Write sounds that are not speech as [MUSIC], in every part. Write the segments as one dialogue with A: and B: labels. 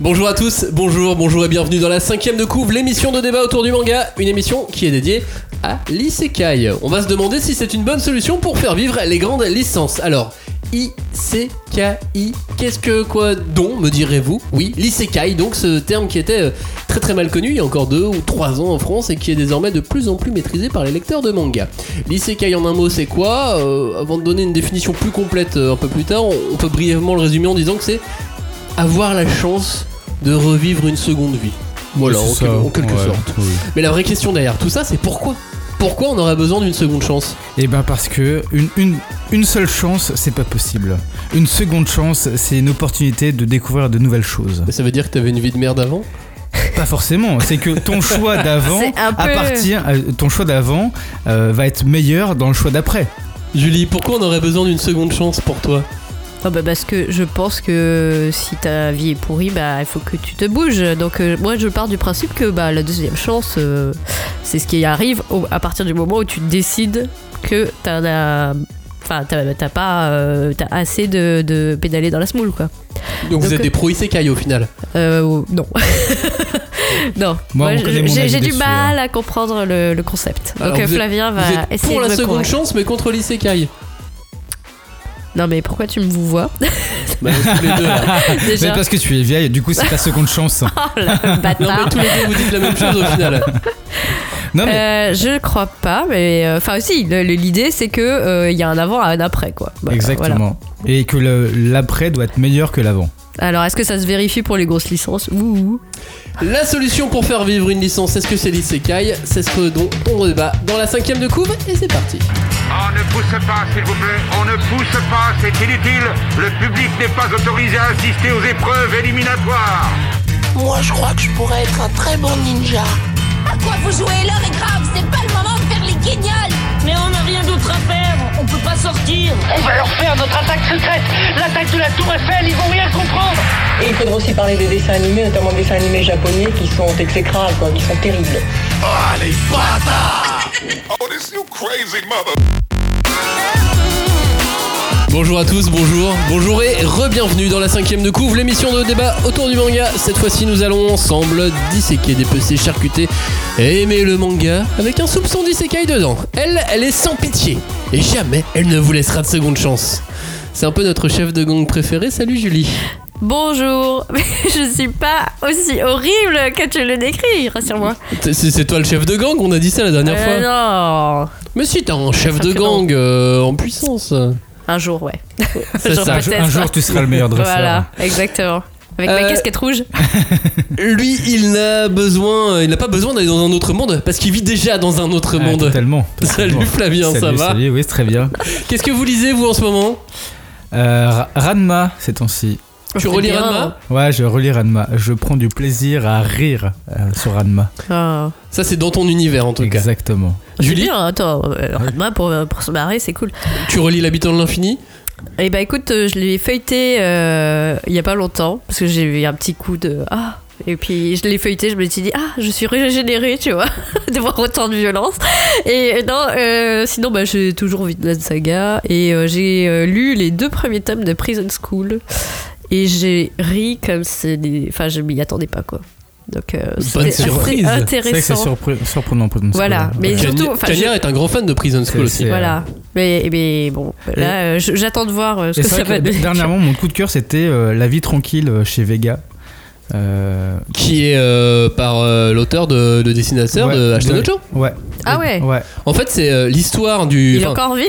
A: Bonjour à tous, bonjour, bonjour et bienvenue dans la cinquième de couvre, l'émission de débat autour du manga, une émission qui est dédiée à l'isekai. On va se demander si c'est une bonne solution pour faire vivre les grandes licences. Alors, ICKI, qu'est-ce que quoi dont, me direz-vous Oui, l'isekai, donc ce terme qui était euh, très très mal connu il y a encore deux ou trois ans en France et qui est désormais de plus en plus maîtrisé par les lecteurs de manga. L'isekai en un mot, c'est quoi Euh, Avant de donner une définition plus complète euh, un peu plus tard, on- on peut brièvement le résumer en disant que c'est avoir la chance de revivre une seconde vie. Voilà, en, quel- en quelque sorte. Mais la vraie question derrière tout ça, c'est pourquoi Pourquoi on aurait besoin d'une seconde chance
B: Et ben parce que une, une, une seule chance, c'est pas possible. Une seconde chance, c'est une opportunité de découvrir de
A: [LAUGHS]
B: nouvelles choses.
A: Mais ça veut dire que t'avais une vie de merde avant
B: Pas forcément, c'est que ton choix d'avant,
C: C'est un
B: à
C: peu-
B: partir, euh, ton choix d'avant euh, va être meilleur dans le choix d'après.
A: Julie, pourquoi on aurait besoin d'une seconde chance pour toi
C: Ah bah parce que je pense que si ta vie est pourrie, bah il faut que tu te bouges. Donc euh, moi je pars du principe que bah la deuxième chance, euh, c'est ce qui arrive au- à partir du moment où tu décides que t'en as, enfin t'as t'as pas, euh, t'as assez de, de pédaler dans la smoule quoi.
A: Donc vous
C: Donc,
A: êtes
C: euh,
A: des pro isekai au final.
C: Euh, non. [LAUGHS] non.
B: Moi, on
C: je-
B: connaît mon
C: j'ai
B: avis
C: j'ai du
B: dessus,
C: mal à comprendre le, le concept.
A: Alors,
C: Donc euh,
A: vous êtes-
C: Flavien va
A: vous êtes
C: essayer
A: pour
C: de
A: la
C: me
A: seconde
C: convaincre.
A: chance mais contre
C: [LAUGHS]
A: l'isekai.
C: Non mais pourquoi tu me vous vois
A: Bah, tous les deux, là.
B: Mais
C: [LAUGHS] déjà
B: parce que tu es vieille, du coup c'est ta seconde chance.
C: [LAUGHS] Oh, le
A: Non
C: bâtard.
A: mais tous les deux vous dites la même chose au final.
B: Non
A: Bah,
B: Ah, mais
C: Euh, je crois pas, mais euh, enfin aussi l'idée c'est que euh, il y a un avant et un après quoi. Voilà, voilà.
B: exactement. Et que le- l'après doit être meilleur que l'avant.
C: Alors est-ce que ça se vérifie pour les grosses licences Ouh, ouh.
A: La solution pour faire vivre une licence, est-ce que c'est l'isekai C'est ce dont on débat dans la cinquième de couve et c'est parti.
D: On Ah, ne pousse pas, s'il vous plaît. On ne pousse pas, c'est inutile. Le public n'est pas autorisé à assister aux épreuves éliminatoires.
E: Moi, je crois que je pourrais être un très bon ninja.
F: À quoi vous jouez L'heure est grave, c'est pas le moment de faire les guignols
G: Mais on n'a rien d'autre à faire, on peut pas sortir.
H: On va leur faire notre attaque secrète, l'attaque de la Tour Eiffel, ils vont rien comprendre.
I: Et il faudra aussi parler des dessins animés, notamment des dessins animés japonais qui sont exécrables, quoi, qui sont terribles.
A: Bonjour à tous, bonjour, bonjour et re-bienvenue dans la cinquième de couvre, l'émission de débat autour du manga. Cette fois-ci, nous allons ensemble disséquer, dépecer, charcuter et aimer le manga avec un soupçon d'isekai dedans. Elle, elle est sans pitié et jamais elle ne vous laissera de seconde chance. C'est un peu notre chef de gang préféré. Salut Julie.
C: Bonjour, [LAUGHS] je suis pas aussi horrible que tu le décris, rassure-moi.
A: C'est- C'est toi le chef de gang, on a dit ça la dernière
C: Euh,
A: fois.
C: non,
A: Mais si, t'es un chef
C: Ça
A: de
C: fait longtemps.
A: gang euh, en puissance.
C: un jour ouais. [LAUGHS]
A: C'est
C: Genre
A: ça.
B: Un, jour-
C: peut-être.
B: un jour tu hein. seras le meilleur dresseur.
C: Voilà, exactement. Avec
A: Euh,
C: ma casquette rouge.
A: Lui, il n'a besoin, il n'a pas besoin d'aller dans un autre monde parce qu'il vit déjà dans un autre
B: Ah,
A: monde.
B: totalement.
A: Salut Flavien, ça
B: Salut,
A: va
B: salut, oui, c'est très bien.
A: Qu'est-ce que vous lisez vous en ce moment
B: Euh, Ra- Ranma, ces temps-ci.
A: Tu relis
C: hein.
A: Ranma
B: Ouais, je relis Ranma. Je prends du plaisir à rire euh, sur Ranma.
C: Ah.
A: Ça c'est dans ton univers en tout cas.
B: Exactement.
A: Julie,
C: Julie, attends, euh, Ranma pour, pour se marrer, c'est cool.
A: tu relis l'habitant de l'infini
C: Eh bah écoute, euh, je l'ai feuilleté euh, il y a pas longtemps parce que j'ai eu un petit coup de ah et puis je l'ai feuilleté, je me suis dit ah je suis régénérée tu vois [LAUGHS] de voir autant de violence et euh, non euh, sinon bah j'ai toujours Vinland Saga et euh, j'ai euh, lu les deux premiers tomes de Prison School et j'ai ri comme c'est des enfin je m'y attendais pas quoi donc euh,
A: Bonne
C: c'était
A: surprise.
C: assez
B: C'est vrai que c'est
C: intéressant
B: surpre- surprenant pour nous.
C: Voilà, mais- Et
A: Cagnard
C: surtout, enfin,
A: Cagnard
C: je-
A: est un grand fan de Prison School aussi.
B: c'est-
C: voilà mais, mais bon là euh, je- j'attends de voir euh, ce
B: Et
C: que
B: c'est
C: ça va
B: vrai que
C: donner
B: dernièrement, mon coup de cœur, c'était euh, La vie tranquille euh, chez Vega. Euh,
A: Qui est euh, par euh, l'auteur de, de Dessinateur
B: Ouais,
A: de Ashton
B: de-
A: Ocho.
B: ouais.
C: Ah ouais.
B: Ouais.
A: En fait, c'est euh, l'histoire du.
C: il est
A: enfin,
C: encore en vie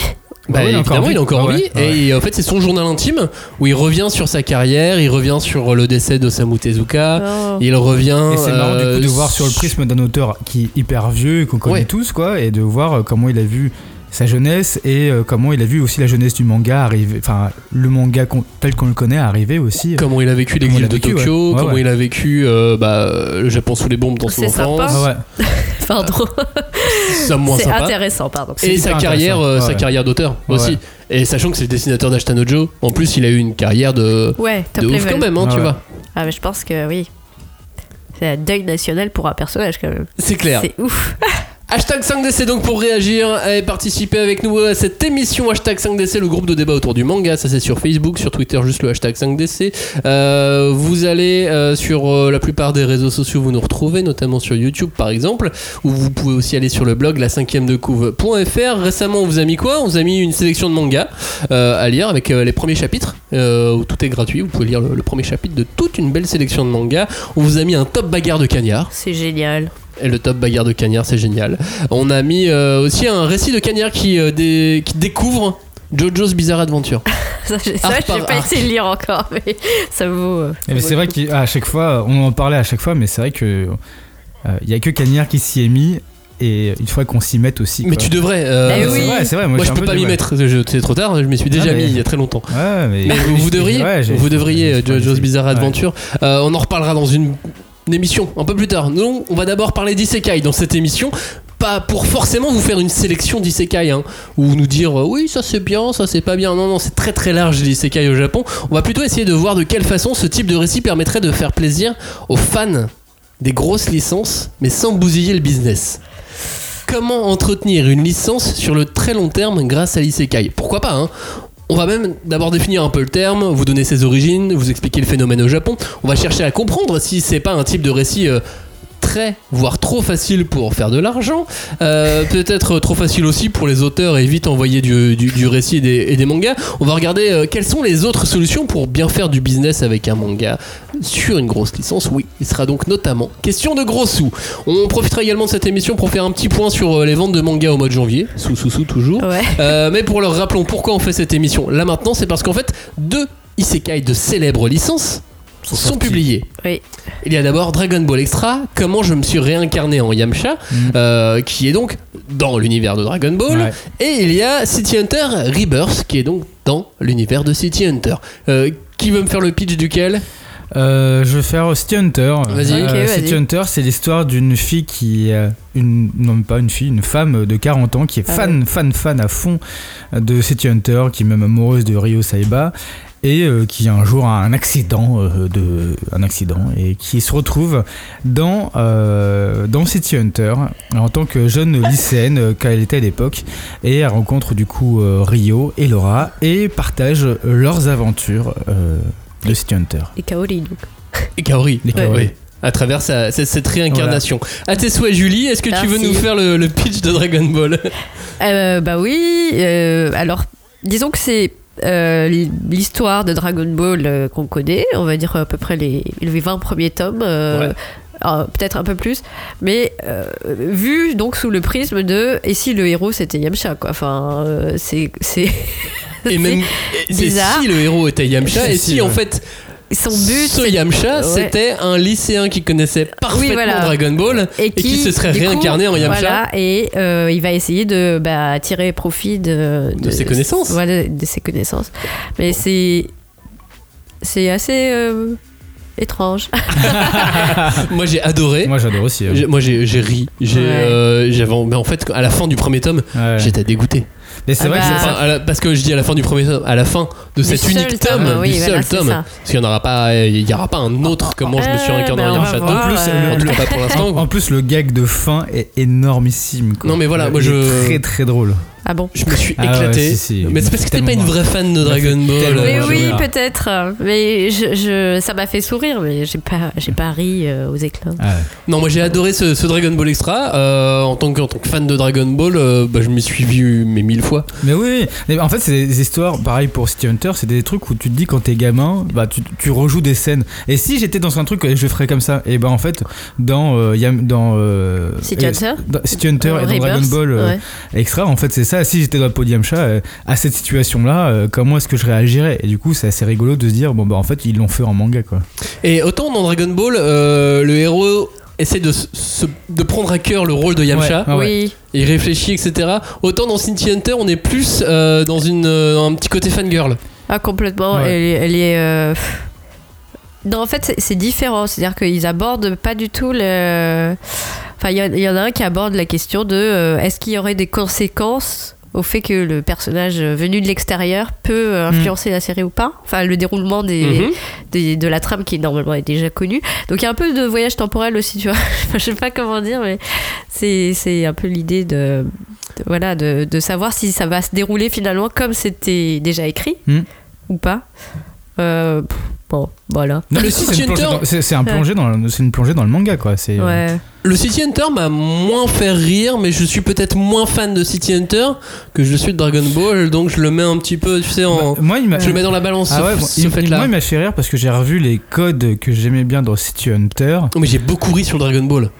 A: Bah,
B: Ouais, il est encore
A: évidemment, il est encore en
B: Ah
A: vie.
B: ouais, ouais.
A: Et en fait, c'est son journal intime où il revient sur sa carrière, il revient sur euh, le décès d'Osamu Tezuka,
C: Oh.
A: il revient.
B: Et c'est marrant du
A: euh,
B: coup de voir sur le prisme d'un auteur qui est hyper vieux, qu'on connaît
A: Ouais.
B: tous, quoi, et de voir euh, comment il a vu sa jeunesse et euh, comment il a vu aussi la jeunesse du manga arriver, enfin le manga qu'on- tel qu'on le connaît arriver aussi.
A: Comment il a vécu
B: Comment il
A: l'exil
B: a
A: de
B: vécu, ouais.
A: Tokyo,
B: Ouais,
A: comment
B: ouais.
A: il a vécu euh, bah, le Japon sous les bombes dans son
C: C'est sympa.
A: enfance.
B: Ah ouais.
C: Pardon.
A: Ça, Euh, moins
C: C'est
A: sympa.
C: intéressant, pardon.
B: C'est
A: Et
B: hyper
A: sa carrière,
B: intéressant.
A: euh,
B: Ouais,
A: sa
B: ouais.
A: carrière d'auteur
B: Ouais,
A: aussi.
B: ouais.
A: Et sachant que c'est le dessinateur d'Ashtan Ojo, en plus il a eu une carrière de,
C: Ouais, top
A: de ouf
C: level.
A: quand même, hein, tu
B: Ouais, ouais.
A: vois.
C: Ah, mais je pense que oui. C'est un deuil national pour un personnage quand même.
A: C'est clair.
C: C'est ouf.
A: Hashtag 5DC donc pour réagir et participer avec nous à cette émission. Hashtag 5DC, le groupe de débat autour du manga. Ça, c'est sur Facebook, sur Twitter, juste le hashtag 5DC. Euh, vous allez euh, sur euh, la plupart des réseaux sociaux, vous nous retrouvez, notamment sur YouTube par exemple, où vous pouvez aussi aller sur le blog la 5 de couve.fr. Récemment, on vous a mis quoi On vous a mis une sélection de mangas euh, à lire avec euh, les premiers chapitres euh, où tout est gratuit. Vous pouvez lire le, le premier chapitre de toute une belle sélection de mangas. On vous a mis un top bagarre de cagnard.
C: C'est génial. [LAUGHS]
A: Et le top bagarre de cagnard, c'est génial. On a mis euh, aussi un récit de cagnard qui, euh, dé- qui découvre Jojo's Bizarre Adventure.
C: Ça, j'ai ça,
A: Arc
C: j'ai
A: par
C: pas
A: arc.
C: essayé de lire encore, mais ça vaut. euh,
B: Eh ben, c'est vrai qu'à chaque fois, on en parlait à chaque fois, mais c'est vrai que euh, il y a que Cagnard qui s'y est mis et il faudrait qu'on s'y mette aussi.
A: Mais
B: quoi.
A: tu devrais. euh,
C: Eh
B: Ah,
C: oui.
B: C'est vrai, c'est vrai. Moi,
A: Moi,
B: j'ai
A: je
B: un
A: peux
B: peu
A: pas
B: de-
A: m'y
B: ouais.
A: mettre, je- c'est trop tard, je me suis déjà
B: Ah, mais-
A: mis il y a très longtemps.
B: Ouais, mais,
A: Mais vous, vous devriez,
B: Ouais, j'ai-
A: vous devriez,
B: j'ai-
A: euh,
B: j'ai-
A: Jojo's
B: j'ai-
A: Bizarre
B: ouais.
A: Adventure. Euh, on en reparlera dans une, une émission un peu plus tard. Nous, on va d'abord parler d'Isekai dans cette émission. Pas pour forcément vous faire une sélection d'Isekai, hein, ou nous dire euh, oui, ça c'est bien, ça c'est pas bien. Non, non, c'est très très large l'Isekai au Japon. On va plutôt essayer de voir de quelle façon ce type de récit permettrait de faire plaisir aux fans des grosses licences, mais sans bousiller le business. Comment entretenir une licence sur le très long terme grâce à l'Isekai Pourquoi pas, hein on va même d'abord définir un peu le terme, vous donner ses origines, vous expliquer le phénomène au Japon. On va chercher à comprendre si c'est pas un type de récit euh, très, voire trop facile pour faire de l'argent. Euh, Peut-être trop facile aussi pour les auteurs et vite envoyer du, du- du récit et des, et des mangas. On va regarder euh, quelles sont les autres solutions pour bien faire du business avec un manga sur une grosse licence. Oui, il sera donc notamment question de gros sous. On profitera également de cette émission pour faire un petit point sur euh, les ventes de mangas au mois de janvier. Sous, sous, sous, toujours.
C: Ouais.
A: Euh, mais pour leur rappelons pourquoi on fait cette émission là maintenant, c'est parce qu'en fait, deux isekai de célèbres licences sont,
B: sortis.
A: publiés.
C: Oui.
A: Il y a d'abord Dragon Ball Extra, comment je me suis réincarné en Yamcha, euh, qui est donc dans l'univers de Dragon Ball.
B: Mm. Ouais.
A: Et il y a City Hunter Rebirth, qui est donc dans l'univers de City Hunter. Euh, qui veut me faire le pitch duquel
B: Euh, je vais faire City Hunter.
A: Vas-y.
B: Euh,
C: Ok, vas-y.
B: City Hunter, c'est l'histoire d'une fille qui. euh, Une, non, pas une fille, une femme de 40 ans qui est
C: Ah
B: fan, fan, fan à fond de City Hunter, qui est même amoureuse de Ryo Saeba et euh, qui un jour a un accident euh, de un accident et qui se retrouve dans euh, dans City Hunter en tant que jeune lycéenne euh, qu'elle était à l'époque et elle rencontre du coup euh, Ryo et Laura et partage leurs aventures euh, de City Hunter.
C: Et Kaori, donc.
A: Et Kaori.
B: Les Kaori.
A: Oui. À travers sa- cette- cette réincarnation. À tes souhaits, Julie, est-ce que tu veux
C: Merci.
A: nous faire le, le pitch de Dragon Ball
C: Euh, bah oui, euh, alors disons que c'est euh, l'histoire de Dragon Ball euh, qu'on connaît, on va dire à peu près les, les 20 premiers tomes, euh,
A: Ouais.
C: euh, peut-être un peu plus, mais euh, vu donc sous le prisme de et si le héros c'était Yamcha quoi, enfin euh, c'est. c'est- [LAUGHS]
A: Et même c'est
C: bizarre.
A: si le héros était
B: [LAUGHS]
A: Yamcha et si en fait
C: Son but,
A: ce
C: c'est-
A: Yamcha
C: Ouais.
A: c'était un lycéen qui connaissait parfaitement
C: voilà.
A: Dragon Ball
C: et
A: qui se serait
C: du coup,
A: réincarné en Yamcha.
C: Voilà, et euh, il va essayer de bah, tirer profit de,
A: De ses connaissances.
C: Voilà, de ses connaissances. Mais c'est c'est assez euh, étrange.
A: moi j'ai adoré
B: Moi j'adore aussi. euh.
A: J'ai- moi j'ai j'ai ri J'ai,
C: Ouais.
A: euh, j'avais mais en fait à la fin du premier tome
B: Ouais.
A: j'étais dégoûté
B: Mais c'est
C: Ah
B: vrai que
C: bah,
A: Enfin, à la- parce que je dis à la fin du premier tome à la fin de
C: Du
A: cet
C: seul
A: unique tome,
C: tome, oui,
A: du
C: voilà,
A: seul
C: c'est
A: tome
C: ça.
A: parce qu'il n'y en aura pas il y aura pas un autre comment je me suis
C: Euh,
A: réincarné
C: ben,
A: en
C: on va
A: Yamcha
C: voir,
B: En plus,
C: euh,
A: en tout cas pas pour
B: c'est- en
A: l'instant
B: plus le gag de fin est énormissime. quoi.
A: Non, mais voilà, moi,
B: Il est
A: je-
B: Très très drôle.
C: Ah bon
A: je me suis
B: Ah ouais,
A: éclaté
B: si, si.
A: mais c'est parce que t'es pas une vraie fan de
B: m'a fait
A: Dragon Ball
B: tellement
A: euh,
C: mais
B: moi,
C: oui,
B: j'adore.
C: peut-être. Mais je, je- ça m'a fait sourire, mais j'ai pas, j'ai pas ri euh, aux éclats.
B: Ah ouais.
A: Non, moi j'ai adoré ce, ce Dragon Ball Extra. Euh, en, tant que, en tant que fan de Dragon Ball, euh, bah, je m'y suis vu mais mille fois.
B: Mais oui, oui. Mais en fait, c'est des histoires, pareil pour City Hunter, c'est des trucs où tu te dis quand t'es gamin, bah tu, tu rejoues des scènes. Et si j'étais dans un truc, je ferais comme ça. Et ben en fait, dans euh, Yam- dans euh,
C: City
B: euh,
C: Hunter
B: dans City Hunter et dans
C: Rebirth,
B: Dragon Ball euh,
C: ouais.
B: Extra, en fait, c'est ça. Si j'étais dans le Podiumcha, à cette situation-là, euh, comment est-ce que je réagirais Et du coup, c'est assez rigolo de se dire, bon bah en fait, ils l'ont fait en manga quoi.
A: Et autant dans Dragon Ball, euh, le héros essaie de, se- se- de prendre à cœur le rôle de Yamcha.
B: Ouais, ah ouais.
C: Oui,
A: Il réfléchit, etc. Autant dans City Hunter, on est plus euh, dans une, euh, un petit côté fangirl.
C: ah, complètement.
B: Ouais.
C: Elle, elle est. euh, Non, en fait, c'est- c'est différent. C'est-à-dire qu'ils abordent pas du tout le. Enfin, il y, en- il y en a un qui aborde la question de euh, est-ce qu'il y aurait des conséquences au fait que le personnage euh, venu de l'extérieur peut euh, influencer la série ou pas. Enfin, le déroulement des,
A: Mhm.
C: des- de la trame qui normalement est déjà connue. Donc il y a un peu de voyage temporel aussi, tu vois. [LAUGHS] Enfin, je sais pas comment dire, mais c'est c'est un peu l'idée de, de- voilà de, de savoir si ça va se dérouler finalement comme c'était déjà écrit
B: Mm.
C: ou pas. Euh, pff, bon, voilà.
B: Non,
A: Le
B: mais si, c'est
A: City
B: une plongée
A: Hunter-
B: dans- c'est- c'est un plongée dans le- c'est une plongée dans le manga, quoi. C'est
C: Ouais.
A: Le City Hunter m'a moins fait rire, mais je suis peut-être moins fan de City Hunter que je suis de Dragon Ball, donc je le mets un petit peu, tu sais, en.
B: Bah, moi, il m'a.
A: Je le mets dans la balance,
B: Ah ouais,
A: ce,
B: moi,
A: ce
B: il-
A: fait-là.
B: moi, il m'a fait rire parce que j'ai revu les codes que j'aimais bien dans City Hunter.
A: Oh, mais j'ai beaucoup ri sur Dragon Ball.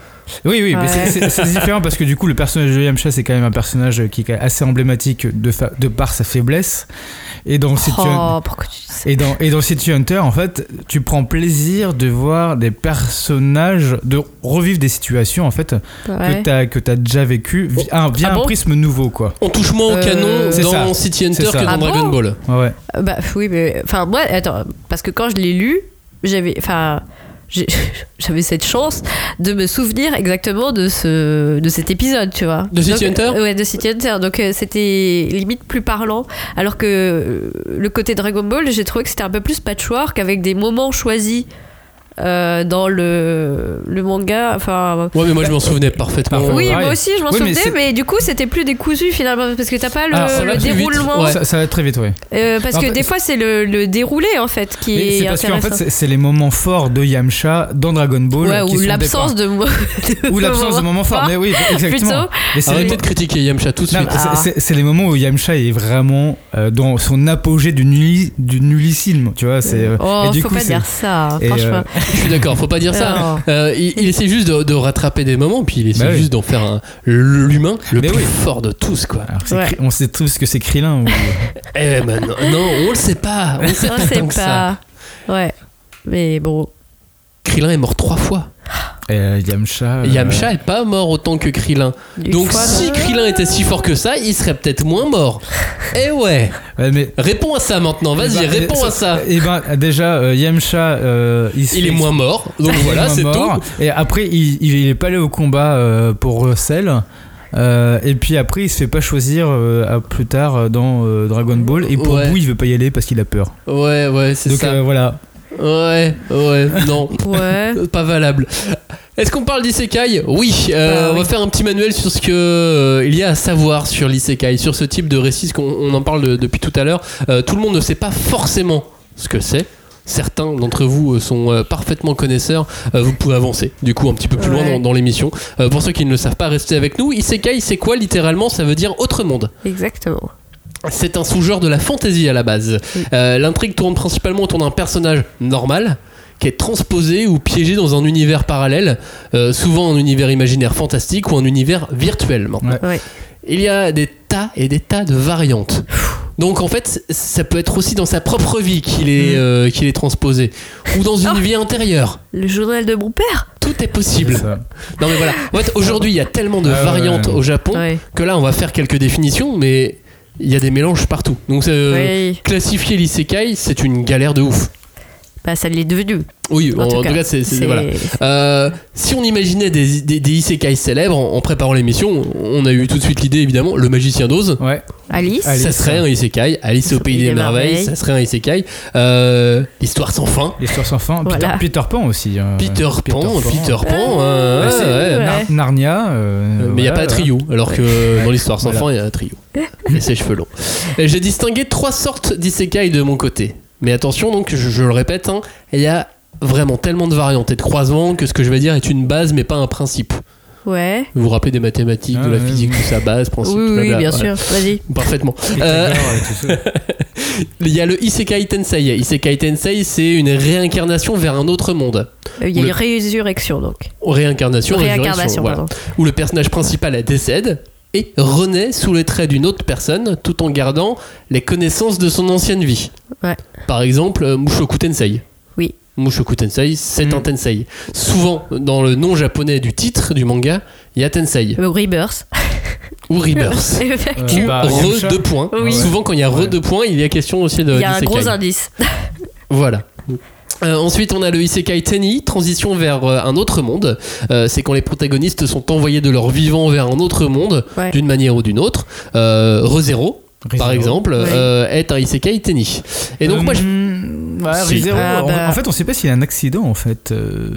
B: Oui, oui,
C: Ouais.
B: mais c'est- c'est c'est différent parce que du coup, le personnage de Yamcha, c'est quand même un personnage qui est quand même assez emblématique de, fa- de par sa faiblesse. Et dans City Hunter.
C: Oh, pourquoi tu dis ça
B: Et dans, et dans City Hunter, en fait, tu prends plaisir de voir des personnages, de revivre des situations, en fait,
C: Ouais.
B: que t'as que t'as déjà vécu vi- un- via
A: Ah
B: un
A: bon
B: prisme nouveau, quoi.
A: On touche moins au
C: Euh,
A: canon
B: C'est
A: dans
B: ça.
A: City Hunter
B: C'est ça.
A: que dans
C: Ah bon
A: Dragon Ball.
B: Ouais, Ouais.
C: Euh, Bah oui, mais enfin moi, attends, parce que quand je l'ai lu, j'avais, enfin, j'ai- [LAUGHS] j'avais cette chance de me souvenir exactement de ce, de cet épisode, tu vois.
A: De City
C: Donc,
A: Hunter
C: euh, Ouais, de City Hunter. Donc euh, c'était limite plus parlant, alors que euh, le côté Dragon Ball, j'ai trouvé que c'était un peu plus patchwork avec des moments choisis. euh, dans le, le manga, enfin.
A: Ouais, mais moi je m'en souvenais parfaitement.
B: Parfait.
C: Oui,
B: ouais.
C: moi aussi, je m'en
B: Oui, mais
C: souvenais, mais,
B: c'est-
C: du coup, c'était plus décousu finalement, parce que t'as pas le,
B: Alors, ça
C: le
B: va plus vite.
C: déroulement.
A: Ouais.
B: Ça, ça va très vite, ouais.
C: Euh, parce
B: En
C: que
B: fait,
C: des fois, c'est le, le déroulé en fait qui
B: Mais
C: est
B: c'est parce qu'en
C: intéressant.
B: fait, c'est- c'est les moments forts de Yamcha dans Dragon Ball.
C: Ouais,
B: qui
C: ou
B: sont
C: l'absence [LAUGHS] de mo-
B: des- Ou l'absence de moments forts, mais
C: [LAUGHS]
B: oui, exactement.
C: Plutôt.
B: Mais c'est les-
A: Arrêtez de critiquer Yamcha tout de
B: Non,
A: suite.
B: c'est-
C: Ah.
B: c'est- c'est les moments où Yamcha est vraiment euh, dans son apogée du, nulli- du nullissime, tu vois. c'est, euh,
C: Oh,
B: et du
C: faut
B: coup,
C: pas
B: c'est-
C: dire ça,
B: et, euh, [LAUGHS]
C: franchement.
A: Je suis d'accord, faut pas dire ça.
C: Non.
A: Euh, il, il essaie juste de, de rattraper des moments, puis il essaie
B: Bah oui.
A: juste d'en faire un- l'humain le
B: Mais
A: plus
B: oui. Ah.
A: fort de tous, quoi.
B: alors que c'est
C: Ouais.
B: Kri- On sait tous que c'est Krillin.
C: [LAUGHS]
B: ou-
A: Eh ben non, non, on le sait pas. On le sait
C: On
A: pas
C: sait
A: tant que ça.
C: pas. Ouais. Mais bon.
A: Krillin est mort trois fois.
B: Euh, Yamcha. euh,
A: Yamcha est pas mort autant que Krillin.
C: Une
A: Donc
C: fois,
A: si Krillin était si fort que ça, il serait peut-être moins mort. Eh ouais.
B: ouais, mais
A: Réponds à ça maintenant. Vas-y,
B: Eh ben,
A: réponds à ça.
B: Eh ben, déjà, euh, Yamcha, euh, il, se
A: Il
B: fait-
A: est moins mort. Donc
B: [LAUGHS] il est
A: voilà,
B: moins
A: c'est
B: mort.
A: tout.
B: Et après, il, il, il est pas allé au combat euh, pour euh, Cell. Euh, et puis après, il se fait pas choisir euh, à plus tard euh, dans euh, Dragon Ball. Et pour
A: Ouais.
B: Boo, il veut pas y aller parce qu'il a peur.
A: Ouais, ouais, c'est
B: Donc
A: ça.
B: euh, voilà.
A: Ouais, ouais,
C: [LAUGHS]
A: non.
B: [LAUGHS]
C: Ouais.
A: Pas valable. Est-ce qu'on parle d'isekai Oui, euh,
C: Bah,
A: on va
C: oui.
A: faire un petit manuel sur ce que euh, il y a à savoir sur l'isekai, sur ce type de récit, ce qu'on on en parle de- depuis tout à l'heure. Euh, tout le monde ne sait pas forcément ce que c'est. Certains d'entre vous euh, sont euh, parfaitement connaisseurs. Euh, vous pouvez avancer, du coup, un petit peu plus loin
C: Ouais.
A: dans, dans l'émission. Euh, pour ceux qui ne le savent pas, restez avec nous. Isekai, c'est quoi littéralement Ça veut dire autre monde.
C: Exactement.
A: C'est un sous-genre de la fantasy à la base. Euh, L'intrigue tourne principalement autour d'un personnage normal qui est transposé ou piégé dans un univers parallèle, euh, souvent un univers imaginaire fantastique ou un univers virtuel. maintenant.
B: Ouais.
C: Ouais.
A: Il y a des tas et des tas de variantes. Donc en fait, ça peut être aussi dans sa propre vie qu'il
B: Mm.
A: est, euh, qu'il est transposé, ou dans
B: Ah.
A: une
C: Oh.
A: vie intérieure.
C: Le journal de mon père.
A: Tout est possible.
B: C'est ça.
A: Non mais voilà. En fait, aujourd'hui, il y a tellement de
B: Ah ouais,
A: variantes
B: ouais.
A: au Japon
C: Ouais.
A: que là, on va faire quelques définitions, mais il y a des mélanges partout. Donc euh,
C: Oui.
A: classifier l'isekai, c'est une galère de ouf.
C: Bah ça l'est devenu.
A: Oui, en,
C: En tout
A: en tout
C: cas,
A: cas, c'est. c'est-
C: C'est-
A: Voilà. Euh, si on imaginait des, des, des isekai célèbres en, en préparant l'émission, on a eu tout de suite l'idée, évidemment, le magicien d'Oz.
B: Ouais.
C: Alice.
B: Alice.
A: ça serait un isekai. Alice au pays des, merveilles, ça serait un isekai. Euh, Histoire sans fin.
B: L'histoire sans fin.
C: Voilà.
B: Peter, Peter Pan aussi. euh,
A: Peter Pan, Peter Pan. euh,
B: Bah,
A: ouais,
B: c'est-
A: ouais.
C: ouais.
B: Nar- Narnia. euh,
A: Mais il n'y a
B: voilà,
A: pas de trio, alors que dans l'histoire sans
B: Voilà.
A: fin, il y a un
C: [LAUGHS]
A: trio. Et ses cheveux longs. Et J'ai distingué trois sortes d'isekai de mon côté. Mais attention, donc, je, je le répète, hein, il y a vraiment tellement de variantes et de croisements que ce que je vais dire est une base, mais pas un principe.
C: Ouais.
A: Vous vous rappelez des mathématiques, de
B: Ah,
A: la
B: ouais,
A: physique,
B: ouais.
A: tout ça, base, principe.
C: oui, oui,
A: blabla,
C: bien
A: voilà.
C: sûr. Vas-y. [LAUGHS]
A: Parfaitement.
B: Pythagore
A: Euh,
B: et
A: [LAUGHS]
B: tout ça.
A: Il y a le Isekai Tensei. Isekai Tensei, c'est une réincarnation vers un autre monde.
C: Euh, Il y a
A: Le-
C: une résurrection donc.
A: Réincarnation, résurrection,
C: Réincarnation,
A: voilà.
C: pardon.
A: où le personnage principal décède et renaît sous les traits d'une autre personne tout en gardant les connaissances de son ancienne vie.
C: Ouais.
A: Par exemple, euh, Mushoku Tensei.
C: Oui.
A: Mushoku Tensei, c'est
B: Mm.
A: un Tensei. Souvent, dans le nom japonais du titre du manga, il y a Tensei
C: Le [LAUGHS] Rebirth.
A: ou Rebirth.
C: [LAUGHS]
B: Euh,
A: Ou
B: bah,
A: re
B: Yamcha.
A: deux points.
B: Oui.
A: Souvent, quand il y a re
B: Ouais.
A: deux points, il y a question aussi de.
C: Il y a un
A: d'isekai.
C: gros indice.
A: Voilà. Euh, ensuite, on a le Isekai Teni, transition vers euh, un autre monde. Euh, c'est quand les protagonistes sont envoyés de leur vivant vers un autre monde,
C: Ouais.
A: d'une manière ou d'une autre. Euh, ReZero, par exemple,
C: Ouais.
A: euh, est un Isekai Teni. Et
B: Euh,
A: donc, moi, je...
B: je... Hum, ouais,
A: Si.
B: Rizero,
C: Ah,
B: on-
C: bah. Eh,
B: En fait, on sait pas s'il y a un accident, en fait. euh,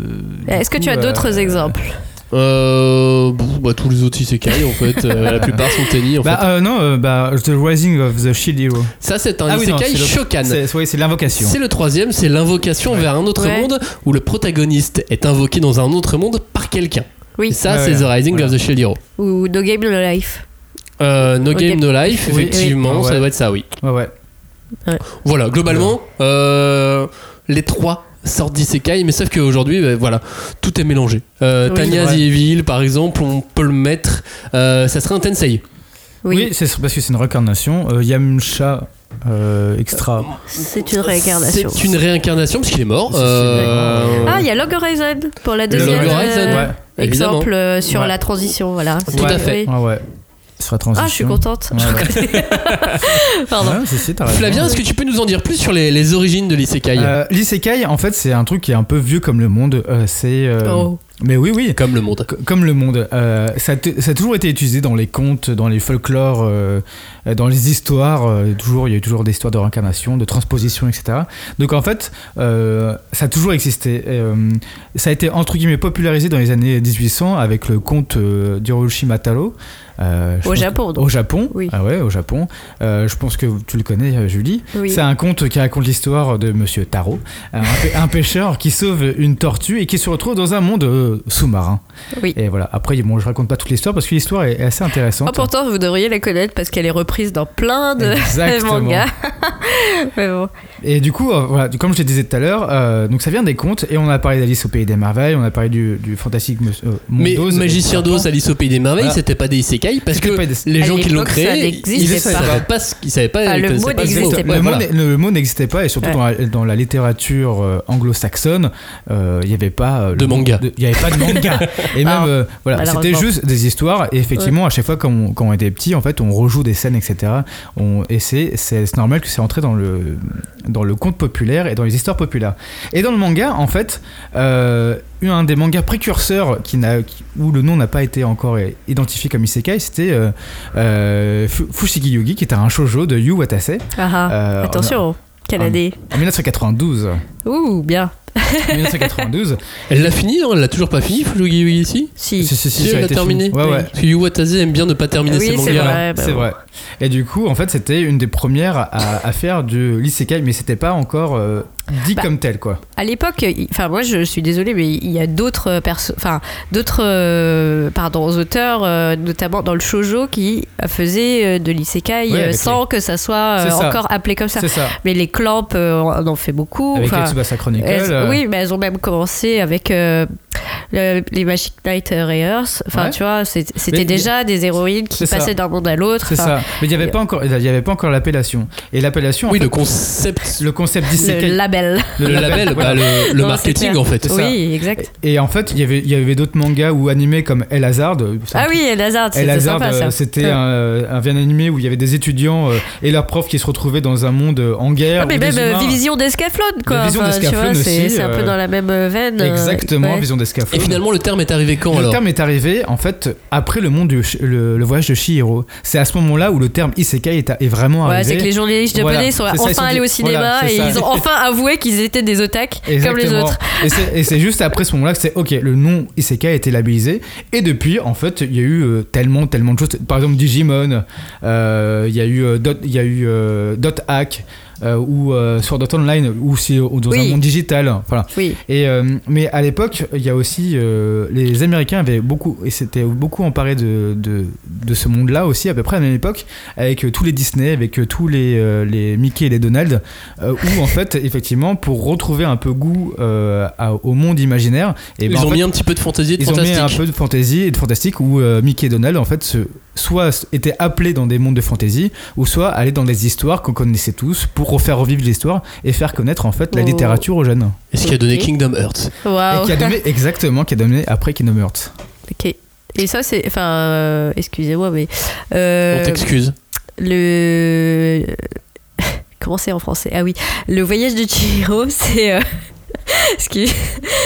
C: Est-ce que
B: du
C: tu as
B: coup,
C: d'autres
B: euh,
C: exemples
A: Euh, bon, bah, tous les autres Isekai, en fait, euh, la plupart sont Teni. En
B: Bah,
A: fait.
B: euh, non, euh, bah, The Rising of the Shield Hero.
A: Ça, c'est un
B: Ah oui, non,
A: Isekai
B: c'est le-
A: Shokan.
B: C'est ouais, c'est l'invocation.
A: C'est le troisième, c'est l'invocation vers un autre
C: Ouais.
A: monde où le protagoniste est invoqué dans un autre monde par quelqu'un.
C: Oui.
A: Et ça,
B: Ouais,
A: c'est
B: Ah ouais.
A: The Rising
B: Voilà.
A: of the Shield Hero.
C: Ou No Game No Life
A: Euh, no
C: Ok.
A: Game No Life,
B: Oui.
A: effectivement,
B: Oui.
A: ça
B: Ah Ouais.
A: doit être ça, oui.
B: Ouais, ouais.
A: Voilà, globalement, euh, les trois sortent d'Isekai, mais sauf qu'aujourd'hui, bah, voilà, tout est mélangé. Euh,
C: Oui,
A: Tanya
B: c'est
A: The
B: vrai.
A: Evil, par exemple, on peut le mettre, euh, ça serait un Tensei.
C: Oui.
B: Oui, c'est parce que c'est une recarnation. Euh, Yamcha euh, extra.
C: C'est une réincarnation.
A: C'est une réincarnation, parce qu'il est mort.
B: C'est- c'est
A: Euh,
C: Ah, il y a Log Horizon pour la deuxième.
A: Log Horizon,
C: euh,
B: ouais.
A: évidemment.
C: Exemple euh, sur
B: Ouais.
C: la transition, voilà.
A: Tout à fait.
C: Oui.
B: Ouais, Ah ouais. Sur la transition.
C: Ah, je suis contente.
B: Ouais,
C: [LAUGHS] Pardon.
B: Ouais, si, si, t'as raison.
A: Flavien, est-ce que tu peux nous en dire plus sur les, les origines de l'Isekai
B: Euh, L'isekai, en fait, c'est un truc qui est un peu vieux comme le monde. Euh, c'est. euh,
C: Oh.
B: Mais oui, oui.
A: Comme le monde.
B: C- Comme le monde, Euh, ça, a t- ça a toujours été utilisé dans les contes, dans les folklores, euh, euh, dans les histoires. euh, toujours, il y a eu toujours des histoires de réincarnation, de transposition, etc. Donc en fait, euh, ça a toujours existé. Euh, ça a été entre guillemets popularisé dans les années 1800 avec le conte euh, d'Hiroshi Mataro. Euh, je
C: Au
B: pense-
C: Japon, donc.
B: Au Japon.
C: Oui.
B: Ah ouais, au Japon. Euh, je pense que tu le connais, euh, Julie.
C: Oui.
B: C'est un conte qui raconte l'histoire de Monsieur Taro, Euh, un, pê- un pêcheur qui sauve une tortue et qui se retrouve dans un monde euh, sous-marin.
C: Oui.
B: Et voilà. Après, bon, je raconte pas toute l'histoire parce que l'histoire est, est assez intéressante.
C: Ah, pourtant, vous devriez la connaître parce qu'elle est reprise dans plein de
B: Exactement.
C: [LAUGHS] mangas. Mais bon.
B: Et du coup, euh, voilà, comme je te disais tout à l'heure, euh, donc ça vient des contes et on a parlé d'Alice au pays des merveilles, on a parlé du, du fantastique Mons- euh,
A: Mais
B: Mondoz et-
A: Magicien d'Oz, Alice au Pays des Merveilles,
B: Voilà.
A: c'était pas des Isekai, parce
B: C'était
A: que
B: pas des-
A: les
C: À
A: gens qui l'ont
C: l'époque, ça
A: créé,
C: n'existait
A: ils
C: pas.
A: savaient pas ce qu'ils savaient pas.
C: Ah,
A: ils
C: le
A: connaissaient
C: mot
A: pas ce
C: n'existait
A: mot.
C: pas.
A: Ouais,
B: le,
A: voilà.
B: mot, n'est- le mot n'existait pas et surtout
C: Ouais.
B: dans, la, dans la littérature euh, anglo-saxonne, euh, il n'y avait pas euh, le
A: De
B: mot
A: manga.
B: Il n'y avait pas de
A: [LAUGHS]
B: manga. et même
C: Alors,
B: euh, voilà, c'était
C: malheureusement.
B: juste des histoires. Et effectivement, à chaque fois quand on, quand on était petit, en fait, on rejoue des scènes, etc. On, et c'est c'est- c'est normal que c'est entré dans le dans le conte populaire et dans les histoires populaires. Et dans le manga, en fait, euh, un des mangas précurseurs qui n'a qui- où le nom n'a pas été encore euh, identifié comme isekai, c'était euh, euh, Fu- Fushigi Yugi, qui était un shoujo de Yu Watase.
C: Ah, ah.
B: Euh,
C: Attention, quelle
B: Ah.
C: année.
B: En
C: [LAUGHS]
B: 1992.
C: Ouh, bien.
B: 1992.
A: Elle l'a fini, non Elle l'a toujours pas fini, Fujogi Yugi, ici
C: Si.
A: Si, elle
B: a
A: a
B: été
A: terminé.
B: fini. Ouais, ouais.
A: Parce que Yu Watase aime bien ne pas terminer
C: Oui,
A: ses
C: c'est
A: mangas.
C: vrai.
B: Voilà,
C: bah
B: c'est
C: bon.
B: vrai. Et du coup, en fait, c'était une des premières à, à faire du l'isekai, mais c'était pas encore euh, dit
C: Bah.
B: comme tel, quoi.
C: À l'époque, il- enfin moi je suis désolée, mais il y a d'autres perso- enfin d'autres euh, pardon auteurs, euh, notamment dans le shojo, qui faisaient euh, de l'isekai
B: Ouais,
C: euh,
B: avec
C: sans que ça soit euh,
B: C'est ça.
C: encore appelé comme ça.
B: C'est ça.
C: Mais les clamps, euh, on en fait beaucoup.
B: Avec
C: enfin,
B: les Tsubasa Chronicle.
C: elles-
B: euh,
C: Oui, mais elles ont même commencé avec euh, le- les Magic Knight Rehearse. Enfin,
B: Ouais.
C: tu vois, c'est-
B: Mais-
C: c'était déjà des héroïnes qui
B: C'est ça.
C: passaient d'un monde à l'autre.
B: euh, C'est
C: Enfin,
B: ça. Mais il n'y avait pas encore, il y avait pas encore l'appellation. Et l'appellation, en
A: Oui,
B: fait,
A: le concept,
B: le concept
C: Le
B: d'isekai,
C: label.
A: le label, bah,
B: voilà.
A: le, le
C: Non, c'est
A: marketing,
C: clair.
A: en fait.
B: C'est ça.
C: Oui, exact.
B: Et et en fait, il y avait, il y avait d'autres mangas ou animés comme El Hazard. c'est un
C: Ah
B: truc
C: oui, El Hazard,
B: El
C: c'était
B: Hazard,
C: sympa
B: euh,
C: ça.
B: c'était
C: Ouais.
B: un, euh, un bien animé où il y avait des étudiants euh, et leurs profs qui se retrouvaient dans un monde euh, en guerre.
C: Ah, mais
B: où des
C: même euh,
B: humains-
C: Vision d'Escaflone, quoi.
B: Vision
C: Enfin, tu vois,
B: d'Escaflone
C: c'est
B: aussi,
C: c'est un peu
B: euh,
C: dans la même euh, veine. euh,
B: Exactement,
C: ouais.
B: Vision d'Escaflowne.
A: Et finalement, le terme est arrivé quand
B: le
A: alors
B: terme est arrivé en fait après le monde du ch- le, le voyage de Shihiro. C'est à ce moment-là où le terme isekai est, est vraiment
C: Ouais,
B: arrivé.
C: c'est que les journalistes
B: Voilà,
C: japonais sont
B: c'est ça,
C: enfin
B: ils sont
C: allés
B: dit-
C: au cinéma
B: voilà, c'est
C: et
B: ça.
C: ils ont
B: [LAUGHS]
C: enfin avoué qu'ils étaient des otaques comme les
B: Exactement.
C: autres.
B: Et c'est- Et c'est juste après ce moment-là que c'est ok, le nom Isekai a été labellisé. Et depuis, en fait, il y a eu euh, tellement, tellement de choses. Par exemple, Digimon, euh, il y a eu, euh, Dot, il y a eu euh, Dot Hack. euh, ou euh, sur Dot Online ou si ou dans
C: Oui.
B: un monde digital voilà
C: Oui.
B: et euh, mais à l'époque il y a aussi euh, les américains avaient beaucoup et s'étaient beaucoup emparés de, de, de ce monde là aussi à peu près à la même époque avec euh, tous les Disney avec euh, tous les, euh, les Mickey et les Donald euh, où en fait effectivement pour retrouver un peu goût euh, à- au monde imaginaire et
A: Ils
B: ben, en
A: ont
B: fait,
A: mis un petit peu de fantaisie et de
B: ils ont mis
A: fantastique.
B: un peu de fantasy et de fantastique où euh, Mickey et Donald en fait se- soit s- étaient appelés dans des mondes de fantasy ou soit allaient dans des histoires qu'on connaissait tous pour refaire revivre l'histoire et faire connaître en fait la
C: Oh.
B: littérature aux jeunes
A: Et ce qui a donné
C: Ok.
A: Kingdom Hearts.
C: Waouh.
B: et qui a donné exactement qui a donné après Kingdom Hearts
C: Ok. Et ça, c'est. Enfin, euh, excusez-moi, mais. euh,
A: On t'excuse.
C: [LAUGHS] le. Comment [LAUGHS] c'est en français Ah oui. Le voyage de Chihiro, c'est. euh, Ce qui...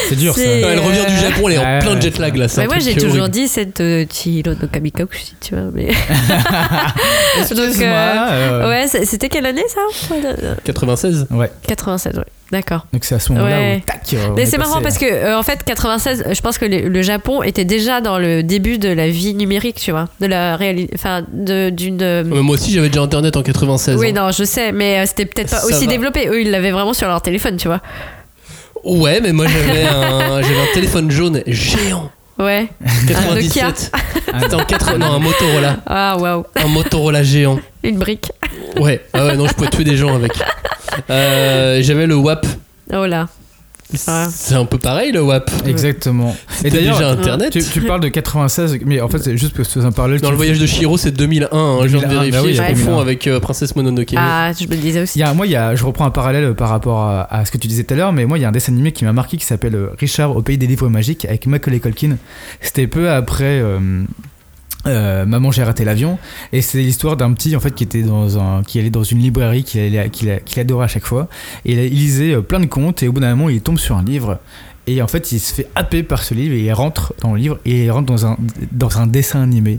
B: C'est dur ça.
C: C'est-
A: Non, elle revient du Japon, elle est en
B: Ouais,
A: plein
B: ouais,
A: jet lag là. c'est un
C: Bah moi
A: truc
C: euh, j'ai
A: qui est
C: toujours
A: horrible.
C: dit cette euh, Chihiro no Kamikakushi, tu vois. Mais... Donc, euh,
B: Excuse-moi, euh,
C: [LAUGHS] ouais, c'est- c'était quelle année ça
A: 96
B: ouais.
C: 96, ouais. D'accord.
B: Donc c'est à ce moment-là
C: Ouais.
B: où tac. euh, on
C: Mais
B: est
C: c'est marrant
B: passé-
C: parce que euh, en fait 96, je pense que le, le Japon était déjà dans le début de la vie numérique, tu vois, de la réalité, enfin de- d'une. euh,
A: Non, mais Moi aussi j'avais déjà internet en 96.
C: Oui,
A: hein.
C: non, je sais, mais euh, c'était peut-être pas
A: Ça
C: aussi
A: va.
C: développé. Eux, ils l'avaient vraiment sur leur téléphone, tu vois.
A: Ouais, mais moi j'avais un, [LAUGHS] j'avais un téléphone jaune géant.
C: Ouais.
B: [LAUGHS]
A: 97. C'était en 80 Non, un Motorola.
C: Ah, waouh.
A: Un Motorola géant.
C: Une brique.
A: Ouais, ah ouais, non, je pouvais tuer des gens avec. Euh, j'avais le WAP.
C: Oh là.
A: C'est un peu pareil le WAP.
B: Exactement.
A: C'était déjà Internet.
B: tu, tu parles de 96, mais en fait, c'est juste parce que c'est un parallèle.
A: Dans
B: qui-
A: le voyage de Shiro, c'est 2001. hein, je viens de
B: 2001,
A: vérifier.
B: bah oui,
A: je
C: ouais.
A: confonds
B: 2001.
A: avec euh, Princesse Mononoke.
C: Ah, je me le disais aussi.
B: Il y a, moi, il y a, je reprends un parallèle par rapport à, à ce que tu disais tout à l'heure, mais moi, il y a un dessin animé qui m'a marqué qui s'appelle euh, Richard au pays des livres magiques avec Macaulay Culkin. C'était peu après. euh, euh, Maman j'ai raté l'avion et c'est l'histoire d'un petit en fait qui était dans un qui allait dans une librairie qu'il allait- qu'il a- qu'il adorait à chaque fois et il, a- il lisait euh, plein de contes et au bout d'un moment il tombe sur un livre et en fait il se fait happer par ce livre et il rentre dans le livre et il rentre dans un dans un dessin animé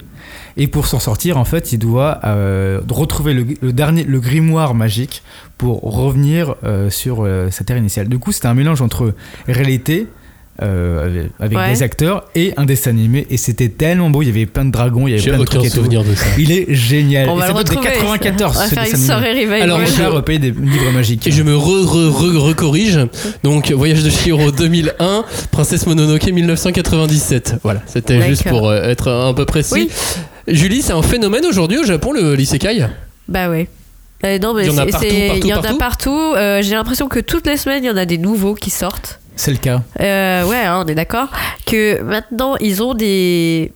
B: et pour s'en sortir en fait il doit euh, retrouver le, le dernier le grimoire magique pour revenir euh, sur euh, sa terre initiale du coup c'était un mélange entre réalité euh, avec- avec
C: Ouais.
B: des acteurs et un dessin animé et c'était tellement beau il y avait plein de dragons il y avait
A: J'ai
B: plein de
A: aucun
B: trucs et tout.
A: souvenir de ça.
B: il est génial
C: On
B: et
C: va
B: ça
C: le
B: date de
C: retrouver. ça.
B: 94
C: On va
B: ce
C: faire une
B: dessin animé.
C: soirée réveil.
A: Alors,
B: alors
C: Ouais.
A: je-
B: Richard repaye des livres magiques
A: Et je me re, re, re, recorrige. Donc, Voyage de
C: [LAUGHS]
A: Chihiro 2001, Princesse Mononoke 1997. Voilà, c'était
C: D'accord.
A: juste pour euh, être un peu précis.
C: Oui.
A: Julie, c'est un phénomène aujourd'hui au Japon, le l'isekai
C: Bah ouais. Euh, non, mais
A: Il y en a
C: c'est-
A: partout,
C: c'est-
A: partout,
C: il y en a
A: partout
C: partout. Euh, J'ai l'impression que toutes les semaines, il y en a des nouveaux qui sortent.
B: c'est le cas
C: Euh, ouais, hein, on est d'accord. Que maintenant, ils ont des,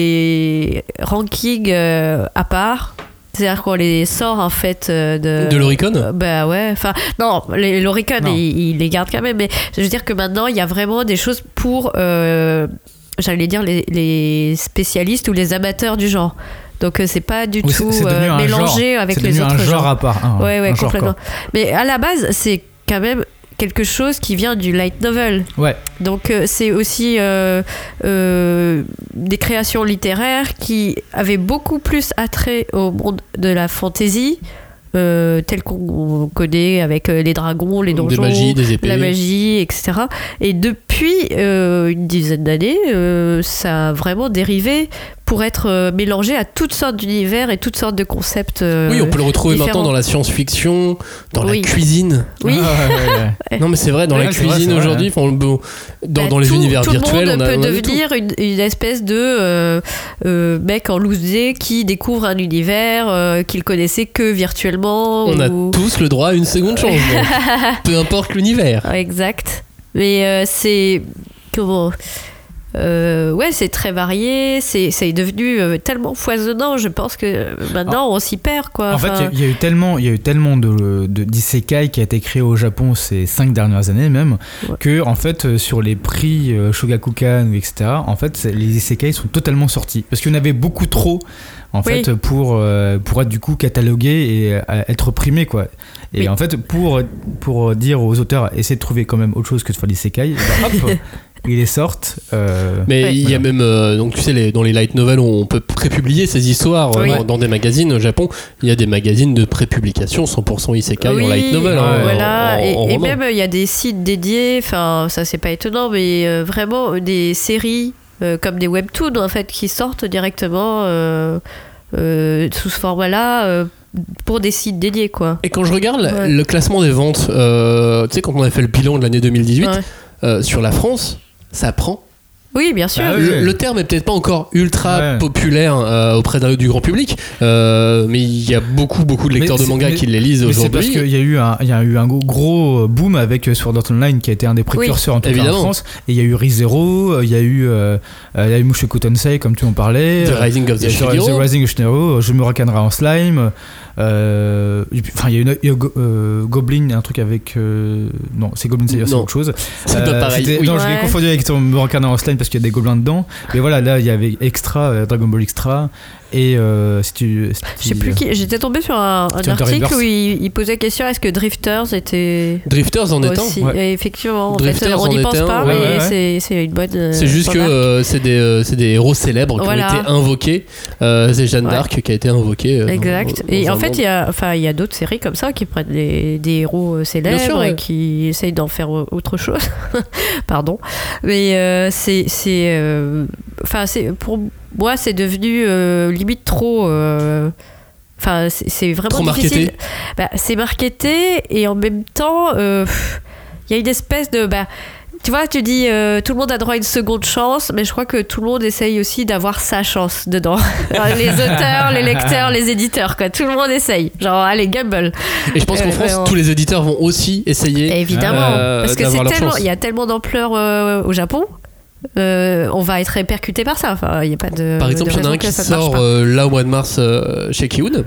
C: des rankings euh, à part. C'est-à-dire qu'on les sort en fait euh, de.
A: De l'Oricon
C: Euh, Bah ouais, enfin, non, les- l'Oricon,
B: Non.
C: il, il les garde quand même, mais je veux dire que maintenant, il y a vraiment des choses pour, euh, j'allais dire, les, les spécialistes ou les amateurs du genre. Donc, euh, c'est pas du
B: Oui,
C: tout
B: c'est c'est
C: euh,
B: devenu un
C: mélangé
B: genre.
C: avec
B: C'est
C: les
B: devenu
C: autres
B: un genre
C: genres.
B: à part un-
C: Ouais, ouais,
B: un genre,
C: complètement. Mais à la base, c'est quand même quelque chose qui vient du light novel.
B: quoi. ouais
C: Donc euh, c'est aussi euh, euh, des créations littéraires qui avaient beaucoup plus attrait au monde de la fantaisie, euh, tel qu'on connaît avec euh, les dragons, les donjons,
A: Des magies, des épées.
C: la magie, etc. Et depuis euh, une dizaine d'années, euh, ça a vraiment dérivé pour être euh, mélangé à toutes sortes d'univers et toutes sortes de concepts. euh,
A: oui, on peut le retrouver
C: différents.
A: maintenant dans la science-fiction, dans
C: Oui.
A: la cuisine.
C: Oui.
B: Ah, ouais, ouais, ouais.
C: [LAUGHS]
A: Non, mais c'est vrai, dans
B: Ouais,
A: la
B: c'est vrai,
A: cuisine
B: c'est vrai,
A: aujourd'hui, enfin, on- bon, dans,
C: Bah,
A: dans les
C: tout-
A: univers
C: tout
A: virtuels,
C: le monde
A: on a,
C: peut
A: on a de tout.
C: devenir une, une espèce de euh, euh, mec en loose day qui découvre un univers euh, qu'il connaissait que virtuellement.
A: On a
C: ou-
A: tous le droit à une seconde
C: [LAUGHS]
A: chance, donc, peu importe l'univers.
C: Ah, Exact. Mais euh, c'est comment euh, ouais, c'est très varié, c'est c'est devenu euh, tellement foisonnant, je pense que euh, maintenant on s'y perd quoi.
B: Ah. En fait,
C: Enfin,
B: il y a- il y, a eu tellement, il y a eu tellement de, de d'isekai qui a été créé au Japon ces cinq dernières années même
C: Ouais.
B: que en fait euh, sur les prix euh, Shogakukan ou etc. En fait, c'est- les isekai sont totalement sortis parce qu'il y en avait beaucoup trop en
C: Oui.
B: fait pour euh, pour être du coup catalogué et euh, être primé quoi. Et
C: Oui.
B: en fait, pour pour dire aux auteurs essayez de trouver quand même autre chose que de faire des isekai, eh ben,
C: [LAUGHS]
B: hop, ils les sortent. euh,
A: Mais
C: Ouais.
A: il y a
B: Voilà.
A: même, euh, donc tu sais, les- dans les light novels, on peut prépublier ces histoires euh,
C: Oui.
A: dans, dans des magazines. Au Japon, il y a des magazines de prépublication 100% isekai en light novel. hein, en-
C: voilà.
A: en-
C: et,
A: en
C: et
A: roman.
C: même il y a des sites dédiés, enfin ça c'est pas étonnant, mais euh, vraiment des séries euh, comme des webtoons en fait qui sortent directement euh, euh, sous ce format-là euh, pour des sites dédiés quoi.
A: Et quand je regarde la-
C: Ouais.
A: le classement des ventes, euh, tu sais, quand on a fait le bilan de l'année 2018,
C: Ouais.
A: euh, sur la France, ça prend.
C: Oui, bien sûr.
B: Ah oui.
A: Le, le terme est peut-être pas encore ultra
B: Ouais.
A: populaire euh, auprès d'un- du grand public, euh, mais il y a beaucoup, beaucoup de
B: Mais
A: lecteurs de
B: c'est-
A: manga
B: mais-
A: qui les lisent
B: Mais c'est parce qu'il
A: aujourd'hui.
B: y a eu un, il y a eu un gros, gros boom avec euh, Sword Art Online qui a été un des précurseurs en tout cas
A: évidemment.
B: en France. Et il y a eu ReZero, euh, il y a eu, euh, euh, il y a eu Mushoku Tensei comme tu en parlais.
A: The
B: euh,
A: Rising of
B: il y
A: the
B: a sur-
A: Shiro.
B: The Rising of Shiro, euh, Je me recannerai en slime. euh, et puis, Enfin, il y a une- il y a Go- euh, Goblin, un truc avec. euh, non, c'est Goblin Slayer, c'est
A: Non.
B: autre chose.
A: [LAUGHS] C'est pas
B: Euh,
A: pareil.
B: c'était-
A: Oui.
B: Non, je l'ai
C: Ouais.
B: confondu avec ton me recannerai en slime parce qu'il y a des gobelins dedans. Mais voilà, là, il y avait Extra, euh, Dragon Ball Extra. Et euh, si tu. si
C: Je sais
B: tu-
C: plus qui. J'étais tombée sur un, un
B: Hunter
C: article
B: Rebirth.
C: où il, il posait question est-ce que Drifters était
A: Drifters en étant.
C: aussi
B: ouais.
C: Et Effectivement, en fait,
A: Drifters
C: on
A: en
C: n'y pense
A: était un,
C: pas,
B: ouais,
C: mais
B: ouais, ouais.
C: c'est- c'est une bonne. euh,
A: C'est juste que
C: remarque.
A: euh, c'est des, euh, c'est des héros célèbres qui
C: Voilà.
A: ont été invoqués. Euh, c'est Jeanne
C: Ouais.
A: d'Arc qui a été invoquée. euh, dans-
C: Exact.
A: dans
C: Et
A: un
C: en fait,
A: monde.
C: il y a, enfin, il y a d'autres séries comme ça qui prennent des, des héros euh, célèbres
A: sûr, ouais.
C: et qui essayent d'en faire euh, autre chose. [LAUGHS] Pardon. Mais euh, c'est, c'est, euh, enfin, c'est pour moi, c'est devenu euh, limite trop. euh, Enfin, c'est- c'est vraiment
A: Trop
C: difficile.
A: marketé.
C: Bah, c'est marketé et en même temps, euh, pff, il y a une espèce de. Bah, tu vois, tu dis euh, tout le monde a droit à une seconde chance, mais je crois que tout le monde essaye aussi d'avoir sa
A: [LAUGHS]
C: chance dedans. les auteurs, les lecteurs, les éditeurs, quoi. Tout le monde essaye. Genre, allez, Gumball.
A: Et je pense qu'en
C: Euh,
A: France,
C: ouais, on-
A: tous les éditeurs vont aussi essayer.
C: Évidemment.
A: Euh,
C: parce que
A: d'avoir
C: c'est
A: leur
C: tellement.
A: chance.
C: Il y a tellement d'ampleur euh, au Japon. euh, on va être répercuté par ça. Enfin, il n'y a pas de.
A: Par exemple,
C: de
A: il y en a
C: raison
A: un
C: que
A: qui
C: ça ne marche
A: sort
C: pas.
A: euh, là au mois de mars euh, chez Kiun.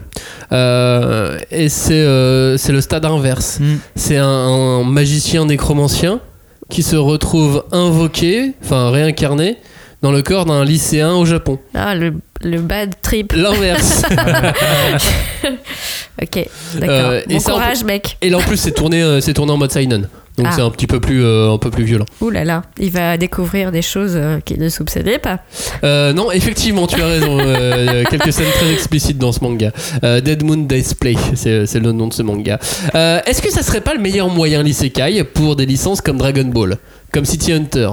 A: Euh, et c'est euh, c'est le stade inverse.
B: Mm.
A: C'est un, un magicien nécromancien qui se retrouve invoqué, enfin réincarné, dans le corps d'un lycéen au Japon.
C: Ah, le, le bad trip. [LAUGHS]
A: L'inverse.
C: Ok, d'accord.
A: Euh, et
C: bon
A: ça, on
C: courage, mec.
A: et là en plus, c'est tourné, euh, c'est tourné en mode seinen. Donc
C: Ah.
A: c'est un petit peu plus, euh, un peu plus violent.
C: Ouh là là, il va découvrir des choses euh, qu'il ne soupçonnait pas.
A: Euh, non, effectivement, tu as raison. euh, il y a quelques scènes très explicites dans ce manga. Euh, Dead Moon Days Play, c'est c'est le nom de ce manga. Euh, Est-ce que ça serait pas le meilleur moyen l'isekai pour des licences comme Dragon Ball, comme City Hunter,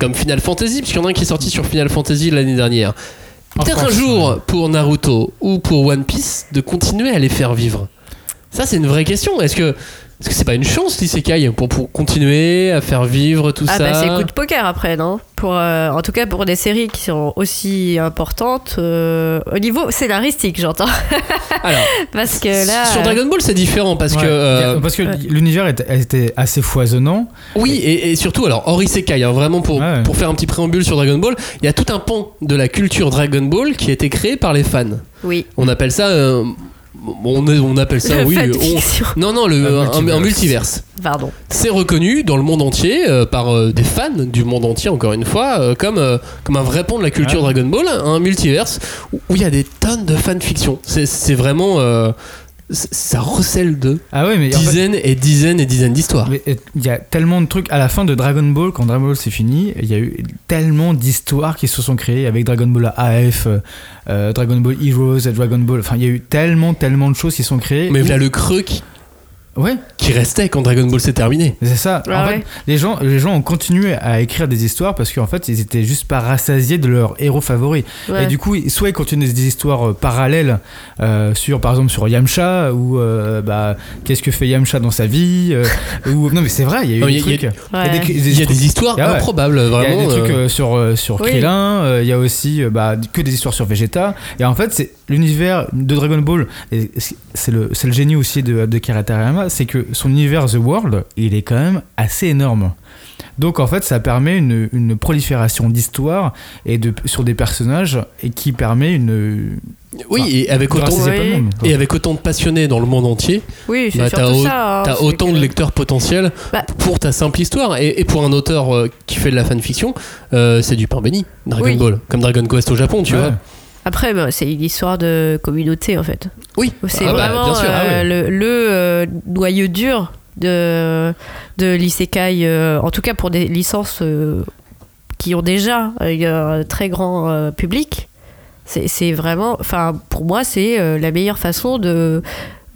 A: comme Final Fantasy, puisqu'il y en a un qui est sorti sur Final Fantasy l'année dernière
B: En
A: Peut-être un
B: France,
A: jour, pour Naruto ou pour One Piece, de continuer à les faire vivre Ça, c'est une vraie question. Est-ce que. Est-ce que c'est pas une chance l'isekai pour, pour continuer à faire vivre tout
C: Ah
A: ça
C: bah c'est coup de poker après, non pour, euh, En tout cas pour des séries qui sont aussi importantes euh, au niveau scénaristique, j'entends. [LAUGHS]
A: Alors,
C: Parce que là... euh,
A: Sur Dragon Ball, c'est différent parce
B: Ouais.
A: que. euh,
B: Parce que
C: ouais.
B: l'univers était, était assez foisonnant.
A: Oui, et, et surtout, alors, Henri Sekai, hein, vraiment pour,
B: Ouais.
A: pour faire un petit préambule sur Dragon Ball, il y a tout un pan de la culture Dragon Ball qui a été créé par les fans.
C: Oui.
A: On appelle ça. euh, on, est- on appelle ça,
C: [LAUGHS] La
A: oui.
C: fanfiction.
A: on- non, non, le,
B: Un
A: un, un
B: multiverse.
A: multiverse.
C: Pardon.
A: C'est reconnu dans le monde entier euh, par euh, des fans du monde entier, encore une fois, euh, comme, euh, comme un vrai pont de la culture Dragon Ball, un multiverse où où il y a des tonnes de fanfiction. C'est- C'est vraiment. euh, c'est- ça recèle de
B: Ah ouais, mais en fait-
A: dizaines et dizaines et dizaines d'histoires.
B: Mais, euh, Il y a tellement de trucs à la fin de Dragon Ball, quand Dragon Ball c'est fini, il y a eu tellement d'histoires qui se sont créées avec Dragon Ball AF, euh, euh, Dragon Ball Heroes, Dragon Ball. Enfin, il y a eu tellement, tellement de choses qui se sont créées.
A: Mais voilà le creux qui,
B: Ouais,
A: qui restait quand Dragon Ball s'est terminé.
B: c'est ça.
C: Ah
B: en
C: ouais.
B: fait, les gens, les gens ont continué à écrire des histoires parce qu'en fait, ils étaient juste pas rassasiés de leur héros favori.
C: Ouais.
B: Et du coup, ils- soit ils continuent des histoires euh, parallèles euh, sur, par exemple, sur Yamcha ou euh, bah, qu'est-ce que fait Yamcha dans sa vie euh, [LAUGHS] ou non, mais c'est vrai, il y a eu
A: Non,
B: des
A: il y a- il
B: trucs.
A: y a-
B: il y a des- des
A: Il y a
B: trucs-
A: des histoires
B: Ah ouais.
A: improbables,
B: Il y
A: vraiment.
B: a des trucs
A: euh,
B: euh, sur, euh, sur
C: Oui.
B: Krillin, euh, il y a aussi euh, bah, que des histoires sur Vegeta. Et en fait, c'est l'univers de Dragon Ball, et c'est le, c'est le génie aussi de, de Akira Toriyama, c'est que son univers The World, il est quand même assez énorme. Donc en fait, ça permet une, une prolifération d'histoires et de, sur des personnages et qui permet une.
A: Oui, et avec,
B: euh, grâce à
A: autant,
B: ces
C: oui.
B: événements, quoi.
A: et avec autant de passionnés dans le monde entier,
C: Oui, c'est
A: bah, t'as
C: surtout
A: au-
C: ça. hein,
A: t'as
C: c'est
A: autant
C: que-
A: de lecteurs potentiels
C: Bah.
A: pour ta simple histoire. Et, et pour un auteur euh, qui fait de la fanfiction, euh, c'est du pain béni, Dragon
C: Oui.
A: Ball. Comme Dragon Quest au Japon, tu
B: Ouais.
A: vois.
C: Après, bah, c'est une histoire de communauté en fait.
A: Oui,
C: C'est
A: Ah bah,
C: vraiment
A: bien sûr. Ah
C: euh,
A: ouais.
C: le, le, euh, noyau dur de, de l'isekai, euh, en tout cas pour des licences euh, qui ont déjà euh, un très grand euh, public. C'est- C'est vraiment, enfin, pour moi, c'est euh, la meilleure façon de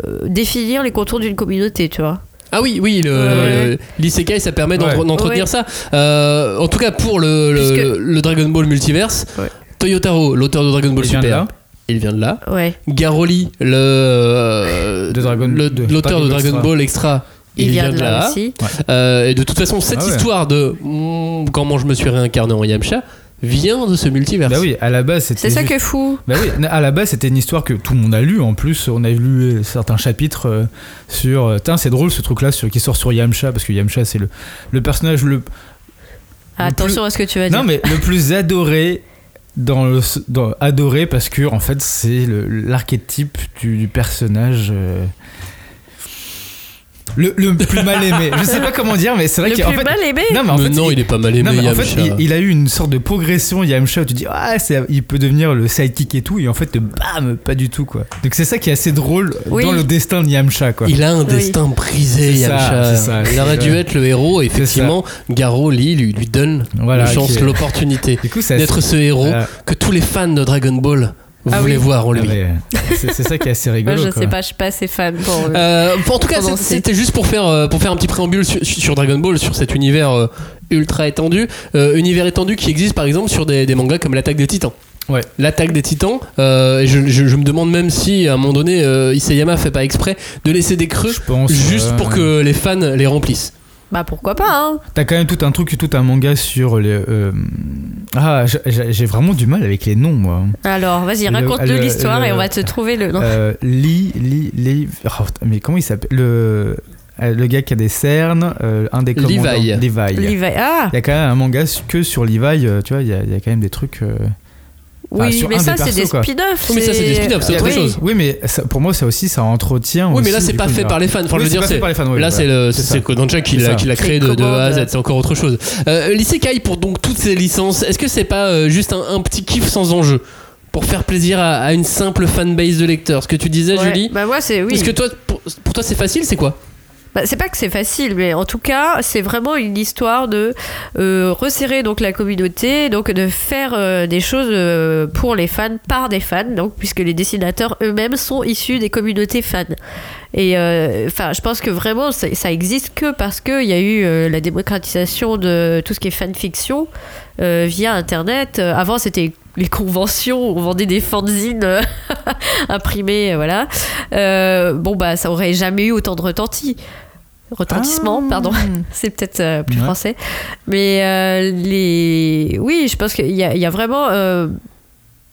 C: euh, définir les contours d'une communauté, tu vois.
A: Ah oui, oui, le-
C: Ouais.
A: le- l'isekai, ça permet d'entre-
B: Ouais.
A: d'entretenir
C: Ouais.
A: ça. Euh, en tout cas, pour le, le-
C: Puisque-
A: le Dragon Ball Multiverse,
C: Ouais.
A: Toyotaro, l'auteur de Dragon Ball
B: Il vient de
A: Super,
B: là.
A: il vient de là.
C: Ouais.
A: Garoli, le euh,
B: De Dragon-
A: le-
B: de
A: l'auteur de,
B: Dragon
A: Dragon
B: Extra.
A: Ball Extra. Il, vient de là.
C: aussi.
A: Euh, et de toute façon, cette
B: Ah ouais.
A: histoire de mm, comment je me suis réincarné en Yamcha vient de ce multivers.
B: Bah oui, à la base, c'était.
C: C'est ça
B: juste-
C: qui est fou.
B: Bah oui, à la base, c'était une histoire que tout le monde a lu. En plus, on a lu certains chapitres euh, sur. euh, Tiens, c'est drôle ce truc-là sur- qui sort sur Yamcha, parce que Yamcha, c'est le, le personnage le.
C: Ah, Attention à ce que tu vas dire.
B: Non, mais le plus adoré. Dans le, dans- adoré parce que en fait c'est le- l'archétype du, du personnage euh, Le, le plus mal aimé. Je sais pas comment dire, mais c'est vrai
C: Le
B: qu'il
C: plus
B: en fait.
C: mal aimé
B: Non, mais en
A: mais
B: fait,
A: non,
B: il-
A: il... est pas mal aimé,
B: non, mais en fait,
A: Yamcha.
B: il, il a eu une sorte de progression Yamcha où tu dis ah c'est- il peut devenir le sidekick et tout et en fait bam pas du tout quoi. Donc c'est ça qui est assez drôle
C: Oui.
B: dans le destin de Yamcha quoi.
A: Il a un
C: Oui.
A: destin brisé,
B: C'est ça,
A: Yamcha.
B: c'est ça,
A: il
B: c'est
A: aurait
B: ça.
A: dû être le héros, et effectivement, Garo Lee lui, lui donne
B: Voilà,
A: la chance,
B: qui est- [LAUGHS] Euh.
A: l'opportunité
B: Du coup c'est
A: d'être
B: assez-
A: ce héros
B: Voilà.
A: que tous les fans de Dragon Ball
B: Ah
A: voulaient
B: oui.
A: voir en
B: Ah,
A: lui.
B: mais, euh, c'est c'est ça qui est assez
C: Moi,
B: rigolo.
C: Bah, je
B: quoi.
C: sais pas, je suis pas assez fan pour. euh,
A: Euh, en tout cas, c'est-
C: Prononcer.
A: c'était juste pour faire, euh, pour faire un petit préambule sur, sur Dragon Ball, sur cet univers euh, ultra étendu. Euh, univers étendu qui existe par exemple sur des, des mangas comme L'Attaque des Titans.
B: Ouais.
A: L'attaque des titans, euh, et je, je- je me demande même si à un moment donné euh, Isayama fait pas exprès de laisser des creux
B: Je pense, euh,
A: juste
B: ouais.
A: pour que les fans les remplissent.
C: Bah pourquoi pas, hein
B: T'as quand même tout un truc, tout un manga sur les. euh, Ah, j'ai- j'ai j'ai vraiment du mal avec les noms, moi.
C: Alors, vas-y,
B: Le-
C: raconte-nous
B: le-
C: l'histoire
B: le-
C: et on va te trouver le. Non.
B: Euh, Lee, Lee, Lee. oh, putain, mais comment il s'appelle le, euh, le gars qui a des cernes, euh, un des
A: Levi.
B: commandants. Levi.
C: Levi. Ah
B: Il y a quand même un manga su- que sur Levi, euh, tu vois, il y, a, il y a quand même des trucs. euh, Ah,
C: Oui,
B: sur
C: mais
B: un
C: ça,
B: des
C: c'est des
B: persos, quoi.
C: spin-offs.
A: Oui, mais ça, c'est des spin-offs, Ah, c'est autre
C: Oui.
A: chose.
B: Oui, mais ça- pour moi, ça aussi, ça entretient.
A: Oui, mais là
B: aussi,
A: c'est
B: du
A: pas
B: coup,
A: fait
B: genre-
A: par les fans. Enfin,
B: Oui,
A: je veux
B: c'est
A: dire,
B: pas fait
A: c'est
B: par les fans, oui, bah.
A: là
B: voilà.
A: c'est le
B: C'est
A: c'est
B: ça.
A: Kodansha qui
B: C'est
A: l'a
B: ça.
A: qui l'a
C: Les
A: créé de, de A à Z.
C: commandes.
A: C'est encore autre chose. Euh, L'isekai pour donc toutes ces licences. Est-ce que c'est pas euh, juste un, un petit kiff sans enjeu pour faire plaisir à, à une simple fanbase de lecteurs Ce que tu disais,
C: Ouais.
A: Euh, Julie.
C: Bah moi, c'est oui.
A: Est-ce que toi pour, pour toi c'est facile C'est quoi
C: Bah, c'est pas que c'est facile, mais en tout cas, c'est vraiment une histoire de euh, resserrer donc la communauté, donc de faire euh, des choses euh, pour les fans par des fans, donc puisque les dessinateurs eux-mêmes sont issus des communautés fans. Et euh, enfin, je pense que vraiment ça, ça existe que parce qu'il y a eu euh, la démocratisation de tout ce qui est fanfiction euh, via Internet. Euh, avant, c'était les conventions où on vendait des fanzines euh, [LAUGHS] imprimées, euh, voilà. Euh, bon, bah, ça aurait jamais eu autant de retentis. Retentissement,
A: Ah.
C: pardon. [LAUGHS] C'est peut-être euh, plus
B: Ouais.
C: français. Mais euh, les... oui, je pense qu'il y, a- il y a vraiment... euh,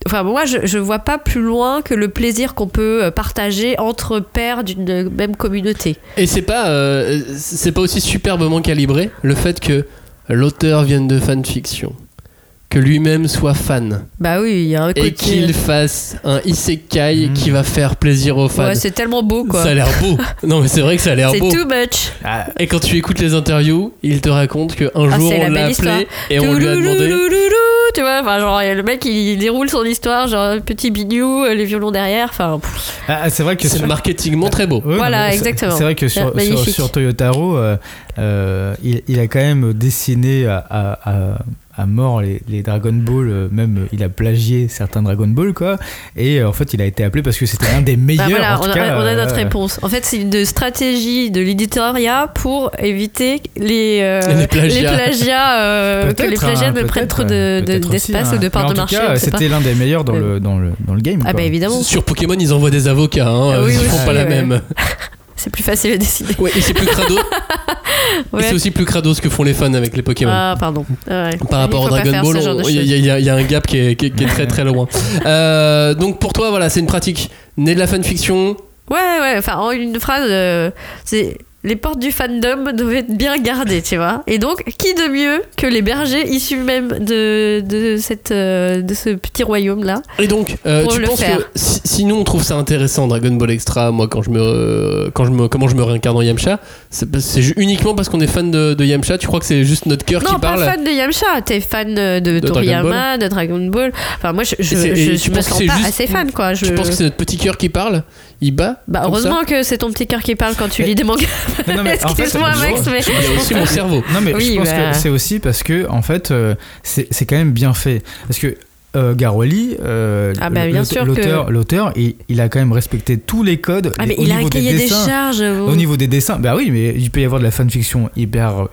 C: Enfin, moi, je, je vois pas plus loin que le plaisir qu'on peut euh, partager entre pairs d'une même communauté.
A: Et c'est pas euh, c'est pas aussi superbement calibré le fait que l'auteur vienne de fanfiction, que lui-même soit fan
C: Bah oui, il y a un côté... euh,
A: et qu'il fasse un isekai
B: Mm.
A: qui va faire plaisir aux fans.
C: Ouais, c'est tellement beau, quoi.
A: ça a l'air
C: [LAUGHS]
A: beau. non mais c'est vrai que ça a l'air
C: C'est
A: beau.
C: too much.
B: Ah,
A: Et quand tu écoutes les interviews, il te raconte qu'un
C: Ah,
A: jour
C: c'est
A: on
C: la
A: l'a
C: belle histoire.
A: appelé et on lui a demandé.
C: Toulouloulouloulou, Tu vois, enfin, genre, le mec, il déroule son histoire, genre, petit bignou, euh, les violons derrière, enfin... pff.
B: ah, c'est vrai que
A: C'est
B: sur-
A: marketingement très beau.
B: Ouais, non,
C: Voilà,
B: mais c'est-
C: exactement.
B: C'est vrai que sur,
C: Ouais,
B: sur,
C: magnifique.
B: sur Toyotaro, euh, euh, il, il a quand même dessiné à, à- à- à mort les, les Dragon Ball, euh, même euh, il a plagié certains Dragon Ball, quoi. Et euh, en fait, il a été appelé parce que c'était l'un des meilleurs.
C: Bah voilà,
B: en tout
C: on a,
B: cas,
C: on a
B: euh,
C: notre réponse. En fait, c'est une stratégie de l'éditoriat pour éviter les, euh,
A: Les plagiats.
C: plagiats, euh, que
B: peut-être,
C: les plagiats
B: hein,
C: ne
B: peut-être,
C: prennent trop de- de-
B: peut-être aussi,
C: d'espace
B: hein.
C: ou de
B: Mais
C: part de
B: en tout
C: marché.
B: cas,
C: on sait pas.
B: C'était l'un des meilleurs dans, le, dans, le, dans le game.
C: Ah
B: quoi.
C: bah évidemment,
A: Sur Pokémon, ils envoient des avocats. Hein,
C: Ah oui,
A: ils
C: oui,
A: font
C: oui,
A: pas la
C: ouais. [LAUGHS]
A: même.
C: c'est plus facile
A: [LAUGHS]
C: à décider.
A: Ouais, et c'est plus crado. Et
C: Ouais.
A: c'est aussi plus crado ce que font les fans avec les Pokémon.
C: Ah pardon. Ouais.
A: Par rapport
C: Il
A: au
C: faut pas
A: Dragon
C: faire
A: Ball,
C: ce genre de
A: il y, a-
C: choses.
A: y a- y a un gap qui est, qui est- qui est
C: [LAUGHS]
A: très très loin. Euh, donc pour toi, voilà, c'est une pratique née de la fanfiction.
C: Ouais, ouais, enfin, en une phrase, euh, c'est les portes du fandom devaient être bien gardées, tu vois. Et donc, qui de mieux que les bergers issus même de, de, cette, euh, de ce petit royaume-là
A: Et donc, euh,
C: Pour
A: tu
C: le
A: penses
C: faire.
A: que si- sinon on trouve ça intéressant Dragon Ball Extra, moi quand je me, euh, quand je me comment je me réincarne en Yamcha, c'est parce- c'est ju- uniquement parce qu'on est fan de, de Yamcha. Tu crois que c'est juste notre cœur qui
C: Non, pas
A: parle
C: fan de Yamcha, t'es fan de,
A: Dragon
C: Toriyama, de Dragon Ball. Enfin, moi, je, je,
A: Et c'est-
C: je-
A: et
C: je
A: tu
C: me
A: penses que
C: sens
A: c'est
C: pas
A: juste-
C: assez fan, quoi. Ah, Je...
A: Tu penses que c'est notre petit cœur qui parle Il bat comme
C: bah,
A: ça
C: heureusement que c'est ton petit cœur qui parle quand tu lis
A: [LAUGHS]
C: des mangas.
B: Non, non, mais
C: [LAUGHS]
B: en fait,
C: Excuse-moi,
B: je-
C: Max, mais.
A: Il y a aussi mon cerveau.
B: Non, mais
C: Oui,
B: je pense
C: bah.
B: que c'est aussi parce que, en fait, euh, c'est c'est quand même bien fait. Parce que euh, Garoli, euh,
C: Ah bah, bien
B: l'aute-
C: sûr que-
B: l'auteur, l'auteur, il, il a quand même respecté tous les codes.
C: Ah,
B: les-
C: mais
B: au
C: il a
B: niveau
C: un cahier des,
B: dessins,
C: charges. vous.
B: Au niveau des dessins, bah oui, mais il peut y avoir de la fanfiction hyper. euh,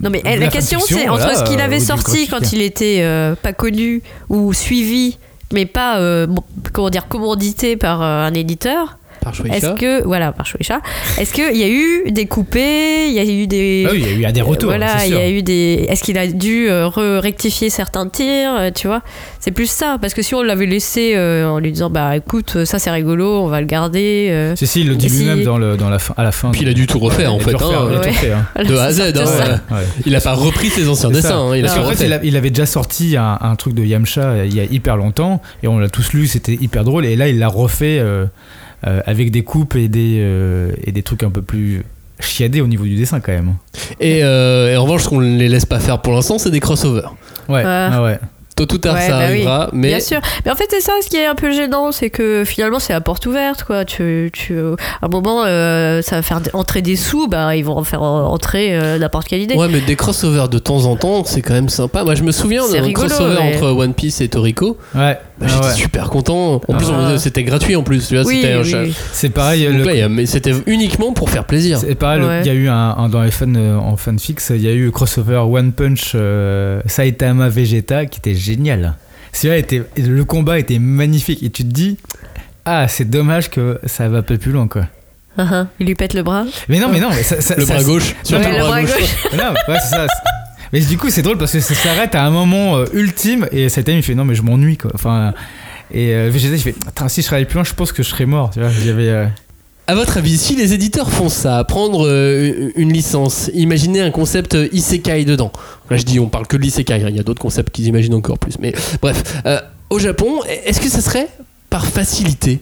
C: Non, mais
B: de
C: eh,
B: la
C: la, question,
B: fanfiction,
C: c'est entre
B: voilà,
C: ce qu'il
B: euh, ou
C: avait
B: du
C: sorti
B: graphique.
C: quand il était euh, pas connu ou suivi, mais pas, euh, bon, comment dire, commandité par euh, un éditeur.
A: Par
C: Est-ce
A: Shueisha.
C: que. Voilà, par Shueisha. Est-ce qu'il y a eu des coupés Il y a eu des.
B: Ah oui, il y a eu- il y a des retours.
C: euh, voilà,
B: c'est
C: il y
B: sûr.
C: a eu des. Est-ce qu'il a dû euh, re- rectifier certains tirs euh, Tu vois, c'est plus ça. Parce que si on l'avait laissé euh, en lui disant, bah écoute, euh, ça c'est rigolo, on va le garder. euh, [LAUGHS]
B: Si, si, il le dit
C: Si.
B: lui-même dans le, dans la fin, à la fin.
A: Puis il a dû tout refaire en
B: Il a
A: fait.
B: dû refaire, il a
A: hein.
B: tout
C: Ouais.
B: fait, hein.
A: De A à Z.
C: C'est
A: hein.
C: ça.
B: Ouais.
A: Il a pas repris ses anciens
B: C'est
A: dessins.
B: ça.
A: hein, Il a
B: Parce
A: tout
B: qu'en fait,
A: refait.
B: il, a- il avait déjà sorti un, un truc de Yamcha euh, il y a hyper longtemps et on l'a tous lu, c'était hyper drôle. Et là, il l'a refait euh, euh, avec des coupes et des, euh, et des trucs un peu plus chiadé au niveau du dessin quand même.
A: Et, euh, et en revanche, ce qu'on ne les laisse pas faire pour l'instant, c'est des crossovers.
B: Ouais,
C: Ah.
B: ah ouais.
A: Tôt ou tard,
C: Ouais,
A: ça
C: bah oui.
A: arrivera, mais
C: Bien sûr. Mais en fait, c'est ça ce qui est un peu gênant, c'est que finalement, c'est la porte ouverte, quoi. Tu, tu, à un moment, euh, ça va faire entrer des sous, bah, ils vont en faire entrer euh, n'importe quelle idée.
A: Ouais, mais des crossovers de temps en temps, c'est quand même sympa. Moi, je me souviens
C: C'est
A: d'un
C: rigolo,
A: crossover
C: mais-
A: entre One Piece et Toriko.
B: Ouais,
A: Bah,
B: ah
A: J'étais
B: ouais.
A: super content. En plus,
C: Ah.
A: on- c'était gratuit en plus. Tu vois,
C: oui,
A: c'était un
C: oui,
A: chat-
C: oui.
B: C'est pareil,
A: Donc
B: le-
A: là, il y a- mais c'était uniquement pour faire plaisir.
B: c'est pareil, le- il
C: Ouais.
B: y a eu un, un- dans les fans euh, en fanfics, il y a eu le crossover One Punch euh, Saitama Vegeta qui était génial. Celui-là était, le combat était magnifique et tu te dis ah c'est dommage que ça va pas plus loin quoi.
C: Ah, ah. Il lui pète le bras.
B: Mais non mais non mais ça, ça-
A: Le
B: ça-
A: bras gauche, surtout
C: Ouais,
A: le bras gauche.
B: Non, ouais, c'est ça. Mais du coup, c'est drôle parce que ça s'arrête à un moment euh, ultime et cet ami il fait non, mais je m'ennuie quoi. Enfin, et euh, Vegeta il fait attends, si je serais allé plus loin, je pense que je serais mort. Tu vois, il y avait, euh,
A: À votre avis, si les éditeurs font ça, prendre euh, une licence, imaginer un concept euh, isekai dedans. Là, je dis, on parle que de l'isekai. hein. Il y a d'autres concepts qu'ils imaginent encore plus. Mais bref, Euh, au Japon, est-ce que ça serait par facilité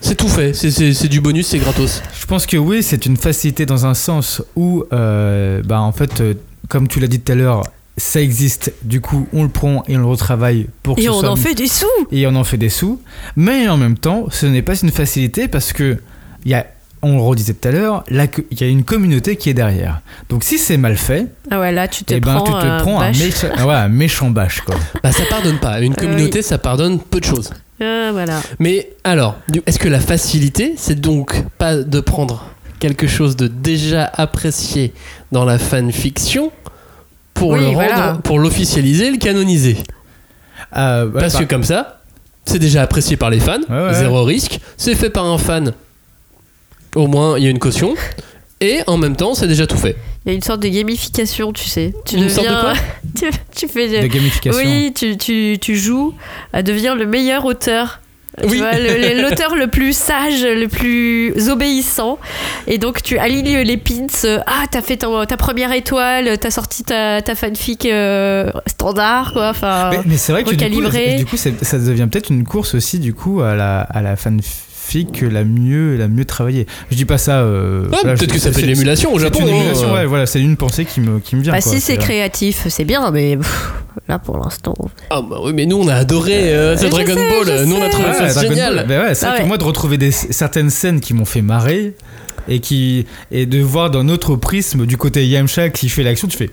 A: C'est tout fait. C'est- C'est c'est du bonus, c'est gratos.
B: Je pense que oui, c'est une facilité dans un sens où, euh, bah, en fait, euh, comme tu l'as dit tout à l'heure, ça existe. Du coup, on le prend et on le retravaille pour que
C: Et
B: ce
C: on
B: soit
C: en fait des sous.
B: et on en fait des sous. Mais en même temps, ce n'est pas une facilité parce que il y a, on le redisait tout à l'heure, la co- il y a une communauté qui est derrière. Donc si c'est mal fait,
C: Ah ouais, là, tu te
B: eh ben
C: prends.
B: tu te
C: euh,
B: prends un
C: bâche.
B: méchant, ouais, un méchant bâche
C: [LAUGHS]
B: quoi.
A: Bah, ça pardonne pas.
C: Euh,
A: Une communauté, ça pardonne peu de choses.
C: Ah, voilà.
A: Mais alors, du- est-ce que la facilité, c'est donc pas de prendre quelque chose de déjà apprécié dans la fanfiction pour
C: Oui,
A: le rendre,
C: voilà.
A: pour l'officialiser, le canoniser
B: Euh, ouais,
A: Parce
B: par-
A: que comme ça, c'est déjà apprécié par les fans,
B: Ouais, ouais.
A: zéro risque, c'est fait par un fan, au moins il y a une caution. Et en même temps, c'est déjà tout fait.
C: Il y a une sorte de gamification, tu sais. Tu
A: Une sorte de
C: deviens.
A: quoi
C: [LAUGHS] tu, tu fais.
B: de gamification.
C: Oui, tu, tu, tu joues à devenir le meilleur auteur. Tu
A: Oui.
C: vois, le- le- l'auteur le, plus sage, le plus obéissant. Et donc, tu alignes les pins. euh, Ah, t'as fait ton- ta première étoile, t'as sorti ta, ta fanfic euh, standard, quoi. Enfin,
B: Mais, mais c'est vrai que du coup,
C: recalibrer.
B: du coup, c'est- ça devient peut-être une course aussi du coup à la, à la fanfic la mieux la mieux travaillée. Je dis pas ça. euh,
A: Ouais,
B: voilà,
A: Ah, Peut-être
B: je-
A: que ça
B: c'est-
A: fait de l'émulation au
B: C'est
A: Japon.
B: une
A: hein.
B: émulation, ouais, voilà, c'est une pensée qui me, qui me vient.
C: bah,
B: quoi,
C: si c'est
B: c'est-
C: créatif, c'est bien, mais pff, là, pour l'instant.
A: Ah bah oui, mais nous on a adoré euh, ce
C: je
A: Dragon
C: sais,
A: Ball.
C: je
A: Nous on a
C: sais.
A: trouvé
B: Ouais,
A: ça
B: Dragon
A: génial.
B: Ball. Bah ouais, c'est
C: Ah
B: vrai
C: ouais.
B: que moi de retrouver des, certaines scènes qui m'ont fait marrer et qui et de voir d'un autre prisme du côté Yamcha qui fait l'action, tu fais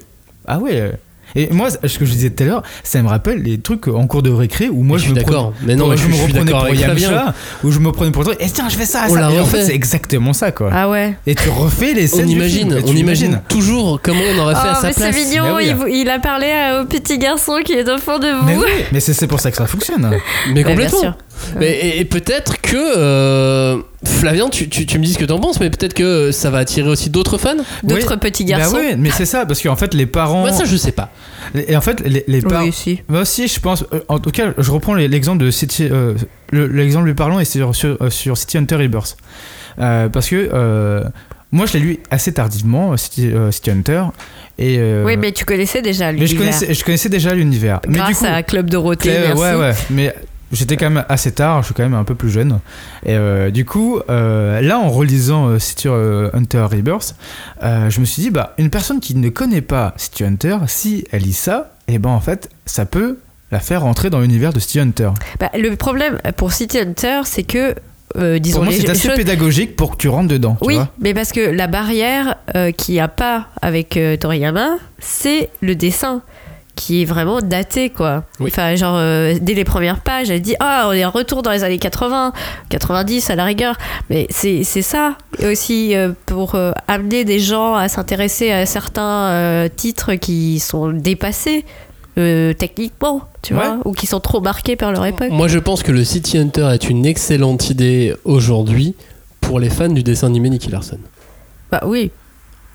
B: ah ouais. euh. Et moi, ce que je disais tout à l'heure, ça me rappelle les trucs en cours de récré où
A: Mais
B: moi
A: je
B: je,
A: suis
B: me
A: d'accord.
B: prenais-
A: Mais non,
B: où
A: mais
B: je,
A: je
B: me
A: suis
B: reprenais
A: d'accord
B: pour
A: avec Flavien.
B: Yamcha, où je me prenais pour toi. Et tiens, je fais ça.
A: On
B: ça.
A: l'a
B: Et en fait,
A: refait.
B: c'est exactement ça quoi.
C: Ah ouais.
B: Et tu refais les scènes.
A: On
B: du film,
A: imagine,
B: et tu
A: on imagine
B: imagines.
A: toujours comment on aurait fait Ah, à
C: Oh,
A: sa
C: mais c'est
A: place.
C: mignon,
B: Bah oui.
C: il, vous- il a parlé euh, au petit garçon qui est au fond de
B: Mais
C: vous.
B: oui, mais c'est c'est pour ça que ça fonctionne.
A: Mais
C: Ouais, bien
A: complètement.
C: sûr.
A: Mais- et, et peut-être que euh, Flavien, tu, tu- tu me dis ce que t'en penses, mais peut-être que ça va attirer aussi d'autres fans.
C: D'autres
B: Oui.
C: petits
B: Bah
C: garçons.
B: ouais, mais c'est ça parce qu'en fait les parents.
A: Moi ça je sais pas.
B: Et en fait les, les parents.
C: Oui, si.
B: Moi aussi, je pense. euh, En tout cas, je reprends les- l'exemple de City. euh, le- l'exemple lui parlant est sur, sur, euh, sur City Hunter Rebirth. Euh, parce que euh, moi, je l'ai lu assez tardivement, euh, City, euh, City Hunter. Et, euh,
C: Oui, mais tu connaissais déjà
B: mais je
C: l'univers.
B: connaissais, je connaissais déjà l'univers. Mais du
C: Grâce
B: coup,
C: à Club Dorothée,
B: euh,
C: merci.
B: ouais, ouais. Mais j'étais quand même assez tard, je suis quand même un peu plus jeune. Et euh, du coup, euh, là, en relisant euh, City euh, Hunter Rebirth, euh, je me suis dit, bah, une personne qui ne connaît pas City Hunter, si elle lit ça, et ben en fait, ça peut la faire rentrer dans l'univers de City Hunter.
C: Bah, le problème pour City Hunter, c'est que, euh, disons,
B: Pour moi,
C: les
B: c'est
C: les
B: assez
C: choses-
B: pédagogique pour que tu rentres dedans. tu
C: Oui,
B: vois.
C: mais parce que la barrière euh, qu'il n'y a pas avec euh, Toriyama, c'est le dessin qui est vraiment daté quoi.
A: Oui.
C: Enfin genre euh, dès les premières pages, elle dit "Ah, on est en retour dans les années 80, 90 à la rigueur." Mais c'est c'est ça Et aussi euh, pour euh, amener des gens à s'intéresser à certains euh, titres qui sont dépassés euh, techniquement, tu
B: Ouais.
C: vois, ou qui sont trop marqués par leur époque.
A: Moi je pense que le City Hunter est une excellente idée aujourd'hui pour les fans du dessin animé Nicky Larson.
C: Bah oui,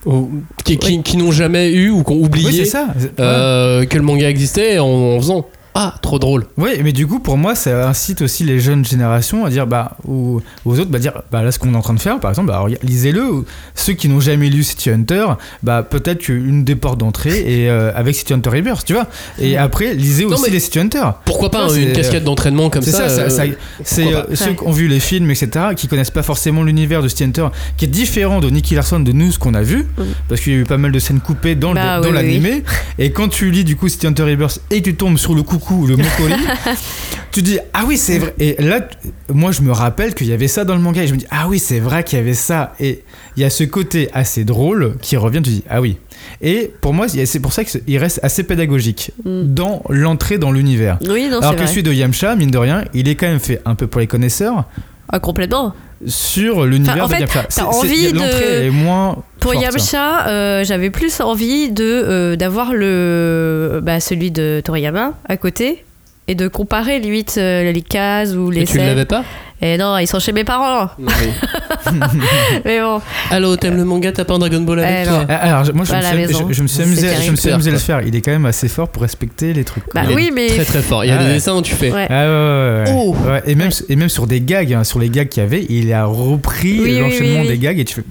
A: Ou- qui qui- qui n'ont jamais eu ou qui ont
B: Oui,
A: oublié
B: c'est ça. Euh,
A: euh, que le manga existait en, en faisant. Ah, trop drôle.
B: Oui, mais du coup, pour moi, ça incite aussi les jeunes générations à dire, bah, ou aux autres, bah, dire, bah, là, ce qu'on est en train de faire, par exemple, bah, regarde- lisez-le. Ou Ceux qui n'ont jamais lu City Hunter, bah, peut-être une des portes d'entrée et euh, avec City Hunter Rebirth, tu vois. Et après, lisez
A: Hmm. Non,
B: aussi
A: mais-
B: les City Hunter.
A: Pourquoi pas hein,
B: Ouais,
A: une
B: c'est-
A: cascade d'entraînement comme
B: C'est
A: ça,
B: ça, ça-
A: euh,
B: ça- c'est
A: pourquoi
B: euh, ceux
C: Ouais.
B: qui ont vu les films, etc., qui connaissent pas forcément l'univers de City Hunter, qui est différent de Nicky Larson de nous, ce qu'on a vu,
C: Oui.
B: parce qu'il y a eu pas mal de scènes coupées dans le-
C: Bah,
B: dans
C: oui,
B: l'animé. Et quand tu lis du coup City Hunter Rebirth et que tu tombes sur le coucou, le Mokoli,
C: [LAUGHS]
B: tu dis Ah oui, c'est vrai. Et là, t- moi, je me rappelle qu'il y avait ça dans le manga, et je me dis Ah oui, c'est vrai qu'il y avait ça. Et il y a ce côté assez drôle qui revient, tu dis Ah oui. Et pour moi, c'est c'est pour ça qu'il reste assez pédagogique
C: Mm.
B: dans l'entrée dans l'univers.
C: Oui, non, c'est
B: Alors que
C: vrai.
B: celui de Yamcha, mine de rien, il est quand même fait un peu pour les connaisseurs
C: Ah, complètement.
B: sur l'univers
C: Enfin, en
B: de
C: fait,
B: Yamcha.
C: t'as
B: C'est- c'est-
C: envie
B: y a-
C: de-
B: l'entrée est moins
C: Pour
B: forte.
C: Yamcha, euh, j'avais plus envie de euh, d'avoir le bah, celui de Toriyama à côté et de comparer lui euh, les cases ou les
A: Et tu
C: scènes.
A: l'avais pas
C: Et non, ils sont chez mes parents. [LAUGHS] Mais bon,
A: Allô, t'aimes le manga, t'as pas un Dragon Ball avec
C: Eh
A: toi
C: non.
B: Ah, Alors moi je,
C: À la
B: me suis,
C: maison.
B: je, je me suis
C: C'est
B: amusé,
C: terrible.
B: je me suis
A: Super,
B: amusé à le
A: quoi.
B: faire. Il est quand même assez fort pour respecter les trucs. quoi.
C: bah
A: Il est
C: oui, mais
A: Très très fort. Il y a
B: Ah
A: des
B: ouais.
A: dessins où tu fais.
C: Ouais.
B: Ah ouais, ouais, ouais, ouais.
A: Oh.
B: Ouais, et, même, et même sur des gags, hein, sur les gags qu'il y avait, il a repris
C: Oui, oui,
B: l'enchaînement
C: oui, oui.
B: des gags et tu fais.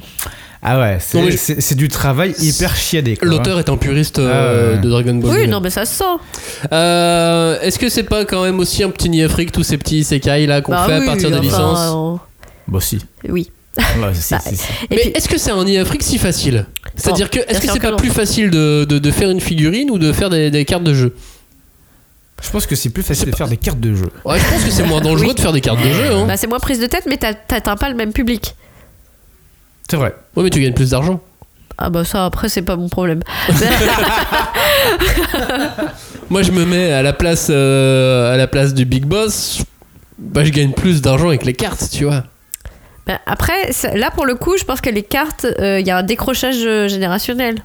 B: Ah ouais, c'est
A: Non, mais je-
B: c'est- c'est du travail hyper chiadé. quoi.
A: L'auteur est un puriste euh,
B: Ah ouais.
A: de Dragon Ball.
C: oui,
A: lui-même.
C: non, mais ça se sent.
A: Euh, Est-ce que c'est pas quand même aussi un petit Niafrique, tous ces petits Sekai là qu'on
C: Bah
A: fait
C: oui,
A: à partir des
C: enfin,
A: licences
C: on-
B: Bon, Bah, si.
C: Oui.
B: Là, si,
C: Bah,
B: si, si.
C: Et
A: Mais
C: puis,
A: est-ce que c'est un Niafrique si facile C'est-à-dire que est-ce
C: bien
A: que
C: sûr
A: c'est
C: que
A: pas
C: non.
A: plus facile de, de- de faire une figurine ou de faire des, des cartes de jeu
B: Je pense que c'est plus facile
A: C'est
B: de faire des cartes de jeu.
A: Ouais, je pense que c'est moins dangereux
C: [LAUGHS] Oui.
A: de faire des cartes de jeu. Hein.
C: bah, c'est moins prise de tête, mais t'as- t'atteins pas le même public.
B: C'est vrai.
A: Ouais, mais tu gagnes plus d'argent.
C: Ah bah ça, après, c'est pas
A: [LAUGHS]
C: mon problème. [LAUGHS]
A: Moi, je me mets à la place euh, à la place du big boss. Bah, je gagne plus d'argent avec les cartes, tu vois.
C: Bah, après, ça- là, pour le coup, je pense que les cartes, euh, il y a un décrochage euh, générationnel.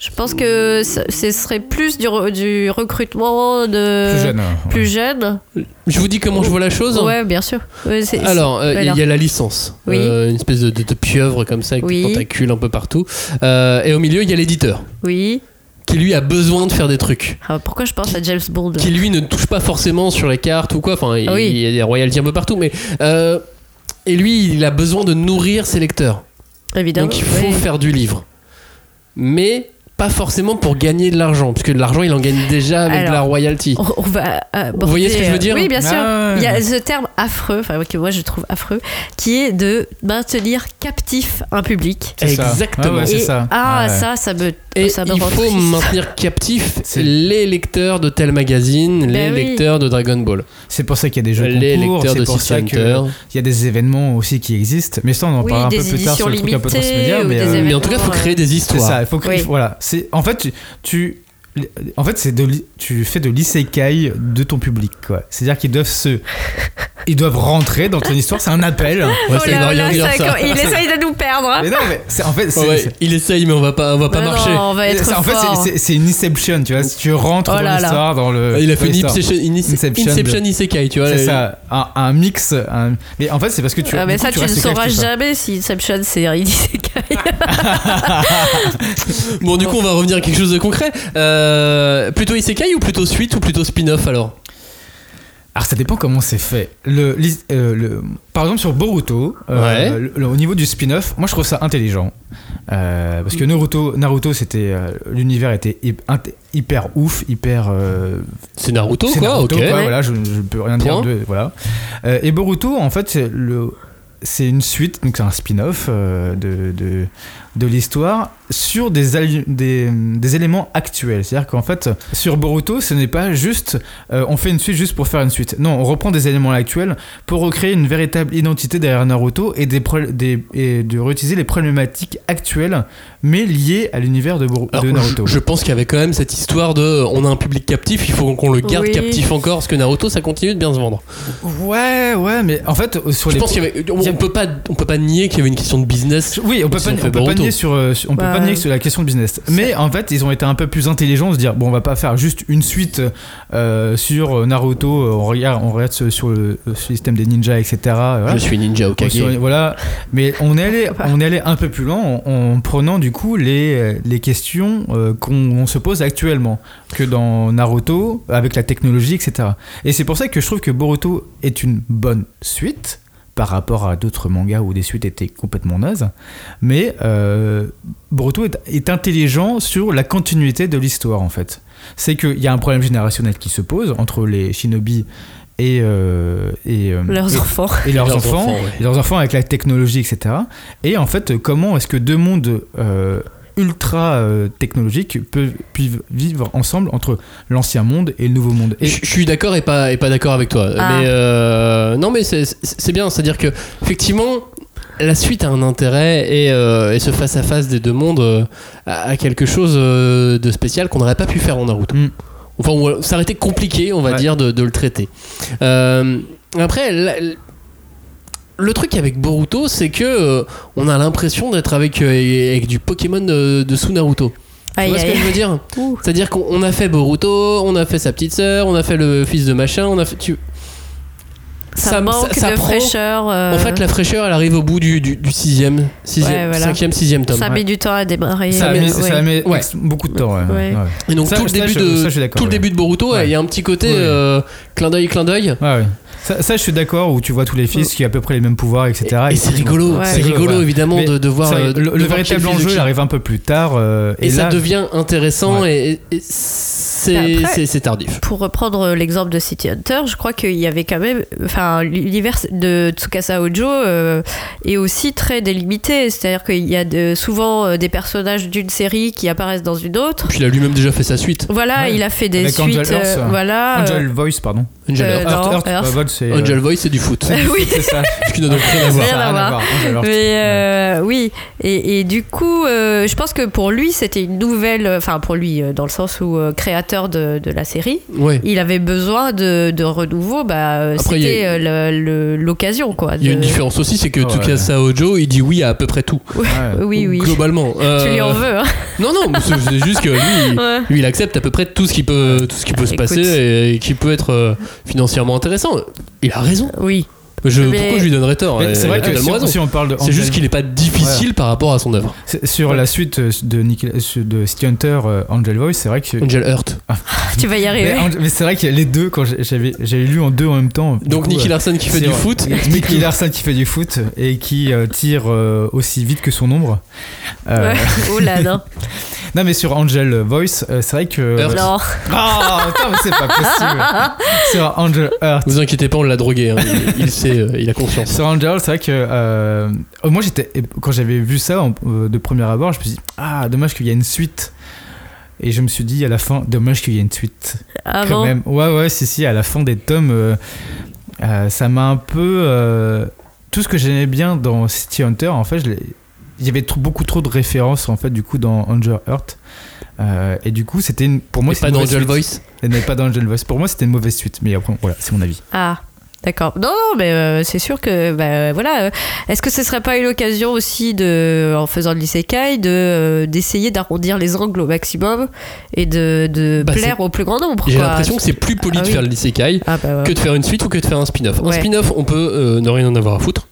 C: Je pense que ça- ce serait plus du, re- du recrutement de...
B: Plus jeune. hein.
C: Euh, Plus jeune.
A: Je vous dis comment je vois la chose. hein.
C: Ouais, bien sûr. Ouais, c'est- c'est-
A: Alors, euh, il
C: voilà.
A: y a la licence.
C: Oui.
A: Euh, une espèce de, de- de pieuvre comme ça, avec
C: Oui.
A: des tentacules un peu partout. Euh, et au milieu, il y a l'éditeur,
C: Oui.
A: qui lui a besoin de faire des trucs.
C: Ah, pourquoi je pense à James Bond là
A: Qui lui ne touche pas forcément sur les cartes ou quoi. Enfin, il,
C: Ah oui.
A: il y a des royalties un peu partout. Mais, euh, et lui, il a besoin de nourrir ses lecteurs.
C: Évidemment.
A: Donc il faut
C: oui.
A: faire du livre. Mais pas forcément pour gagner de l'argent, parce que de l'argent, il en gagne déjà avec
C: Alors,
A: de la royalty.
C: On, on va aborder,
A: voyez ce que je veux
C: euh,
A: dire
C: Oui, bien
B: Ah
C: sûr.
B: ouais.
C: Il y a ce terme affreux, enfin que moi je trouve affreux, qui est de maintenir captif un public.
B: C'est ça.
A: Exactement.
B: Ouais, ouais, c'est
C: Et-
B: ça.
C: Ah,
B: Ouais.
C: ça, ça me.
A: Et
C: ça me
A: il
C: rend
A: faut
C: triste.
A: maintenir captifs
B: C'est-
A: les lecteurs de tel magazine, les
C: Ben oui.
A: lecteurs de Dragon Ball,
B: C'est pour ça qu'il y a des jeux
A: les
B: concours,
A: lecteurs
B: c'est
A: de
B: pour
A: City
B: ça que-
A: Hunter.
B: Il y a des événements aussi qui existent, mais ça on en
C: Oui,
B: parlera un
C: des
B: peu plus tard sur le
C: éditions
B: truc un peu
C: limitées
B: transmédia.
C: ou
B: Mais,
C: Mmh. des
B: euh,
A: Mais en tout cas, il faut
C: Événements,
A: créer des
B: c'est
A: histoires.
B: ça. Il faut que
C: Oui.
B: voilà. C'est en fait tu, tu en fait c'est de l'i- tu fais de l'isekai de ton public quoi. C'est-à-dire qu'ils doivent
C: [LAUGHS]
B: se ils doivent rentrer dans ton histoire. C'est un appel.
A: Ouais,
C: Oh
A: ça, il
C: là
A: va rien
C: là,
A: dire,
C: ça
A: ça.
C: commence- Il essaye de nous perdre. hein.
B: Mais non mais c'est en fait c'est
A: Ouais, ouais,
B: c'est-
A: il essaye, mais on va pas, on va pas
C: Mais non,
A: marcher.
C: on va être
B: c'est- en fait
C: fort.
B: c'est- c'est- c'est une inception tu vois. Si tu rentres
C: Oh
B: dans
C: là là.
B: l'histoire dans le
A: Ah, Il a
B: dans
A: fait une
B: l'histoire.
A: Inception, une
B: Inception
A: Inception
B: de-
A: Isekai, tu vois.
B: C'est
A: là,
B: ça, un, un mix. un- Mais en fait, c'est parce que tu.
C: Ah, mais
B: du coup,
C: ça, tu ne
B: restes
C: sauras
B: captif, hein.
C: jamais si Inception c'est un isekai.
A: Bon, du coup, on va revenir à quelque chose de concret. Euh, plutôt Isekai ou plutôt suite ou plutôt spin-off alors
B: Alors ça dépend comment c'est fait. Le, l'is- euh, le- par exemple sur Boruto, euh,
A: Ouais.
B: le- le- au niveau du spin-off, moi je trouve ça intelligent. Euh, parce que Naruto, Naruto c'était euh, l'univers était hy- inté- hyper ouf, hyper euh,
A: C'est Naruto,
B: c'est
A: quoi,
B: Naruto,
A: ok.
B: quoi, voilà, je, je peux rien
A: Point.
B: dire de voilà. Euh, et Boruto en fait c'est le c'est une suite donc c'est un spin-off euh, de, de de l'histoire sur des, ali- des des éléments actuels. C'est-à-dire qu'en fait sur Boruto, ce n'est pas juste euh, on fait une suite juste pour faire une suite. Non, on reprend des éléments actuels pour recréer une véritable identité derrière Naruto et, des pro- des- et de réutiliser les problématiques actuelles mais liées à l'univers de, Boru-
A: Alors,
B: de
A: je-
B: Naruto.
A: Je, pense qu'il y avait quand même cette histoire de on a un public captif, il faut qu'on le garde
C: Oui.
A: captif encore parce que Naruto ça continue de bien se vendre.
B: Ouais, ouais, mais en fait sur
A: Je
B: les
A: pense qu'il y avait,
B: il y a-
A: on, peut pas, on peut pas nier qu'il y avait une question de business.
B: Oui, on peut
A: Si
B: pas,
A: on
B: on
A: fait
B: peut pas
A: Boruto,
B: nier sur, euh, sur- on peut
C: Bah,
B: pas nier sur la question de business. Mais en fait, ils ont été un peu plus intelligents de se dire bon, on va pas faire juste une suite euh, sur euh, Naruto. euh, On regarde, on regarde ce- sur le le système des ninjas, etc. euh, voilà.
A: Je suis ninja au
B: Sur- voilà. Mais on est allé, on est allé un peu plus loin en, en prenant du coup les, les questions euh, qu'on on se pose actuellement que dans Naruto avec la technologie, etc. Et c'est pour ça que je trouve que Boruto est une bonne suite par rapport à d'autres mangas où des suites étaient complètement nazes. Mais euh, Boruto est, est intelligent sur la continuité de l'histoire en fait. C'est qu'il y a un problème générationnel qui se pose entre les shinobi et, euh, et, euh,
C: Leurs
B: et-
C: enfants.
B: et leurs,
A: leurs
B: enfants,
A: enfants, ouais.
B: et leurs enfants avec la technologie, etc. Et en fait, comment est-ce que deux mondes euh, ultra euh, technologiques peuvent peuvent vivre ensemble entre l'ancien monde et le nouveau monde
A: Je
B: Et
A: je suis d'accord et pas, et pas d'accord avec toi.
C: Ah.
A: Mais euh, non, mais c'est- c'est c'est bien. C'est-à-dire que, effectivement, la suite a un intérêt et, euh, et ce face-à-face des deux mondes euh, a, a quelque chose euh, de spécial qu'on n'aurait pas pu faire en Naruto.
B: Mm.
A: Enfin, ou- ça aurait été compliqué, on va
B: Ouais.
A: dire, de, de le traiter. Euh, après, la- le truc avec Boruto, c'est que euh, on a l'impression d'être avec, euh, avec du Pokémon de, de sous Naruto. Tu
C: Aïe,
A: vois ce que
C: aïe.
A: je veux dire
C: [LAUGHS] Ouh.
A: C'est-à-dire qu'on on a fait Boruto, on a fait sa petite sœur, on a fait le fils de machin, on a fait. Tu...
C: Ça,
A: me-
C: manque
A: ça
C: de
A: prend-
C: fraîcheur. euh,
A: En fait, la fraîcheur, elle arrive au bout du, du, du sixième, sixième,
C: Ouais, voilà.
A: cinquième, sixième tome.
C: ça met du temps à démarrer.
B: ça,
C: euh,
B: met,
C: ouais.
B: ça met
A: Ouais.
B: ex- beaucoup de temps. ouais.
C: Ouais.
B: Ouais.
A: Et donc
B: Ça,
A: tout le
B: ça,
A: début
B: je-
A: de
B: ça, je suis d'accord,
A: tout le
B: ouais.
A: début de Boruto, ouais, il
B: Ouais.
A: y a un petit côté
B: Ouais.
A: euh, clin d'œil, clin d'œil.
B: Ouais, ouais. Ça, ça, je suis d'accord, où tu vois tous les fils qui ont à peu près les mêmes pouvoirs, etc.
A: Et, et c'est rigolo,
C: Ouais.
A: c'est
B: C'est
A: rigolo
B: rigolo, ouais.
A: évidemment
B: Mais
A: de, de voir
B: Ça,
A: euh,
B: le,
A: de
B: le
A: voir quel
B: véritable
A: fils de
B: enjeu
A: qui.
B: il arrive un peu plus tard. euh,
A: Et,
B: et,
A: ça
B: là,
A: devient intéressant
B: Ouais.
A: et, et- et c'est
C: Après-
A: c'est- c'est tardif.
C: Pour reprendre euh, l'exemple de City Hunter, je crois qu'il y avait quand même. Enfin, l'univers de Tsukasa Ojo euh, est aussi très délimité. C'est-à-dire qu'il y a de- souvent euh, des personnages d'une série qui apparaissent dans une autre.
A: Puis il a lui-même déjà fait sa suite.
C: Voilà,
B: Ouais.
C: il a fait des
B: Avec
C: suites.
B: Angel Earth, euh,
C: voilà.
B: Angel Voice, pardon.
A: Angel,
C: Euh,
A: Heart.
C: non,
B: Earth,
C: Earth.
B: bah, Voice, c'est. euh,
A: Angel Voice, c'est du foot.
C: euh, [LAUGHS] oui.
B: C'est ça.
A: Ce qui n'a donc rien à voir.
C: Rien à voir.
B: Angel Earth.
C: Mais
B: Ouais.
C: euh, oui, et, et du coup, euh, je pense que pour lui, c'était une nouvelle, enfin pour lui, euh, dans le sens où euh, créateur de, de la série,
A: Ouais.
C: il avait besoin de, de renouveau, bah, euh,
A: Après, il y a-
C: c'était euh, le- le- l'occasion, quoi.
A: Il y a une
C: de-
A: différence aussi, c'est que
B: Ouais.
A: Tsukasa Ojo, il dit oui à à peu près tout.
B: Ouais.
C: Oui, oui.
A: Globalement. Euh,
C: Tu lui en veux, hein.
A: Non, non, mais c'est c'est juste que
C: [LAUGHS]
A: lui, il-
C: Ouais.
A: lui, il accepte à peu près tout ce qui peut, tout ce qui peut se
C: Écoute.
A: passer et, et qui peut être euh, financièrement intéressant. Il a raison.
C: Oui.
A: Je,
C: Mais-
A: Pourquoi je lui donnerais tort
B: Mais
A: Il
B: C'est
A: a
B: vrai que
A: totalement
B: si on,
A: raison.
B: si on parle de.
A: C'est juste
B: Angel-
A: qu'il n'est pas difficile par rapport à son œuvre.
B: C'est- Sur la suite euh, de, Nicolas- de City Hunter, euh, Angel Voice, c'est vrai que.
A: Angel Heart.
C: Tu vas y
B: Mais,
C: arriver.
B: Angel- mais c'est vrai que les deux, quand j'ai- j'avais j'avais lu en deux en même temps. du
A: Donc
B: coup,
A: Nicky
B: euh,
A: Larson qui fait
B: c'est
A: du
B: vrai.
A: foot.
B: Nicky Larson qui fait du foot et qui euh, tire euh, aussi vite que son ombre. Euh,
C: [LAUGHS] Ouais. Oh là, non.
B: Non, mais sur Angel Voice, euh, c'est vrai que.
A: Heart.
C: non.
B: Ah, putain, mais c'est pas possible. sur Angel Earth.
A: Vous inquiétez pas, on l'a drogué. hein. Il, il sait, euh, il a conscience.
B: Sur Angel, c'est vrai que euh, moi j'étais quand j'avais vu ça en- euh, de premier abord, je me suis dit ah dommage qu'il y a une suite. Et je me suis dit à la fin dommage qu'il y ait une suite.
C: Ah
B: quand
C: bon.
B: même. Ouais, ouais, si, si, à la fin des tomes, euh, euh, ça m'a un peu. euh, tout ce que j'aimais bien dans City Hunter, en fait, je l'ai- il y avait trop- beaucoup trop de références, en fait, du coup, dans Angel Heart. Euh, et du coup, c'était une- pour moi.
A: Mais
B: c'est
A: pas
B: une
A: dans
B: mauvaise
A: Angel Voice.
B: suite. Elle n'est pas dans Angel Voice. Pour moi, c'était une mauvaise suite. Mais après, voilà, c'est mon avis.
C: Ah, d'accord. Non, non, mais euh, c'est sûr que, bah, euh, voilà. euh, Est-ce que ce serait pas une occasion aussi, de, en faisant de l'isekai, de, euh, d'essayer d'arrondir les angles au maximum et de, de
A: Bah,
C: plaire au plus grand nombre
A: J'ai
C: quoi.
A: l'impression que c'est plus poli
C: Ah
A: de
C: oui.
A: faire le l'isekai
C: Ah, bah,
A: que de faire une suite ou que de faire un spin-off. Un
C: Ouais.
A: spin-off, on peut euh, ne rien en avoir à foutre.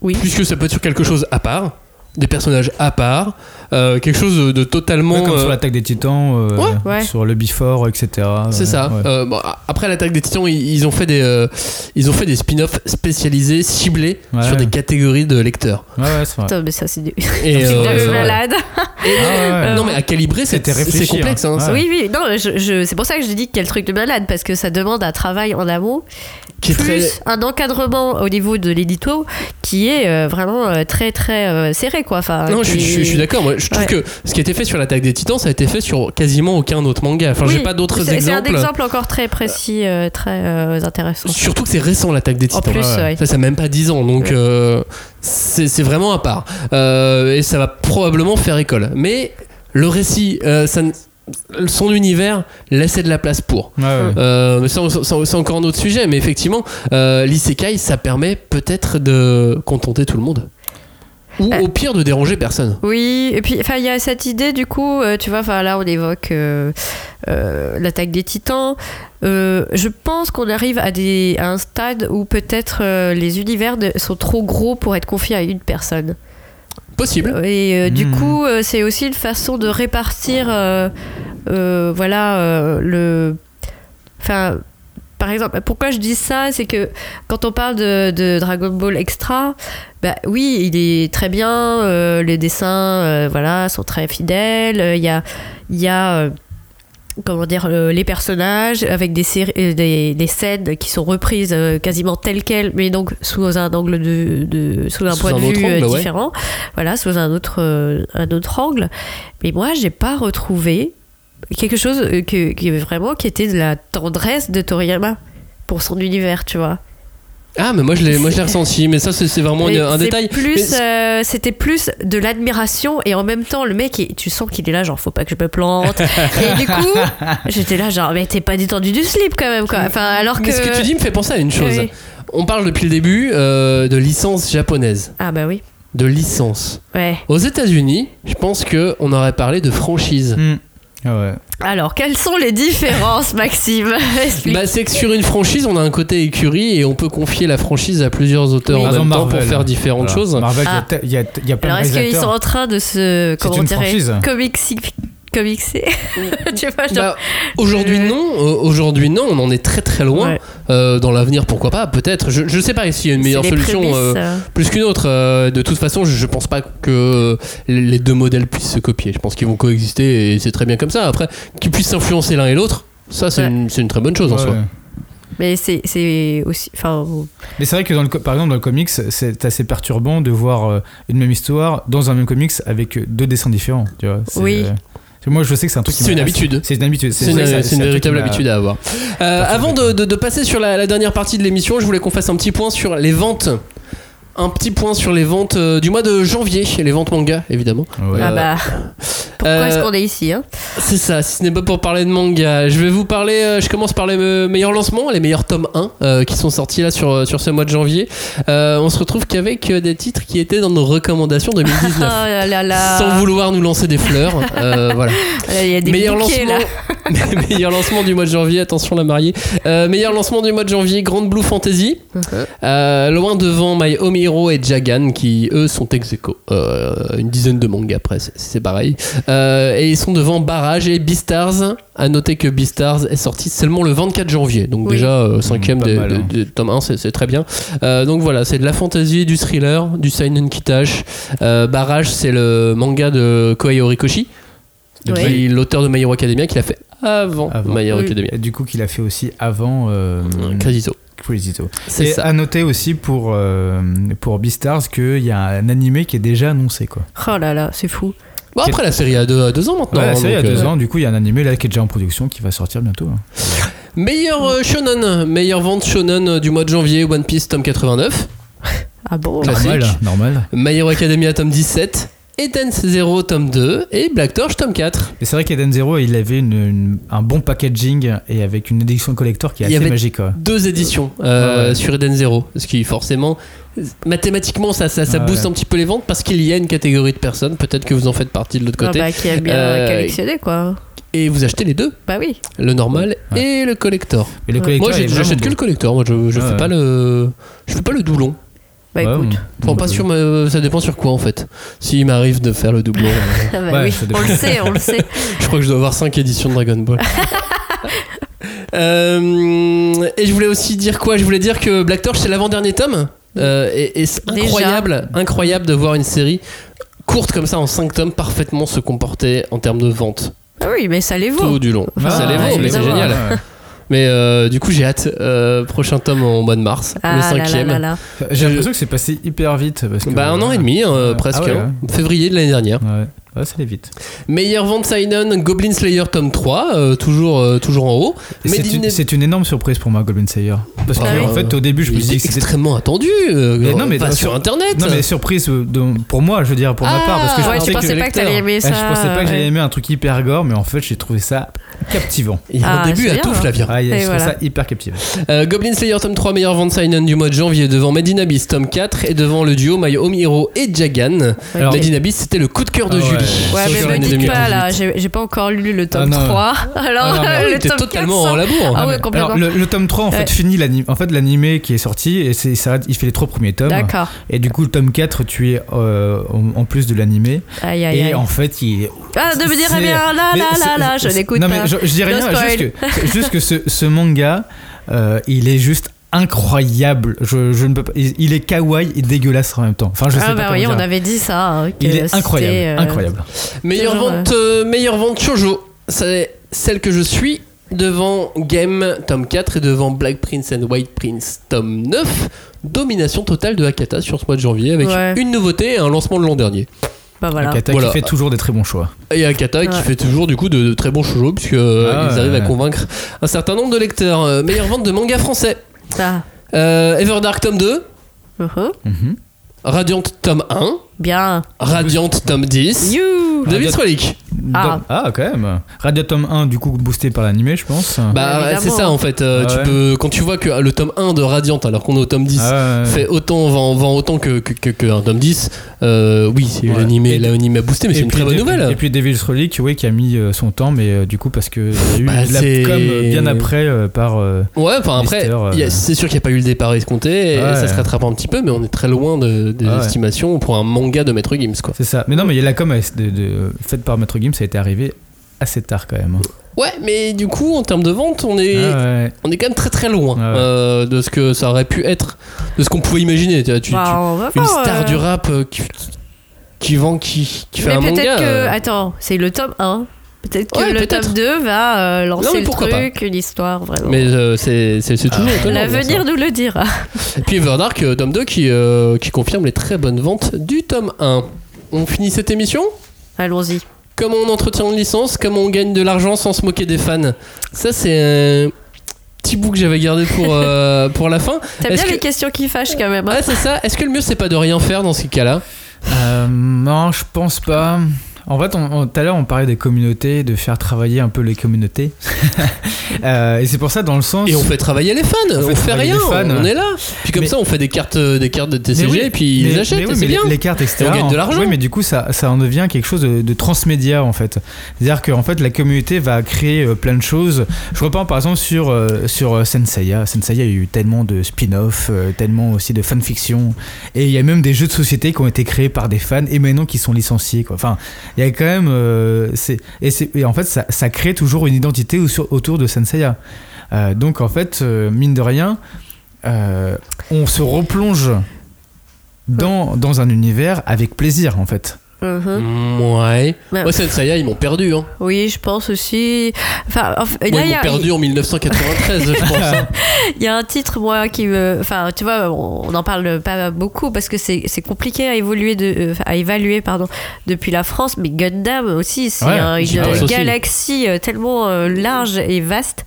C: oui.
A: Puisque ça peut être sur quelque chose à part, des personnages à part, euh, quelque chose de, de totalement.
B: Ouais, comme sur
A: euh,
B: l'attaque des titans, euh,
A: ouais.
C: Ouais.
B: sur le Before, etc.
A: c'est
B: Ouais,
A: ça.
B: ouais.
A: Euh, bon, a- après l'attaque des titans, ils, ils ont fait des, euh, ils ont fait des spin-offs spécialisés, ciblés
B: Ouais.
A: sur des catégories de lecteurs.
B: Ouais, ouais, c'est vrai.
C: Putain, mais ça, c'est du.
A: Et,
C: [LAUGHS] c'est
A: euh,
C: de la
A: et-
C: malade.
B: Ah,
C: euh,
B: ouais.
A: non mais à calibrer, c'est
B: C'était réfléchi,
A: c'est complexe. hein,
B: hein.
A: ça.
B: Ouais.
C: Oui, oui, non, je, je- c'est pour ça que je dis quel truc de malade, parce que ça demande un travail en amont,
A: Qui est
C: plus
A: très-
C: un encadrement au niveau de l'édito qui est euh, vraiment euh, très, très euh, serré, quoi. Enfin,
A: Non, je, suis-
C: qui-
A: je suis- je suis d'accord. Moi, je trouve
C: Ouais.
A: que ce qui a été fait sur l'attaque des Titans, ça a été fait sur quasiment aucun autre manga. Enfin,
C: Oui,
A: j'ai pas d'autres
C: c'est-
A: exemples.
C: C'est un exemple encore très précis, euh, très euh, intéressant.
A: Surtout que c'est récent l'attaque des
C: En
A: Titans.
C: plus,
B: ouais.
C: ouais.
A: Ça, ça a même pas 10 ans, donc
C: Ouais.
A: euh, c'est c'est vraiment à part. Euh, et ça va probablement faire école. Mais le récit, euh, ça ne- son univers laissait de la place pour.
B: Ouais, ouais.
A: Euh, mais ça, on- ça, c'est encore un autre sujet, mais effectivement, euh, l'isekai, ça permet peut-être de contenter tout le monde. Ou au pire de déranger personne.
C: Oui, et puis enfin il y a cette idée du coup, euh, tu vois, enfin là on évoque euh, euh, l'attaque des Titans. Euh, je pense qu'on arrive à, des, à un stade où peut-être euh, les univers de- sont trop gros pour être confiés à une personne.
A: Possible.
C: Et euh, du
A: Mmh.
B: Mhm.
C: coup, euh, c'est aussi une façon de répartir, euh, euh, voilà, euh, le. Enfin, par exemple, pourquoi je dis ça, c'est que quand on parle de, de Dragon Ball Extra, bah oui, il est très bien, euh, les dessins, euh, voilà, sont très fidèles. euh, Il y a, il y a euh, comment dire, euh, les personnages avec des, séries- euh, des, des scènes qui sont reprises euh, quasiment telles quelles, mais donc sous un angle de, de- sous un
A: Sous
C: point
A: un
C: de
A: autre
C: vue euh,
A: angle, ouais.
C: différent, voilà, sous un autre, euh, un autre angle. Mais moi, j'ai pas retrouvé quelque chose euh, que, qui vraiment qui était de la tendresse de Toriyama pour son univers, tu vois.
A: Ah, mais moi je l'ai moi, je
C: [LAUGHS]
A: l'ai ressenti, mais ça c'est c'est vraiment
C: Mais
A: une- un
C: c'est
A: détail. Mais
C: Plus,
A: c'est-
C: euh, c'était plus de l'admiration et en même temps le mec, il- tu sens qu'il est là genre faut pas que je
A: [LAUGHS]
C: me plante. et du coup, j'étais là genre mais t'es pas détendu du slip quand même quoi. Enfin alors
A: mais
C: que.
A: ce que tu dis me fait penser à une chose.
C: Oui.
A: On parle depuis le début euh, de licence japonaise,
C: Ah bah oui.
A: de licence.
C: Ouais.
A: Aux États-Unis, je pense que on aurait parlé de franchise.
B: Hmm. Ah ouais.
C: Alors quelles sont les
A: [LAUGHS]
C: différences, Maxime
B: Mm.
C: Explique.
A: Bah, c'est que sur une franchise, on a un côté écurie et on peut confier la franchise à plusieurs auteurs
B: Oui.
A: en même
B: Par exemple,
A: temps pour
B: Marvel.
A: faire différentes
B: Voilà.
A: choses.
B: Marvel, il y a
C: Ah.
B: te- il y, a te- il y a plein
C: Alors
B: de
C: est-ce qu'ils sont
B: réalisateurs.
C: en train de se comment
B: une
C: on dirait,
B: franchise.
C: comixi- comixer [LAUGHS] Tu vois genre.
A: Bah, aujourd'hui
C: Euh.
A: non, euh, aujourd'hui non, on en est très très loin.
C: Ouais.
A: Euh, dans l'avenir, pourquoi pas Peut-être. Je, je sais pas s'il y a une
C: c'est
A: meilleure
C: les
A: solution
C: prémices,
A: euh,
C: euh.
A: plus qu'une autre. Euh, de toute façon, je, je pense pas que les deux modèles puissent se copier. Je pense qu'ils vont coexister et c'est très bien comme ça. Après, qu'ils puissent s'influencer l'un et l'autre, ça c'est
C: Ouais.
A: une, c'est une très bonne chose en
B: Ouais,
A: soi.
B: ouais.
C: Mais c'est, c'est aussi. Enfin,
A: Euh,
B: Mais c'est vrai que dans le, co- par exemple dans le comics, c'est assez perturbant de voir euh, une même histoire dans un même comics avec euh, deux dessins différents. Tu vois. C'est,
C: Oui.
B: euh, moi je sais que c'est un truc. qui
A: C'est une
B: m'a-
A: habitude.
B: C'est une habitude.
A: C'est une,
B: vrai que
A: c'est une
B: un truc qui
A: véritable
B: m'a-
A: habitude à avoir. Euh,
B: Parfait.
A: avant de, de- de passer sur la, la dernière partie de l'émission, je voulais qu'on fasse un petit point sur les ventes. Un petit point sur les ventes euh, du mois de janvier, les ventes manga évidemment.
B: Ouais.
A: Euh,
C: ah bah. Pourquoi
A: euh,
C: est-ce qu'on est ici hein
A: C'est ça, si ce n'est pas pour parler de manga, je vais vous parler, euh, je commence par les me- meilleurs lancements, les meilleurs tomes 1 euh, qui sont sortis là sur, euh, sur ce mois de janvier. Euh, on se retrouve qu'avec euh, des titres qui étaient dans nos
C: [LAUGHS]
A: recommandations 2019.
C: Oh là là là.
A: Sans vouloir nous lancer des fleurs, euh, voilà.
C: Il y a des
A: meilleur
C: bouquets,
A: lancement,
C: là.
A: meilleur lancement [LAUGHS] du mois de janvier, attention la mariée. Euh, meilleur lancement du mois de janvier, Grande Blue Fantasy. Euh, loin devant My Home Hero et Jagan qui eux sont ex aequo. Euh, une dizaine de mangas après, c'est- c'est pareil. Euh, et ils sont devant Barrage et Beastars. À noter que Beastars est sorti seulement le 24 janvier, donc
C: Oui.
A: déjà euh, cinquième
B: Pas
A: des-
B: mal, hein.
A: de, de- tome 1, c'est c'est très bien. Euh, donc voilà, c'est de la fantasy, du thriller, du seinen kitash. Euh, Barrage, c'est le manga de Kohei Horikoshi.
C: Ouais.
A: Qui est l'auteur de My Hero Academia qui l'a fait avant,
C: Ah.
B: Avant.
A: My Hero
C: Oui.
A: Academia.
B: Et du coup, qu'il a fait aussi avant euh,
A: Crazy Zoo.
B: Crazy Zoo.
A: C'est
B: Et
A: ça.
B: à noter aussi pour, euh, pour Beastars qu'il y a un animé qui est déjà annoncé. Quoi.
A: Ah,
C: Oh là là, c'est fou.
A: Bon, après, la série a deux, a deux ans maintenant.
B: Ouais, la
A: hein,
B: série a
A: donc, euh,
B: deux ans, du coup, il y a un animé là qui est déjà en production qui va sortir bientôt. hein.
A: Meilleur euh, shonen, meilleure vente shonen euh, du mois de janvier, One Piece tome 89,
C: Ah bon
A: Classique.
B: Normal, normal.
A: My Hero Academia tome 17, Eden's Zero tome 2 et Black Torch tome 4.
B: Et c'est vrai qu'Eden Zero, il avait une- une- un bon packaging et avec une édition collector qui est
A: Il y
B: assez
A: avait-
B: magique. quoi.
A: Deux éditions euh,
B: ah Ouais, ouais.
A: sur Eden Zero, ce qui forcément, mathématiquement, ça, ça, ça
B: Ah Ouais,
A: booste
B: ouais.
A: un petit peu les ventes parce qu'il y a une catégorie de personnes, peut-être que vous en faites partie de l'autre
C: Ah
A: côté,
C: bah, qui a bien
A: Euh,
C: collectionné quoi.
A: et vous achetez les deux,
C: Bah oui.
A: le normal
B: Ouais.
A: et le collector.
B: Mais le
C: Ouais.
B: collector
A: Moi,
B: est
A: j'ai-
B: vraiment
A: j'achète que
B: beau.
A: le collector. Moi, je, je fais
B: Ouais, Ah ouais.
A: pas le, je fais pas le doublon.
C: Bah
B: Ouais,
C: écoute.
B: on-
A: Enfin,
B: on-
A: pas sur, ma- ça dépend sur quoi en fait. S'il m'arrive de faire le doublon, euh,
C: Ah bah
B: Ouais,
C: oui.
B: ça dépend.
C: On le sait, on le sait.
A: je crois que je dois avoir 5 éditions de Dragon
B: [LAUGHS]
A: Ball. Euh, et je voulais aussi dire quoi Je voulais dire que Black Torch c'est l'avant-dernier tome. Euh, et et c'est
C: Déjà.
A: incroyable, incroyable de voir une série courte comme ça en 5 tomes parfaitement se comporter en termes de vente
C: Ah oui, mais ça les vaut.
A: tout du long.
C: Ah,
A: ça les
C: ouais,
A: vaut, mais c'est
C: évidemment.
A: génial.
B: Ouais, ouais.
A: Mais euh, du coup, j'ai hâte. Euh, prochain tome en mois de mars,
C: Ah
A: le
C: là là
A: cinquième.
C: là là.
B: J'ai l'impression que c'est passé hyper vite. Parce que,
A: Bah, un an et demi, euh,
B: Ah
A: presque,
B: ouais,
A: hein. février de l'année dernière.
B: ouais. Ouais. Ouais, ça allait vite.
A: Meilleure vente Seinen, Goblin Slayer tome 3, euh, toujours, euh, toujours en haut.
B: Et
A: Made
B: C'est
A: in-
B: une, c'est une énorme surprise pour moi, Goblin Sayer. Parce que,
A: Ah oui.
B: en fait, au début, je me
A: Il
B: disais
A: est
B: que c'était.
A: extrêmement attendu, euh,
B: Mais non, mais
A: pas
B: dans-
A: sur internet.
B: Non, mais surprise euh, de- pour moi, je veux dire, pour ma part. Parce que je
C: Ah, ouais,
A: pensais
C: tu
A: que
C: pensais
A: le
C: pas que
A: lecteur-
C: t'allais aimer
B: Eh,
C: ça.
B: je pensais pas que
C: ouais.
B: j'allais aimer un truc hyper gore, mais en fait, j'ai trouvé ça captivant.
A: Il y a un
C: Ah,
A: début
C: c'est
A: à
C: bien,
A: tout,
C: hein.
A: Flavien.
B: Ah, je
C: Et
B: trouve
C: voilà.
B: ça hyper captivant.
A: Euh, Goblin Slayer tome 3, meilleure vente sign du mois de janvier devant Medina Beast tome 4 et devant le duo My Home Hero et Jagan.
B: Alors-
A: Medina Beast, c'était le coup de cœur de
B: Ah ouais.
A: Julie.
C: Ouais,
A: Sur
C: mais
A: l'année
C: me dites pas
A: 2018.
C: là, j'ai j'ai pas encore lu le tome
B: Ah, non.
C: 3. Alors,
B: Ah, non, mais
A: Ah oui,
C: le
A: t'es
C: tome
A: totalement
C: 400.
A: en labour.
C: Ah
A: hein.
C: ouais, complètement.
B: Alors, le, le tome 3, en fait,
C: Ouais.
B: finit l'anime. En fait, l'animé qui est sorti, et c'est, ça, il fait les trois premiers tomes.
C: D'accord.
B: Et du coup, le tome 4, tu es euh, en, en plus de l'animé.
C: Aïe, aïe,
B: Et
C: aïe.
B: en fait, il est.
C: Ah, ne me
B: c'est-
C: dirais rien, là,
B: mais
C: là,
B: c'est-
C: là, là, je
B: c'est-
C: n'écoute
B: Non,
C: pas.
B: mais je, je dis
C: No
B: rien, juste
C: spoil.
B: que, c'est juste que ce, ce manga, euh, il est juste incroyable. Je, je ne peux pas- il, il est kawaii et dégueulasse en même temps. Enfin, je sais
C: Ah,
B: pas.
C: bah
B: comment
C: oui,
B: dire.
C: on avait dit ça. hein, que
B: Il est
C: c'était,
B: incroyable,
C: euh,
B: incroyable.
A: Meilleure
C: Toujours, hein.
A: vente, euh, meilleure vente Shoujo. C'est celle que je suis devant Game tome 4 et devant Black Prince and White Prince tome 9. Domination totale de Hakata sur ce mois de janvier avec
C: Ouais.
A: une nouveauté et un lancement de l'an dernier.
C: Bah voilà.
B: Akata
A: Voilà.
B: qui fait toujours des très bons choix.
A: Et Akata qui
C: Ouais.
A: fait toujours du coup de, de très bons shoujo puisque euh,
B: Ah,
A: ils arrivent à
B: ouais.
A: convaincre un certain nombre de lecteurs. Euh, meilleure vente de manga français.
C: Ah.
A: Euh, Everdark tome 2,
C: uhum.
B: Mhm.
A: Radiant tome 1,
C: uh-huh. Bien.
A: Radiant tome 10.
C: You.
A: David
B: Radiant-
A: Swalik.
C: Ah.
B: Dans- quand même. Radio tome 1, du coup, boosté par l'animé, je pense.
A: Bah
C: évidemment.
A: c'est ça en fait. euh,
B: Ah
A: tu
B: ouais.
A: peux quand tu vois que ah, le tome 1 de Radiant alors qu'on est au tome 10
B: Ah, ouais.
A: fait autant vend, vend autant que que, que- que un tome 10. euh, oui c'est
B: Ouais.
A: l'animé
B: Et-
A: l'animé a boosté mais
B: Et
A: c'est une
B: puis
A: très bonne
B: Dev- Et
A: nouvelle.
B: puis Devil's Relic, oui, qui a mis euh, son temps, mais euh, du coup, parce qu'il y a eu
A: Bah,
B: de la
A: c'est-
B: com euh, bien après euh, par. euh,
A: Ouais enfin après
B: Mister, euh,
A: il y a- c'est sûr qu'il n'y a pas eu le départ escompté et
B: Ouais.
A: ça se rattrape un petit peu mais on est très loin de- des
B: Ah ouais.
A: estimations pour un manga de Maître Gims quoi.
B: c'est ça. Mais non, mais il y a la com euh, de- de- faite par Maître Gims, ça a été arrivé assez tard quand même. hein.
A: Ouais mais du coup en termes de vente on est
B: Ah, ouais.
A: on est quand même très très loin
B: Ah ouais.
A: euh, de ce que ça aurait pu être, de ce qu'on pouvait imaginer. Tu, vois, tu-
C: Bah, on va
A: tu- une
C: voir,
A: star
C: euh,
A: du rap euh, qui, qui- qui vend, qui, qui fait
C: Mais
A: un
C: peut-être
A: manga.
C: que.
A: euh,
C: Attends, c'est le tome 1. Peut-être que
A: Ouais,
C: le
A: peut-être.
C: tome 2 va euh, lancer
A: mais
C: le
A: pourquoi pas.
C: truc, une histoire, vraiment.
A: Mais euh, c'est c'est- c'est
B: Ah,
A: toujours étonnant.
C: L'avenir nous le dira. [LAUGHS]
A: ça. Et puis Everdark, euh, tome 2 qui, euh, qui confirme les très bonnes ventes du tome 1. On finit cette émission
C: Allons-y.
A: Comment on entretient une licence Comment on gagne de l'argent sans se moquer des fans Ça, c'est un petit bout que j'avais gardé pour,
C: [LAUGHS]
A: euh, pour la fin.
C: T'aimes
A: Est-ce
C: bien les
A: que-
C: questions qui fâchent quand même. hein.
A: Ouais, c'est ça. Est-ce que le mieux, c'est pas de rien faire dans ces cas-là
B: Euh, non, je pense pas. En fait, on- on- tout à l'heure, on parlait des communautés, de faire travailler un peu les communautés. [LAUGHS] Euh, et c'est pour ça, dans le sens.
A: Et on fait travailler les fans, on,
B: fait
A: fait
B: travailler
A: rien,
B: les fans.
A: on est là. Puis comme
B: Mais-
A: ça, on fait des cartes, euh, des cartes de TCG
B: Mais oui,
A: et puis ils
B: mais-
A: achètent,
B: mais
A: et
B: oui,
A: c'est
B: mais
A: bien.
B: les, les cartes, etc.
A: Et on gagne de l'argent.
B: Oui, mais du coup, ça, ça en devient quelque chose de, de transmédia en fait. C'est-à-dire qu'en fait, la communauté va créer euh, plein de choses. Je reprends par exemple sur, euh, sur euh, Senseiya. Senseiya, il y a eu tellement de spin-off, euh, tellement aussi de fanfiction. Et il y a même des jeux de société qui ont été créés par des fans et maintenant qui sont licenciés. Quoi. Enfin, il y a quand même. euh, c'est- et, c'est- et en fait, ça, ça crée toujours une identité au- sur- autour de Senseiya. Euh, donc en fait, euh, mine de rien, euh, on se replonge dans, dans un univers avec plaisir en fait.
C: Mhm.
A: Mm, Ouais.
C: Ouais.
A: Moi, Senseiya, ils m'ont perdu. Hein.
C: Oui, je pense aussi. Enfin, en fait,
A: Moi,
C: là,
A: ils
C: il y
A: m'ont
C: a-
A: perdu en 1993, je
B: [LAUGHS]
A: pense.
C: Il y a un titre, moi, qui me. Enfin, tu vois, on n'en parle pas beaucoup parce que c'est c'est compliqué à évoluer, de, euh, à évaluer, pardon, depuis la France. Mais Gundam aussi, c'est
B: Ouais,
C: un-
A: j'y
C: une
A: pense aussi.
C: galaxie euh, tellement euh, large et vaste.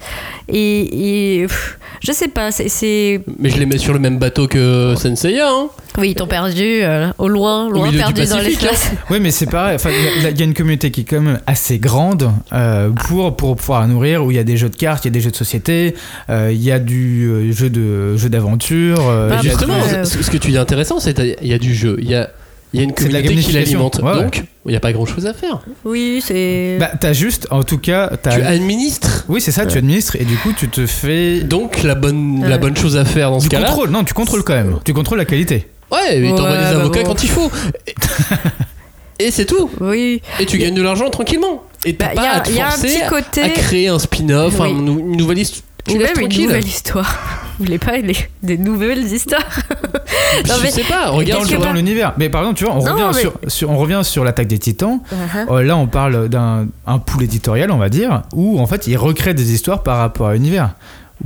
C: Et. et, pff, je sais pas, c'est- c'est.
A: Mais je les mets sur le même bateau que Senseiya. Hein.
C: Oui, ils t'ont perdu euh, au loin, loin,
A: milieu du
C: perdu dans
A: Pacifique, hein.
C: l'espace.
B: Oui, mais c'est pareil. Enfin, il y a- il y, a une communauté qui est quand même assez grande euh, pour, pour pouvoir la nourrir, où il y a des jeux de cartes, il y a des jeux de société, euh, il y a du euh, jeu de jeu d'aventure. euh,
C: Bah,
B: il y a
A: Justement,
B: du-
C: après, euh,
A: ce ce que tu dis intéressant, c'est qu'il y a du jeu, il y a, il y a une
B: C'est de la
A: communauté qui
B: gamification.
A: l'alimente.
B: Ouais, ouais.
A: Donc, il n'y a pas grand chose à faire.
C: [LAUGHS] Oui, c'est.
B: Bah, t'as juste, en tout cas, t'as-
A: Tu administres.
B: Oui, c'est ça, tu administres et du coup, tu te fais.
A: Donc, la bonne, la
C: Ouais.
A: bonne chose à faire dans ce
B: Tu
A: cas-là.
B: contrôles, non, tu contrôles quand même. Tu contrôles la qualité.
A: Ouais, mais t'envoies
C: Ouais,
A: des
C: bah
A: avocats
C: bon.
A: quand il
B: [LAUGHS]
A: faut. Et- et c'est tout.
C: oui.
A: Et tu gagnes de l'argent tranquillement. Et t'as
C: Bah,
A: pas
C: il y a-
A: à te
C: il y a un
A: forcer
C: petit
A: à-
C: côté-
A: à créer un spin-off,
C: Oui.
A: un nou- une nouvelle histoire. Tu
C: Ou
A: laisses
C: même une
A: tranquille.
C: nouvelle histoire. [LAUGHS] Vous voulez pas les- des nouvelles histoires [LAUGHS]
A: Je
C: Non, mais-
A: sais pas, regarde
C: Quelque
A: sur
B: dans l'univers. Mais par exemple, tu vois, on
C: Non,
B: revient
C: mais-
B: sur, sur- on revient sur l'attaque des Titans.
C: Uh-huh.
B: Euh, Là, on parle d'un un pool éditorial, on va dire, où en fait, ils recréent des histoires par rapport à l'univers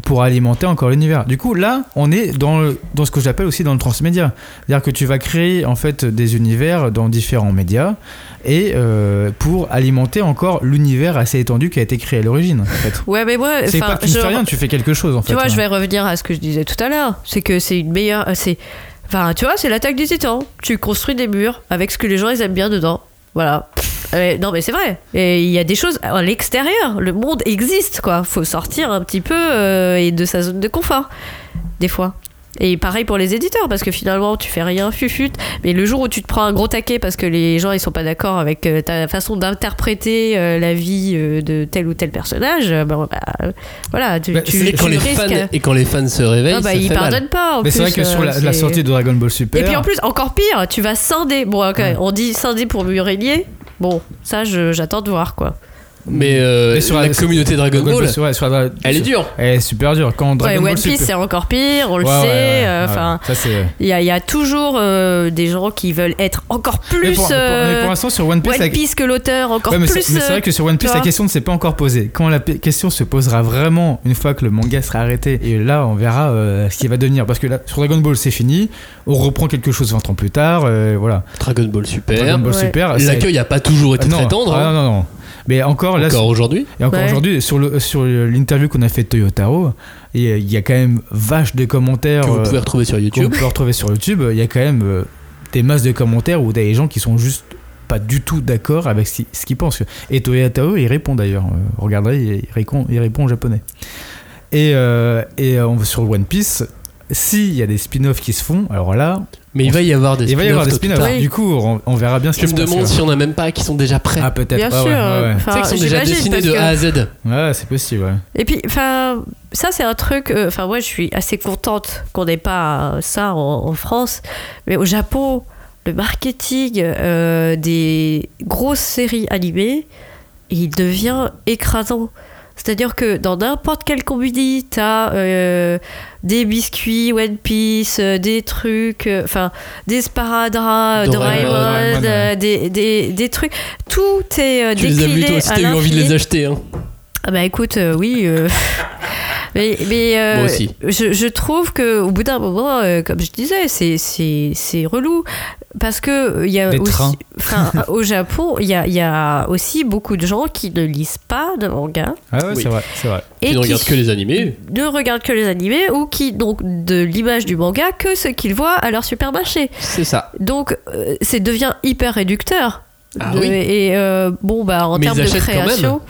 B: pour alimenter encore l'univers. Du coup, là, on est dans, le- dans ce que j'appelle aussi dans le transmédia. C'est-à-dire que tu vas créer en fait des univers dans différents médias et euh, pour alimenter encore l'univers assez étendu qui a été créé à l'origine. En fait.
C: Ouais, mais moi,
B: C'est
C: Euh, enfin,
B: pas que tu ne
C: je-
B: fais rien, tu fais quelque chose en fait.
C: Tu vois,
B: hein.
C: je vais revenir à ce que je disais tout à l'heure. C'est que c'est une meilleure. euh, C'est, enfin, tu vois, c'est l'attaque des titans. Tu construis des murs avec ce que les gens ils aiment bien dedans. Voilà. Euh, non mais c'est vrai. Et il y a des choses à l'extérieur. Le monde existe quoi. Faut sortir un petit peu euh, et de sa zone de confort des fois. Et pareil pour les éditeurs parce que finalement tu fais rien fufute. Mais le jour où tu te prends un gros taquet parce que les gens ils sont pas d'accord avec euh, ta façon d'interpréter euh, la vie euh, de tel ou tel personnage, euh, bah, bah, voilà tu,
B: Bah,
C: tu-
A: et,
C: tu
A: quand les
C: risques.
A: fans, et quand les fans se réveillent,
C: Ah, bah,
A: ça
C: ils
A: fait mal.
C: pardonnent pas. en
B: Mais c'est
C: plus,
B: vrai que sur
C: euh,
B: la, la
C: c'est-
B: sortie de Dragon Ball Super.
C: et puis en plus, encore pire, tu vas scinder. Bon, ok,
B: Ouais.
C: on dit scinder pour Murielier. Bon, ça, je- j'attends de voir quoi.
A: Mais, euh,
B: Mais sur
A: la,
B: la-
A: communauté Dragon Ball,
B: sur- ouais, sur la-
A: elle est
B: sur-
A: dure.
B: Elle est super dure. Quand
C: Ouais,
B: Dragon
C: One
B: Ball
C: Piece, c'est
B: Super.
C: encore pire, on le
B: Ouais, ouais,
C: sait.
B: ouais,
C: euh,
B: ouais.
C: Enfin,
B: ça c'est.
C: il y, a- il y a toujours euh, des gens qui veulent être encore
B: Mais
C: plus
B: pour, pour-
C: euh,
B: mais pour l'instant sur One Piece, la-
C: One Piece que l'auteur, encore
B: Ouais, mais
C: plus. euh,
B: c'est mais c'est vrai que sur One Piece, la
C: tu vois.
B: question ne s'est pas encore posée. Quand la p- question se posera vraiment, une fois que le manga sera arrêté, et là, on verra euh, ce qui va devenir. Parce que là, sur Dragon Ball, c'est fini. On reprend quelque chose 20 ans plus tard. euh, voilà.
A: Dragon Ball Super.
B: Dragon Ball
C: Ouais.
B: Super. Ah, c'est-
A: L'accueil a pas toujours
B: Ah,
A: été
B: non,
A: très tendre.
B: ah,
A: hein.
B: non, non, non. Mais encore, là,
A: Encore aujourd'hui.
B: Et encore
C: Ouais.
B: aujourd'hui, sur le sur l'interview qu'on a fait de Toyotaro, il y a- il y a quand même vache de commentaires
A: que vous
B: euh,
A: pouvez retrouver sur
B: qu'on
A: YouTube.
B: peut retrouver sur YouTube. Il y a quand même euh, des masses de commentaires où t'as des gens qui sont juste pas du tout d'accord avec ce qui- ce qu'ils pensent. Et Toyotaro, il répond d'ailleurs. Euh, Regardez, il, il répond, il répond en japonais. Et, euh, et euh, on- sur One Piece, s'il y a des spin-offs qui se font, alors là,
A: Mais il va y avoir des
B: il va y avoir des spin-offs.
C: tard.
B: Du coup, on, on verra bien ce
A: Je
B: qui se
A: me
B: passe.
A: demande
B: ouais.
A: si on n'a même pas qui sont déjà prêts.
B: Ah, peut-être.
C: Bien
B: ouais,
C: sûr.
B: ouais, ouais,
C: euh,
B: ouais.
A: tu sais
C: enfin,
A: qu'ils sont déjà
C: j'imagine,
A: dessinés
C: parce
A: de
C: que-
A: A à Z.
B: Ouais, Ah, c'est possible, ouais.
C: Et puis, enfin, ça c'est un truc. euh, Enfin, moi, je suis assez contente qu'on n'ait pas euh, ça en, en France, mais au Japon, le marketing euh, des grosses séries animées, il devient écrasant. C'est-à-dire que dans n'importe quelle comédie, t'as euh, des biscuits One Piece, euh, des trucs, euh, enfin des sparadraps, euh,
A: Doraemon,
C: Doraemon,
B: Doraemon,
C: euh,
B: ouais.
C: des, des, des trucs. Tout est euh,
A: Tu les as vus
C: décliné
A: toi aussi,
C: à
A: t'as eu envie de
C: l'infini.
A: les acheter. hein.
C: Ah bah écoute, euh, oui. euh, [LAUGHS] mais mais, euh,
A: Moi aussi.
C: Je, je trouve que au bout d'un moment, euh, comme je disais, c'est c'est c'est relou parce que euh, il y a
B: Des
C: aussi,
B: trains.
A: [LAUGHS]
C: enfin au Japon, il y a il y a aussi beaucoup de gens qui ne lisent pas de manga
B: Ah ouais,
A: Oui.
B: c'est vrai, c'est vrai.
A: Tu
C: et
A: ne
C: qui
A: regardes que les animés.
C: ne regardent que les animés ou qui donc de l'image du manga que ce qu'ils voient à leur supermarché.
A: C'est ça.
C: Donc, euh, c'est devient hyper réducteur.
A: Ah
C: De-
A: oui.
C: Et euh, bon, bah, en
A: Mais
C: termes
A: ils
C: de
A: achètent quand même.
C: création,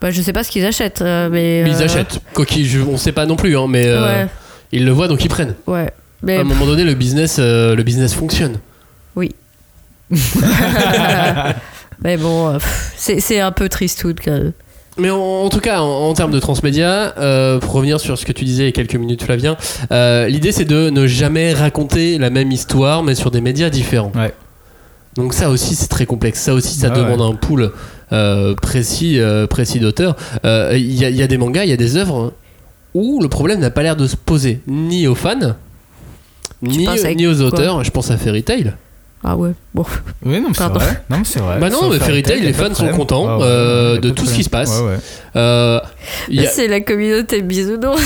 C: bah, je sais pas ce qu'ils achètent, euh, mais.
A: Mais ils
C: euh,
A: achètent. Coquille, je- on sait pas non plus, hein, mais euh,
C: Ouais,
A: ils le voient donc ils prennent.
C: ouais.
A: À
C: Mais
A: un moment donné, le business, euh, le business fonctionne.
C: [LAUGHS] mais bon, euh, pff, c'est c'est un peu tristoun quand même.
A: Mais en, en tout cas, en, en termes de transmédia, euh, pour revenir sur ce que tu disais il y a quelques minutes, Flavien, euh, l'idée c'est de ne jamais raconter la même histoire, mais sur des médias différents.
B: Ouais.
A: Donc ça aussi c'est très complexe. Ça aussi ça
B: Ah ouais.
A: demande un pool euh, précis, euh, précis d'auteurs. Euh, Il y, a- il y a des mangas, il y a des œuvres où le problème n'a pas l'air de se poser ni aux fans, ni,
C: penses à
A: ni aux
C: quoi
A: auteurs. Je pense à Fairy Tail.
C: Ah ouais, bon.
B: Oui, non, mais c'est
C: Pardon.
B: vrai. Non, mais c'est vrai.
A: Bah non,
B: Sans
A: mais
B: faire
A: Fairy
B: état,
A: Tail,
B: y a
A: les
B: pas
A: fans sont
B: problème.
A: contents,
B: Ah ouais,
A: euh,
B: y a
A: de tout
B: pas
A: ce
B: problème.
A: qui se passe.
B: Ouais, ouais.
A: Euh, il y a-
C: [LAUGHS] C'est la communauté bisounours.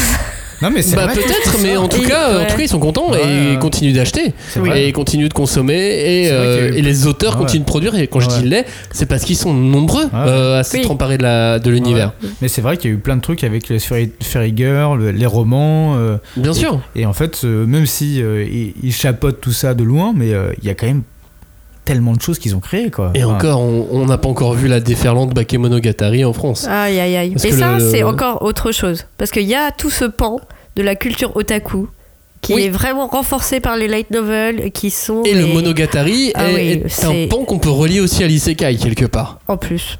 B: Non, mais c'est
A: Bah
B: vrai.
A: peut-être, mais en tout,
C: Et-
A: cas, en
C: ouais.
A: tout cas, ils sont contents
B: Ouais,
A: et ils
B: ouais.
A: continuent d'acheter.
B: C'est vrai.
A: Et ils continuent de consommer. Et,
B: C'est vrai qu'il y a
A: euh,
B: eu- Ah
A: et les auteurs
B: Ouais.
A: continuent de produire. Et quand je
B: Ouais. Ah
A: dis les, c'est parce qu'ils sont nombreux euh, à s'être
C: Oui.
A: emparés de la- de l'univers.
B: Mais c'est vrai qu'il y a eu plein de trucs avec les Fairy, Fairy Girl, le- les romans. euh,
A: Bien sûr.
B: et en fait, euh, même si euh, ils, ils chapeautent tout ça de loin, mais euh, il y a quand même tellement de choses qu'ils ont créées, quoi.
A: Et
B: Enfin,
A: encore, on on n'a pas encore vu la déferlante Bakemonogatari en France.
C: Aïe, aïe, aïe.
A: Parce
C: Et
A: que
C: ça,
A: le-
C: c'est encore autre chose. Parce qu'il y a tout ce pan de la culture otaku qui
A: Oui.
C: est vraiment renforcé par les light novels qui sont.
A: Et le
C: les-
A: Monogatari
C: Ah
A: est,
C: oui,
A: est un
C: c'est-
A: pan qu'on peut relier aussi à l'Isekai quelque part.
C: En plus.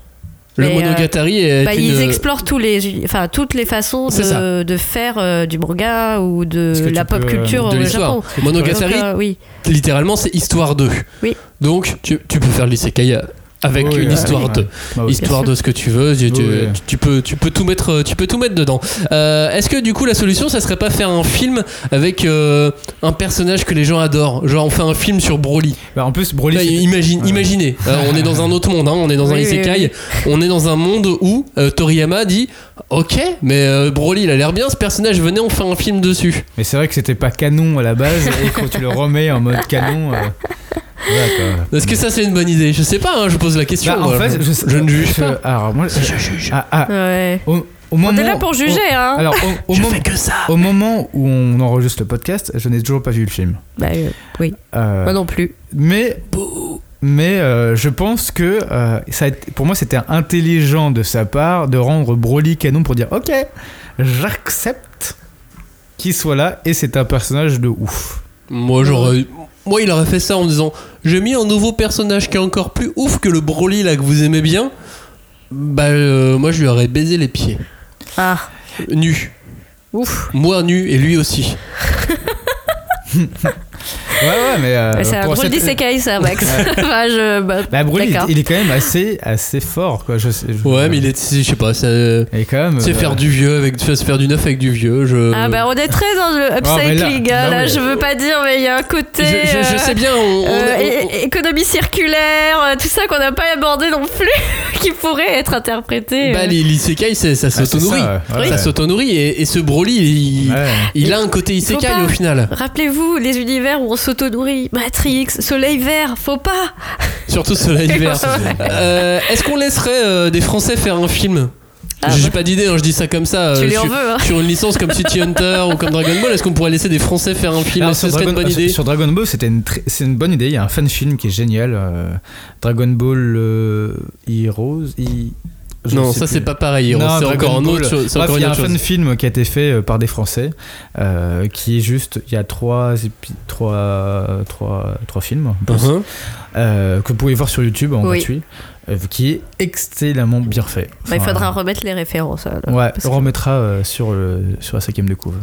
A: Le
C: Mais, euh,
A: Monogatari est
C: Bah,
A: une... euh,
C: Ils explorent tous les, enfin, toutes les façons
A: C'est
C: de, de faire euh, du manga ou
B: Parce
C: de
B: que
C: la
B: tu peux,
C: pop
B: euh,
C: culture
A: de
C: au
A: l'histoire.
C: Japon.
A: Monogatari,
C: Donc, euh, oui.
A: littéralement, c'est histoire 2.
C: Oui.
A: Donc, tu, tu peux faire l'Isekai euh, avec
B: oui,
A: une
B: ouais,
A: histoire
B: ouais.
A: 2.
B: Bah oui.
A: histoire
C: Bien sûr.
A: de ce que tu veux. Tu, tu-
B: Oui.
A: tu peux, tu peux tout mettre, tu peux tout mettre dedans. Euh, Est-ce que du coup la solution, ça serait pas faire un film avec euh, un personnage que les gens adorent, genre on fait un film sur Broly.
B: Bah, en plus, Broly.
A: Là,
B: c'est-
A: imagine,
B: Ouais.
A: imaginez, Euh, on est dans un autre monde, hein, on est dans un
C: Oui, oui,
A: isekai,
C: oui.
A: on est dans un monde où euh, Toriyama dit, ok, mais euh, Broly, il a l'air bien, ce personnage, venez, on fait un film dessus.
B: Mais c'est vrai que c'était pas canon à la base, et quand tu le remets en mode canon. euh, voilà, quoi.
A: Est-ce que ça c'est une bonne idée Je sais pas, hein, je pose la question.
B: Bah, en
A: voilà.
B: fait,
A: je, ne juge pas.
B: Alors, moi, je juge. Ah, ah,
C: Ouais.
B: au, au
C: On
B: moment-
C: est là pour
B: au-
A: Oh.
C: juger, hein.
B: Alors, au, au
A: Je
B: moment-
A: fais que ça.
B: au moment où on enregistre le podcast, je n'ai toujours pas vu le film.
C: Bah, euh, oui,
B: Euh,
C: moi non plus.
B: mais Mais euh, je pense que euh, ça a été- pour moi, c'était intelligent de sa part de rendre Broly canon pour dire Ok, j'accepte qu'il soit là et c'est un personnage de ouf.
A: Moi, j'aurais. Moi, il aurait fait ça en disant J'ai mis un nouveau personnage qui est encore plus ouf que le Broly là que vous aimez bien. Bah, euh, moi, je lui aurais baisé les pieds.
C: Ah,
A: Nu.
C: ouf.
A: Moi nu et lui aussi.
B: Ouais, ouais, mais. euh,
C: Ouais, c'est un
B: pour
C: drôle
B: cette-
C: d'isekai, ça, Max. [LAUGHS] Enfin, je- bah,
B: Bah, Broly,
C: D'accord.
B: il, il est quand même assez, assez fort, quoi. Je, sais- je-
A: Ouais, mais il est. Je sais pas, ça.
B: Et quand même.
A: C'est
B: euh,
A: faire du vieux avec. Se faire du neuf avec du vieux. Je...
C: Ah bah on est très dans le upcycling,
B: là-
C: hein,
B: non,
C: là,
B: mais-
C: je veux pas dire, mais il y a un
A: je,
C: côté...
A: je- je
C: euh,
A: sais bien, on. on-
C: euh,
A: on-
C: é- é- économie circulaire, euh, tout ça qu'on n'a pas abordé non plus, [LAUGHS] qui pourrait être interprété. euh.
A: Bah, les, l'isekai, c'est- ça
B: Ah, c'est
A: s'auto-nourrit.
B: ça, ouais.
A: Ça
B: Ouais.
A: s'auto-nourrit et, et ce Broly, il,
B: ouais.
A: il a un côté
C: Faut
A: isekai
C: pas.
A: au final.
C: Rappelez-vous les univers où on s'auto-nourrit. Matrix, Soleil Vert, faut pas. Bah,
A: Surtout cela
C: [LAUGHS]
A: l'hiver. Euh, Est-ce qu'on laisserait euh, des Français faire un film
C: Ah,
A: J'ai
C: bah.
A: pas d'idée, hein, je dis ça comme ça.
C: tu
A: euh,
C: les en
A: sur,
C: veux, hein.
A: sur une licence comme City Hunter ou comme Dragon Ball, est-ce qu'on pourrait laisser des Français faire un film
B: Alors,
A: Ce
B: sur,
A: serait
B: Dragon,
A: une bonne idée.
B: sur- sur Dragon Ball, c'était une, très- c'est une bonne idée. Il y a un fan film qui est génial. euh, Dragon Ball euh, Heroes. I- je
A: Non,
B: ne sais
A: ça
B: plus.
A: c'est pas pareil. Hiro.
B: Non,
A: C'est
B: Dragon
A: encore un
B: Ball.
A: autre. chose- c'est
B: Bref,
A: encore
B: il y
A: une
B: a un
A: autre chose.
B: fan film qui a été fait euh, par des Français, euh, qui est juste, il y a trois, épi- trois, trois, trois films en plus,
A: Mhm.
B: euh, que vous pouvez voir sur YouTube en
C: Oui.
B: gratuit, euh, qui est excellemment bien fait.
C: Bah, il
B: Enfin,
C: faudra remettre les références. alors,
B: Ouais,
C: parce que- Bah,
B: on remettra euh, sur, le- sur la cinquième de couve.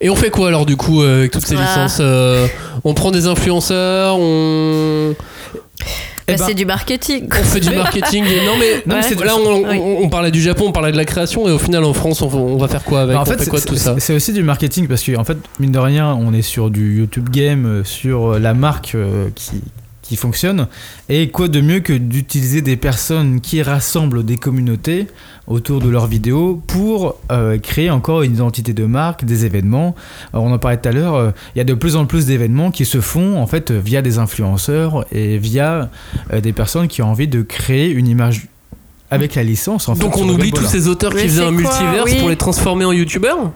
A: Et on fait quoi alors du coup euh, avec toutes ces
C: Ah.
A: licences euh, On prend des influenceurs, on,
B: Eh
C: Bah,
B: ben-
C: C'est du marketing. [LAUGHS]
A: on fait du marketing. et- Non mais,
B: Non, mais
C: Ouais.
B: c'est-
A: là on,
C: Oui.
A: on- on parlait du Japon, on parlait de la création et au final en France on, on va faire quoi avec
B: Alors,
A: On fait
B: Bah, c'est-
A: quoi de tout
B: c'est-
A: ça
B: C'est aussi du marketing parce que en fait, mine de rien, on est sur du YouTube game, euh, sur euh, la marque euh, qui qui fonctionne et quoi de mieux que d'utiliser des personnes qui rassemblent des communautés autour de leurs vidéos pour euh, créer encore une identité de marque, des événements. Alors, on en parlait tout à l'heure, euh, il y a de plus en plus d'événements qui se font en fait euh, via des influenceurs et via euh, des personnes qui ont envie de créer une image avec la licence en fait,
A: Donc
B: sur
A: on
B: Dragon
A: oublie
B: Ball.
A: tous ces auteurs
C: Mais
A: qui faisaient
C: c'est
A: un
C: quoi,
A: multiverse
C: oui.
A: pour les transformer en youtubeurs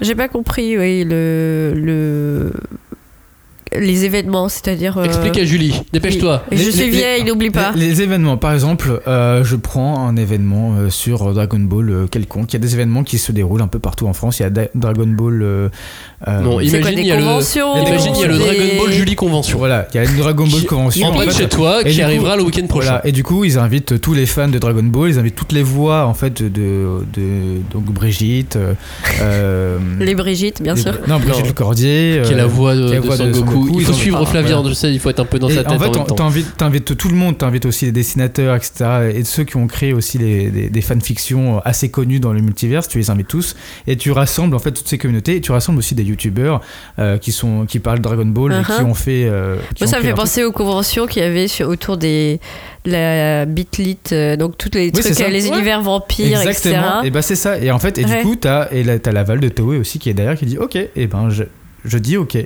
C: J'ai pas compris, oui, le, le... les événements, c'est-à-dire... euh,
A: Explique à Julie, dépêche-toi.
C: Et Je
B: Les-
C: suis
B: les-
C: vieille, n'oublie pas.
B: Les, les événements, par exemple, euh, je prends un événement euh, sur Dragon Ball euh, quelconque. Il y a des événements qui se déroulent un peu partout en France. Il y a Da- Dragon Ball. euh, euh,
A: Non,
C: C'est quoi,
A: imagine,
C: des
A: il y a le,
C: conventions,
A: imagine, il y a le
C: des-
A: Dragon Ball Julie Convention.
B: Voilà, il y a une Dragon Ball
A: Qui-
B: convention.
A: en
B: en
A: bas de
B: fait.
A: chez toi
B: Et
A: qui
B: du coup,
A: arrivera le week-end prochain.
B: Voilà. Et du coup, ils invitent tous les fans de Dragon Ball, ils invitent toutes les voix en fait de, de donc Brigitte, euh, euh,
C: [LAUGHS] Les Brigitte, bien
B: les-
C: sûr.
B: non Brigitte euh,
A: Non.
B: Le Cordier,
A: qui est la voix de,
B: qui est la
A: de
B: voix
A: Son
B: de Son
A: Goku.
B: Goku,
A: Il faut
B: ils ont-
A: suivre
B: ah,
A: Flavien,
B: voilà.
A: je sais, il faut être un peu dans
B: Et
A: sa tête en,
B: en fait,
A: même
B: t'en-
A: temps.
B: t'invites, t'invites tout le monde, t'invites aussi les dessinateurs, etc. Et ceux qui ont créé aussi les- des, des fanfictions assez connues dans le multiverse, tu les invites tous. Et tu rassembles en fait toutes ces communautés. Et tu rassembles aussi des youtubeurs euh, qui, sont, qui parlent Dragon Ball et
C: Uh-huh.
B: qui ont fait. euh, qui
C: Moi,
B: ont
C: ça me
B: créé
C: fait
B: leur
C: penser aux conventions qu'il y avait sur, autour des de la bitlit, euh, donc tous les
B: Oui,
C: trucs,
B: c'est ça.
C: euh, les
B: Ouais.
C: univers
B: truc.
C: vampires,
B: Exactement. Et
C: etc.
B: bah c'est ça. Et en fait, et
C: Ouais.
B: du coup, t'as, et là, t'as l'aval de Toei aussi qui est derrière qui dit Ok, et ben je, je dis ok.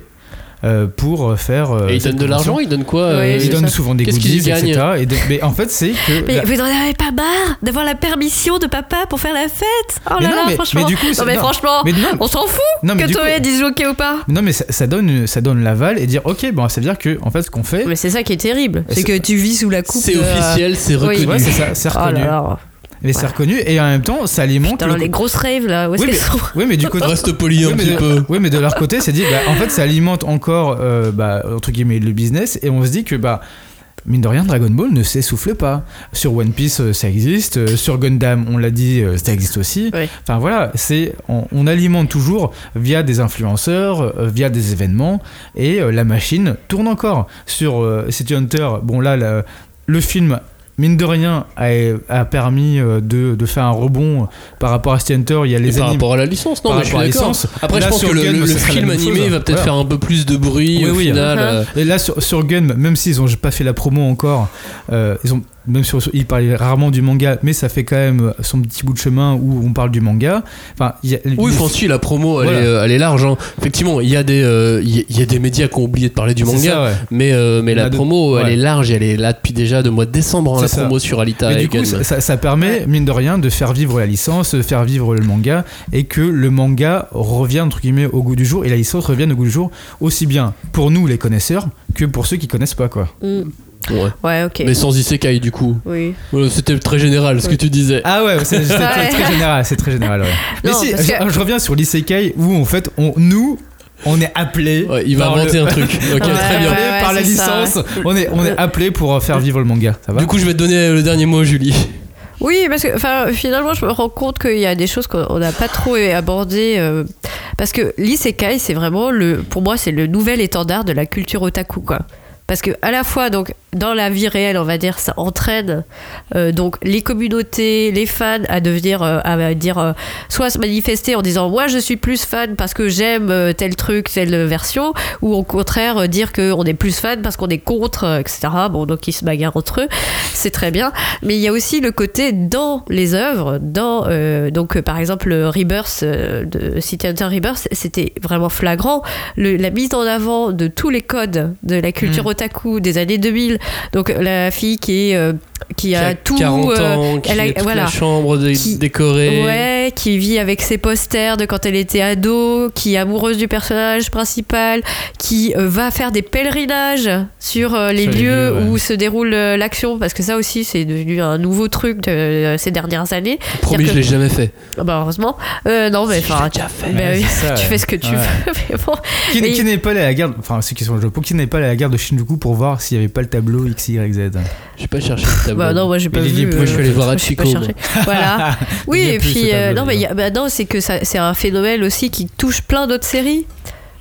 B: euh, pour faire. euh,
A: Et il
B: cette
A: donne de
B: convention.
A: l'argent, il donne quoi
C: Oui,
A: euh,
C: c'est
B: Ils donnent
C: ça.
B: souvent des
A: Qu'est-ce qu'ils y
B: goodies, etc.
A: gagnent
B: Et de- mais en fait, c'est que.
C: Mais
B: la-
C: vous n'en avez pas marre d'avoir la permission de papa pour faire la fête Oh là
B: non,
C: là,
B: mais-
C: franchement.
B: mais du coup,
C: non,
B: c'est-
C: mais
B: non.
C: franchement,
B: mais non,
C: [LAUGHS] on s'en fout
B: non, mais
C: que
B: du coup-
C: Toei dise ok ou pas.
B: Non, mais ça, ça donne, ça donne l'aval et dire ok, bon, ça veut dire que en fait, ce qu'on fait,
C: Mais c'est ça qui est terrible,
B: Et
C: c'est
B: c'est-
C: que tu vis sous la coupe.
A: C'est
C: de-
A: officiel, c'est
C: oui.
A: reconnu.
B: ouais, c'est ça, c'est
C: Oh là
B: reconnu.
C: là.
B: mais c'est reconnu et en même temps, ça alimente.
C: Putain,
B: le-
C: les grosses rêves là, où est-ce [LAUGHS]
B: oui, mais,
C: qu'elles sont
B: oui, mais du côté.
A: Reste poli
B: Oui
A: un
B: mais,
A: petit
B: de,
A: peu.
B: oui, mais de leur côté, c'est dit, bah, en fait, ça alimente encore, euh, bah, entre guillemets, le business, et on se dit que, bah, mine de rien, Dragon Ball ne s'essouffle pas. Sur One Piece, euh, ça existe, euh, sur Gundam, on l'a dit, euh, ça existe aussi.
C: Oui.
B: Enfin voilà, c'est on, on alimente toujours via des influenceurs, euh, via des événements, et euh, la machine tourne encore. Sur euh, City Hunter, bon là, la- le film, mine de rien, a, a permis euh, de, de faire un rebond par rapport à City Hunter. Il y a
A: Et
B: les
A: par
B: animes.
A: rapport à la licence, non,
B: par
A: mais je suis
B: rapport à la
A: d'accord.
B: licence.
A: Après,
B: Là,
A: je pense que
B: sur
A: le,
B: Gun,
A: le- le
B: ça serait la
A: film
B: même
A: animé
B: chose.
A: va peut-être
B: Voilà.
A: faire un peu plus de bruit
B: Oui,
A: au
B: oui.
A: final.
C: Uh-huh.
A: euh,
B: Et là sur, sur Gun, même s'ils ont pas fait la promo encore, euh, ils ont même sur, sur- ils parlaient rarement du manga, mais ça fait quand même son petit bout de chemin où on parle du manga. Enfin, il y a-
A: Oui,
B: les-
A: enfin, si, la promo, elle,
B: Voilà.
A: est, euh, elle est large. hein. Effectivement, il y, a des, euh, il y a- il y a des médias qui ont oublié de parler du
B: c'est
A: manga,
B: ça, ouais.
A: mais, euh, mais
B: Il y en
A: la
B: a de-
A: promo, elle
B: ouais.
A: est large, et elle est là depuis déjà de mois de décembre, hein,
B: C'est
A: la
B: ça.
A: promo sur Alita
B: Mais
A: et
B: du coup,
A: Gun.
B: ça, ça- ça permet, mine de rien, de faire vivre la licence, de faire vivre le manga, et que le manga revienne, entre guillemets, au goût du jour, et la licence revienne au goût du jour, aussi bien pour nous, les connaisseurs, que pour ceux qui connaissent pas, quoi.
C: Mm.
A: Ouais.
C: Ouais, ok.
A: Mais sans isekai du coup.
C: Oui.
A: Voilà, C'était très général ce que tu disais.
B: Ah ouais, c'est c'est
C: Ouais.
B: très, très général, c'est très général. ouais. Mais
C: Non,
B: si,
C: parce
B: je,
C: que-
B: je reviens sur l'isekai où en fait, on, nous, on est appelés.
A: Ouais, il va
B: par
A: inventer
B: le-
A: un
C: [LAUGHS]
A: truc. Ok,
C: Ah, Ouais,
A: très bien.
B: appelés
C: ouais,
B: par la
C: c'est ça,
B: licence, on est, on est appelés pour euh, faire vivre le manga, ça va
A: Du coup, je vais te donner le dernier mot, Julie.
C: Oui, parce que enfin, finalement, je me rends compte qu'il y a des choses qu'on on n'a pas trop abordées. euh, parce que l'isekai, c'est vraiment, le, pour moi, c'est le nouvel étendard de la culture otaku, quoi. Parce que à la fois, donc, dans la vie réelle, on va dire, ça entraîne euh, donc les communautés, les fans à devenir, euh, à dire, euh, soit se manifester en disant, moi, je suis plus fan parce que j'aime euh, tel truc, telle version, ou au contraire euh, dire qu'on est plus fan parce qu'on est contre, euh, etc. Bon, donc ils se bagarrent entre eux, c'est très bien. Mais il y a aussi le côté dans les œuvres, dans euh, donc euh, par exemple le Rebirth euh, de City Hunter Rebirth, c'était vraiment flagrant. Le- la mise en avant de tous les codes de la culture otaku des années 2000. Donc la fille qui est euh, qui a, tout
A: 40
C: euh,
A: ans, qui
C: elle a-
A: a toute
C: voilà.
A: la chambre dé-
C: Qui-
A: décorée.
C: Ouais, qui vit avec ses posters de quand elle était ado, qui est amoureuse du personnage principal, qui euh, va faire des pèlerinages sur euh, les
B: Sur les
C: lieux
B: lieux, ouais.
C: où se déroule euh, l'action, parce que ça aussi c'est devenu un nouveau truc de euh, ces dernières années.
A: Promis,
C: C'est-à-dire
A: je l'ai jamais fait.
C: Ah Bah heureusement. Euh, non mais enfin,
B: Ouais,
C: bah oui,
B: c'est ça,
C: [LAUGHS] tu
B: ouais.
C: fais ce que tu
B: Ouais.
C: veux, mais bon.
B: Qui,
C: Mais-
B: qui n'est pas allé à la gare, enfin ceux qui sont au Japon, qui n'est pas allé à la gare de Shinjuku pour voir s'il n'y avait pas le tableau XYZ
A: J'ai pas cherché le tableau.
C: Bah non, moi j'ai pas
B: Mais Lily
C: vu. euh,
B: Pou,
A: je suis allé voir à
C: je suis pas
A: Chico,
C: cherchée. Voilà. Oui,
B: Il y a
C: et
B: plus ce
C: puis euh,
B: tableau,
C: non, mais il y a- bah non, c'est que ça, c'est un phénomène aussi qui touche plein d'autres séries.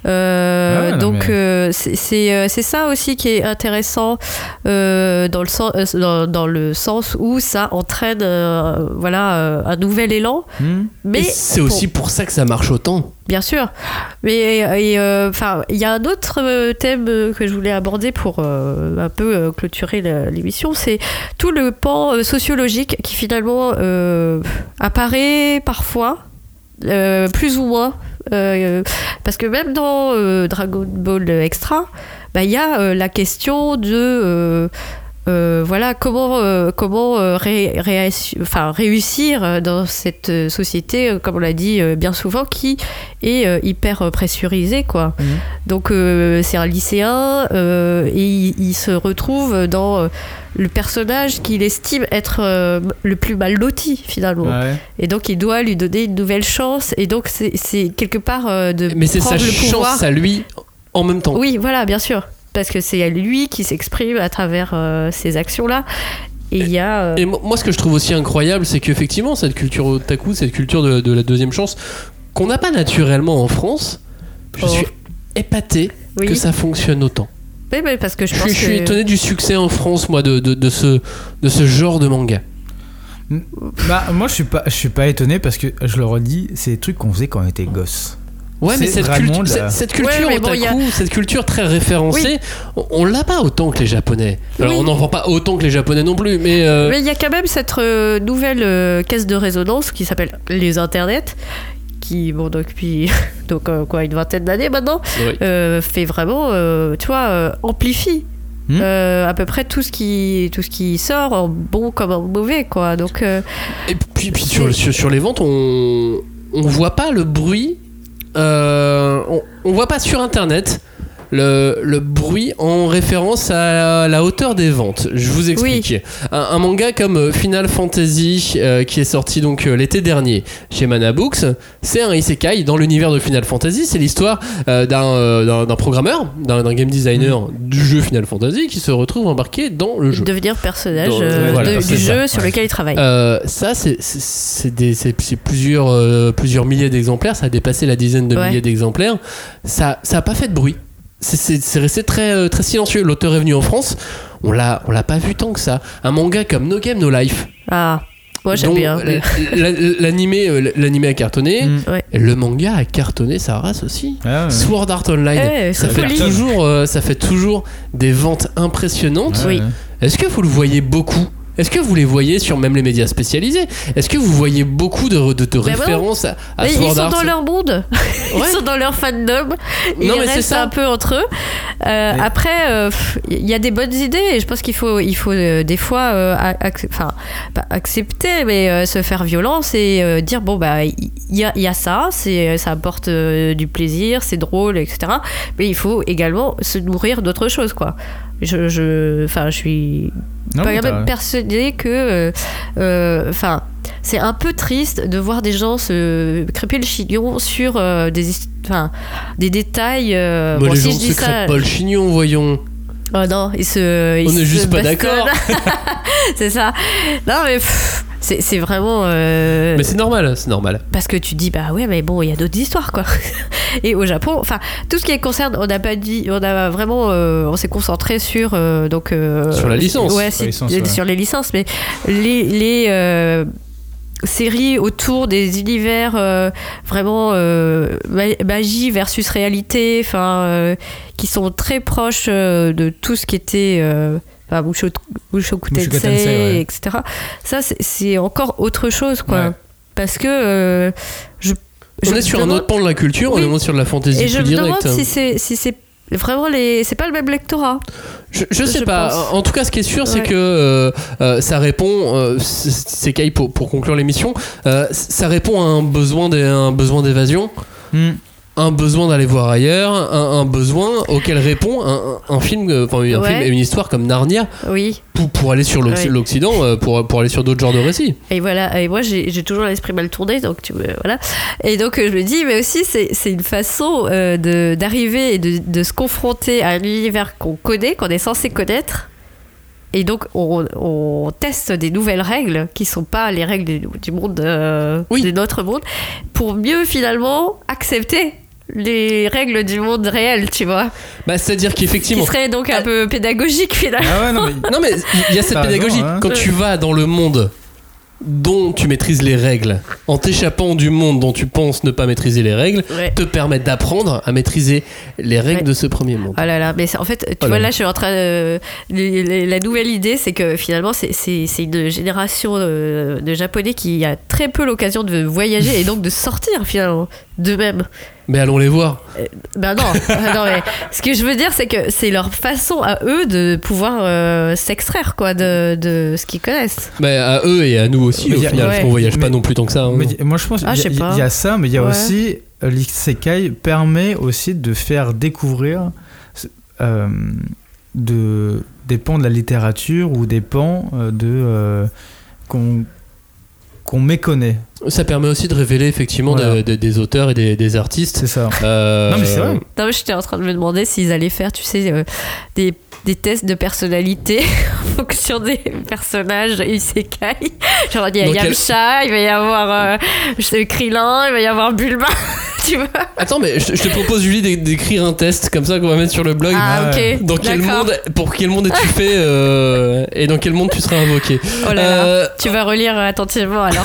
C: Euh,
B: Ah, non,
C: donc
B: mais-
C: euh, c'est- c'est euh, c'est ça aussi qui est intéressant euh, dans le sens euh, dans, dans le sens où ça entraîne euh, voilà euh, un nouvel élan
B: Hmm
A: Et
C: mais
A: c'est
C: pour-
A: aussi pour ça que ça marche autant.
C: Bien sûr. Mais et, euh, enfin, il y a un autre euh, thème euh, que je voulais aborder pour euh, un peu euh, clôturer la- l'émission, c'est tout le pan euh, sociologique qui finalement euh, apparaît parfois, euh, plus ou moins. euh, parce que même dans euh, Dragon Ball Extra, bah, il y a euh, la question de... euh, euh, voilà comment euh, comment euh, ré- réassu- enfin, réussir euh, dans cette euh, société euh, comme on l'a dit euh, bien souvent qui est euh, hyper euh, pressurisée quoi
B: Mhm.
C: donc euh, c'est un lycéen euh, et il, il se retrouve dans euh, le personnage qu'il estime être euh, le plus mal loti finalement
B: Ouais.
C: et donc il doit lui donner une nouvelle chance et donc c'est- c'est quelque part euh, de
A: Mais c'est sa
C: prendre le pouvoir
A: chance à lui en même temps.
C: oui, voilà, bien sûr. Parce que c'est lui qui s'exprime à travers euh, ces actions-là. Et il y a. euh,
A: Et mo- moi, ce que je trouve aussi incroyable, c'est qu'effectivement, cette culture otaku, cette culture de, de la deuxième chance, qu'on n'a pas naturellement en France, je
C: Oh.
A: suis épaté
C: oui,
A: que ça fonctionne autant.
C: Oui, mais parce que je
A: Je,
C: pense
A: suis- je suis
C: que-
A: étonné du succès en France, moi, de, de- de ce, de ce genre de manga.
B: Bah moi je suis pas je suis pas étonné parce que je le redis, c'est des trucs qu'on faisait quand on était gosse.
A: Ouais,
B: C'est
A: mais cette,
B: vraiment
A: cultu-
B: de la-
A: cette- cette culture
C: Ouais, mais bon,
A: otaku,
C: il y a-
A: cette culture très référencée, on, on l'a pas autant que les Japonais. Alors,
C: Oui.
A: on n'en vend pas autant que les Japonais non plus, mais. euh,
C: Mais il y a quand même cette euh, nouvelle euh, caisse de résonance qui s'appelle les internets, qui, bon, donc, depuis [LAUGHS] donc, euh, quoi, une vingtaine d'années maintenant,
A: oui.
C: euh, fait vraiment, euh, tu vois, euh, amplifie.
B: Hmm.
C: euh, à peu près tout ce qui tout ce qui sort en bon comme en mauvais quoi donc euh,
A: Et puis, puis sur, sur, sur les ventes, on, on voit pas le bruit. euh, on, on voit pas sur internet le, le bruit en référence à la hauteur des ventes. Je vous explique. Un, un manga comme euh, Final Fantasy euh, qui est sorti donc euh, l'été dernier chez Mana Books, c'est un isekai dans l'univers de Final Fantasy. C'est l'histoire euh, d'un, euh, d'un- d'un programmeur, d'un, d'un game designer du jeu Final Fantasy qui se retrouve embarqué dans le jeu.
C: devenir personnage
A: Dans-
C: euh,
A: voilà,
C: de- du
B: personnage,
C: jeu
B: ouais.
C: sur lequel il travaille
A: Euh, ça, c'est- c'est c'est des- c'est- c'est plusieurs, euh, plusieurs milliers d'exemplaires. Ça a dépassé la dizaine de
C: Ouais.
A: milliers d'exemplaires. Ça ça a pas fait de bruit. C'est- C'est c'est resté très, euh, très silencieux. L'auteur est venu en France. On l'a on l'a pas vu tant que ça. Un manga comme No Game No Life.
C: ah moi j'aime
A: dont
C: bien mais-
A: l- l- L'animé euh, l'animé a cartonné.
B: Mm.
C: Ouais.
A: Et Le manga a cartonné sa race aussi.
B: Ah, ouais.
A: Sword Art Online.
C: Eh,
A: ça,
C: c'est
A: fait
B: folie.
A: toujours, euh, ça fait toujours des ventes impressionnantes.
B: Ouais,
C: Oui.
B: ouais.
A: Est-ce que vous le voyez beaucoup Est-ce que vous les voyez sur même les médias spécialisés Est-ce que vous voyez beaucoup de, de, de
C: Bah ouais.
A: références à, à
C: Mais ils
A: Sword
C: sont
A: Art
C: dans leur monde, [LAUGHS] ils
A: Ouais.
C: sont dans leur fandom, ils
A: Non, mais c'est
C: restent
A: ça.
C: un peu entre eux. Euh,
B: Mais-
C: Après, euh, pff, il y a des bonnes idées et je pense qu'il faut, il faut euh, des fois euh, ac- ac- enfin, pas accepter, mais euh, se faire violence et euh, dire bon, bah, il y, a- il y a ça, c'est- ça apporte euh, du plaisir, c'est drôle, etc. Mais il faut également se nourrir d'autres choses, quoi. Je, je, enfin, je suis
A: Ah
B: Non,
C: par
B: mais
C: exemple,
B: t'as-
C: persuadée que. euh, Enfin. c'est un peu triste de voir des gens se crêper le chignon sur euh, des, his- enfin, des détails. euh,
A: Bah,
C: bon,
A: les
C: si
A: gens
C: je
A: ne se
C: dis ça, euh,
A: crêpent pas le chignon, voyons.
C: Oh non, ils se. ils
A: On n'est
C: se
A: juste pas
C: bastonnent.
A: d'accord.
C: [LAUGHS] c'est ça. Non, mais pff, c'est c'est vraiment. euh,
A: Mais c'est normal, c'est normal.
C: parce que tu te dis bah ouais mais bon il y a d'autres histoires quoi [LAUGHS] et au Japon enfin tout ce qui concerne on n'a pas dit on a vraiment euh, on s'est concentré sur euh, donc euh,
A: Sur la licence.
B: Sur la
C: ouais, si-
B: licence, ouais.
C: sur les licences mais les, les euh, séries autour des univers euh, vraiment euh, ma- magie versus réalité enfin euh, qui sont très proches euh, de tout ce qui était euh, enfin, Musho- Mushoku
B: Mushoku
C: Tensei,
B: Tensei, ouais.
C: etc ça c'est- c'est encore autre chose quoi
B: Ouais.
C: parce que euh, je, je
A: on
C: me
A: est sur un
C: demande-
A: autre hein. pan de la culture,
C: Oui.
A: on est moins sur de la fantaisie
C: et
A: plus
C: je me
A: directe.
C: demande si c'est si c'est vraiment les c'est pas le même lectorat
A: Je, je sais
C: Je
A: pas.
C: pense.
A: En tout cas, ce qui est sûr, c'est
C: Ouais.
A: que euh, euh, ça répond. euh, c- c'est Kai pour, pour conclure l'émission. euh, ça répond à un besoin d'é- un besoin d'évasion,
B: Hmm.
A: un besoin d'aller voir ailleurs, un, un besoin auquel répond un, un- un film, euh, enfin un
C: Ouais.
A: film et une histoire comme Narnia
C: oui
A: pour, pour aller sur l'Occ-
C: Ouais.
A: l'Occident, euh, pour pour aller sur d'autres genres de récits.
C: et voilà et moi j'ai j'ai toujours l'esprit mal tourné donc tu me- voilà et donc euh, je me dis mais aussi c'est c'est une façon euh, de d'arriver et de, de se confronter à un univers qu'on connaît qu'on est censé connaître et donc on, on teste des nouvelles règles qui sont pas les règles du, du monde euh,
A: Oui.
C: de notre monde pour mieux finalement accepter les règles du monde réel tu vois
A: Bah, c'est-à-dire
C: qui
A: qu'effectivement.
C: serait donc un peu pédagogique finalement.
B: Ah ouais, non, mais
A: Non mais il y a cette
B: T'as raison,
A: pédagogie.
B: hein.
A: Quand tu vas dans le monde dont tu maîtrises les règles, en t'échappant du monde dont tu penses ne pas maîtriser les règles,
C: Ouais.
A: te permettent d'apprendre à maîtriser les règles
C: Ouais.
A: de ce premier monde.
C: Oh là là, mais c'est- en fait, tu
A: là
C: vois,
A: là.
C: là, je suis en train de. les- les- la nouvelle idée, c'est que finalement, c'est- c'est c'est une génération euh, de Japonais qui a très peu l'occasion de voyager et donc de sortir finalement d'eux-mêmes.
A: Mais allons les voir.
C: Ben non, [LAUGHS] ben non, mais ce que je veux dire, c'est que c'est leur façon à eux de pouvoir euh, s'extraire, quoi, de, de ce qu'ils connaissent.
A: Mais à eux et à nous aussi,
B: Mais
A: au
B: y a-
A: final, parce
C: ouais.
A: qu'on voyage pas
B: Mais-
A: non plus tant que ça. hein.
B: Mais y- moi, je pense qu'il
C: Ah,
B: y,
C: je sais
B: a-
C: pas.
B: il y a ça, mais il y a
C: Ouais.
B: aussi euh, l'isekai permet aussi de faire découvrir euh, de, des pans de la littérature ou des pans euh, de euh, qu'on qu'on méconnaît.
A: Ça permet aussi de révéler effectivement de-
B: Voilà.
A: de- des auteurs et des, des artistes.
B: C'est ça.
A: Euh,
B: Non, mais c'est vrai.
C: Non, mais j'étais en train de me demander s'ils allaient faire, tu sais, euh, des, des tests de personnalité [LAUGHS] en fonction des personnages isekai. Genre, il y a
A: Dans quel-
C: Yamcha, il va y avoir euh, je sais, Krillin, il va y avoir Bulma, [LAUGHS] tu vois.
A: Attends, mais je, je te propose, Julie, d'é- d'écrire un test comme ça qu'on va mettre sur le blog.
C: Ah,
B: ouais.
C: ok.
A: Dans quel
C: D'accord.
A: monde, pour quel monde es-tu fait euh, et dans quel monde tu seras invoqué
C: [LAUGHS] Oh là là.
A: Euh,
C: Tu vas relire attentivement alors.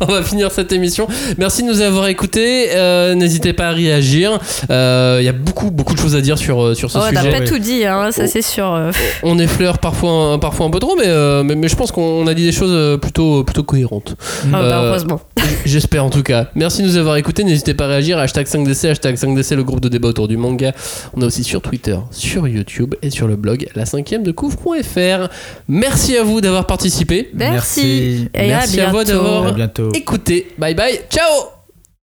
A: On va finir cette émission. Merci de nous avoir écoutés. Euh, N'hésitez pas à réagir. Euh, Il y a beaucoup, beaucoup de choses à dire sur, euh, sur ce
C: Oh, on n'a
A: sujet. Oh.
C: pas tout dit, hein, ça c'est sûr. euh.
A: On effleure parfois, un- parfois un peu trop, mais, euh, mais, mais je pense qu'on a dit des choses euh, plutôt, plutôt cohérentes.
C: Ah, bah,
A: Euh,
C: heureusement.
A: [LAUGHS] J'espère en tout cas. Merci de nous avoir écoutés. N'hésitez pas à réagir. Hashtag 5DC, hashtag 5DC, le groupe de débat autour du manga. On est aussi sur Twitter, sur YouTube et sur le blog la 5 de couvre.fr. Merci à vous d'avoir participé.
C: Merci. Et
A: Merci à vous
C: bientôt.
A: d'avoir-
B: À bientôt.
A: Écoutez, bye bye, ciao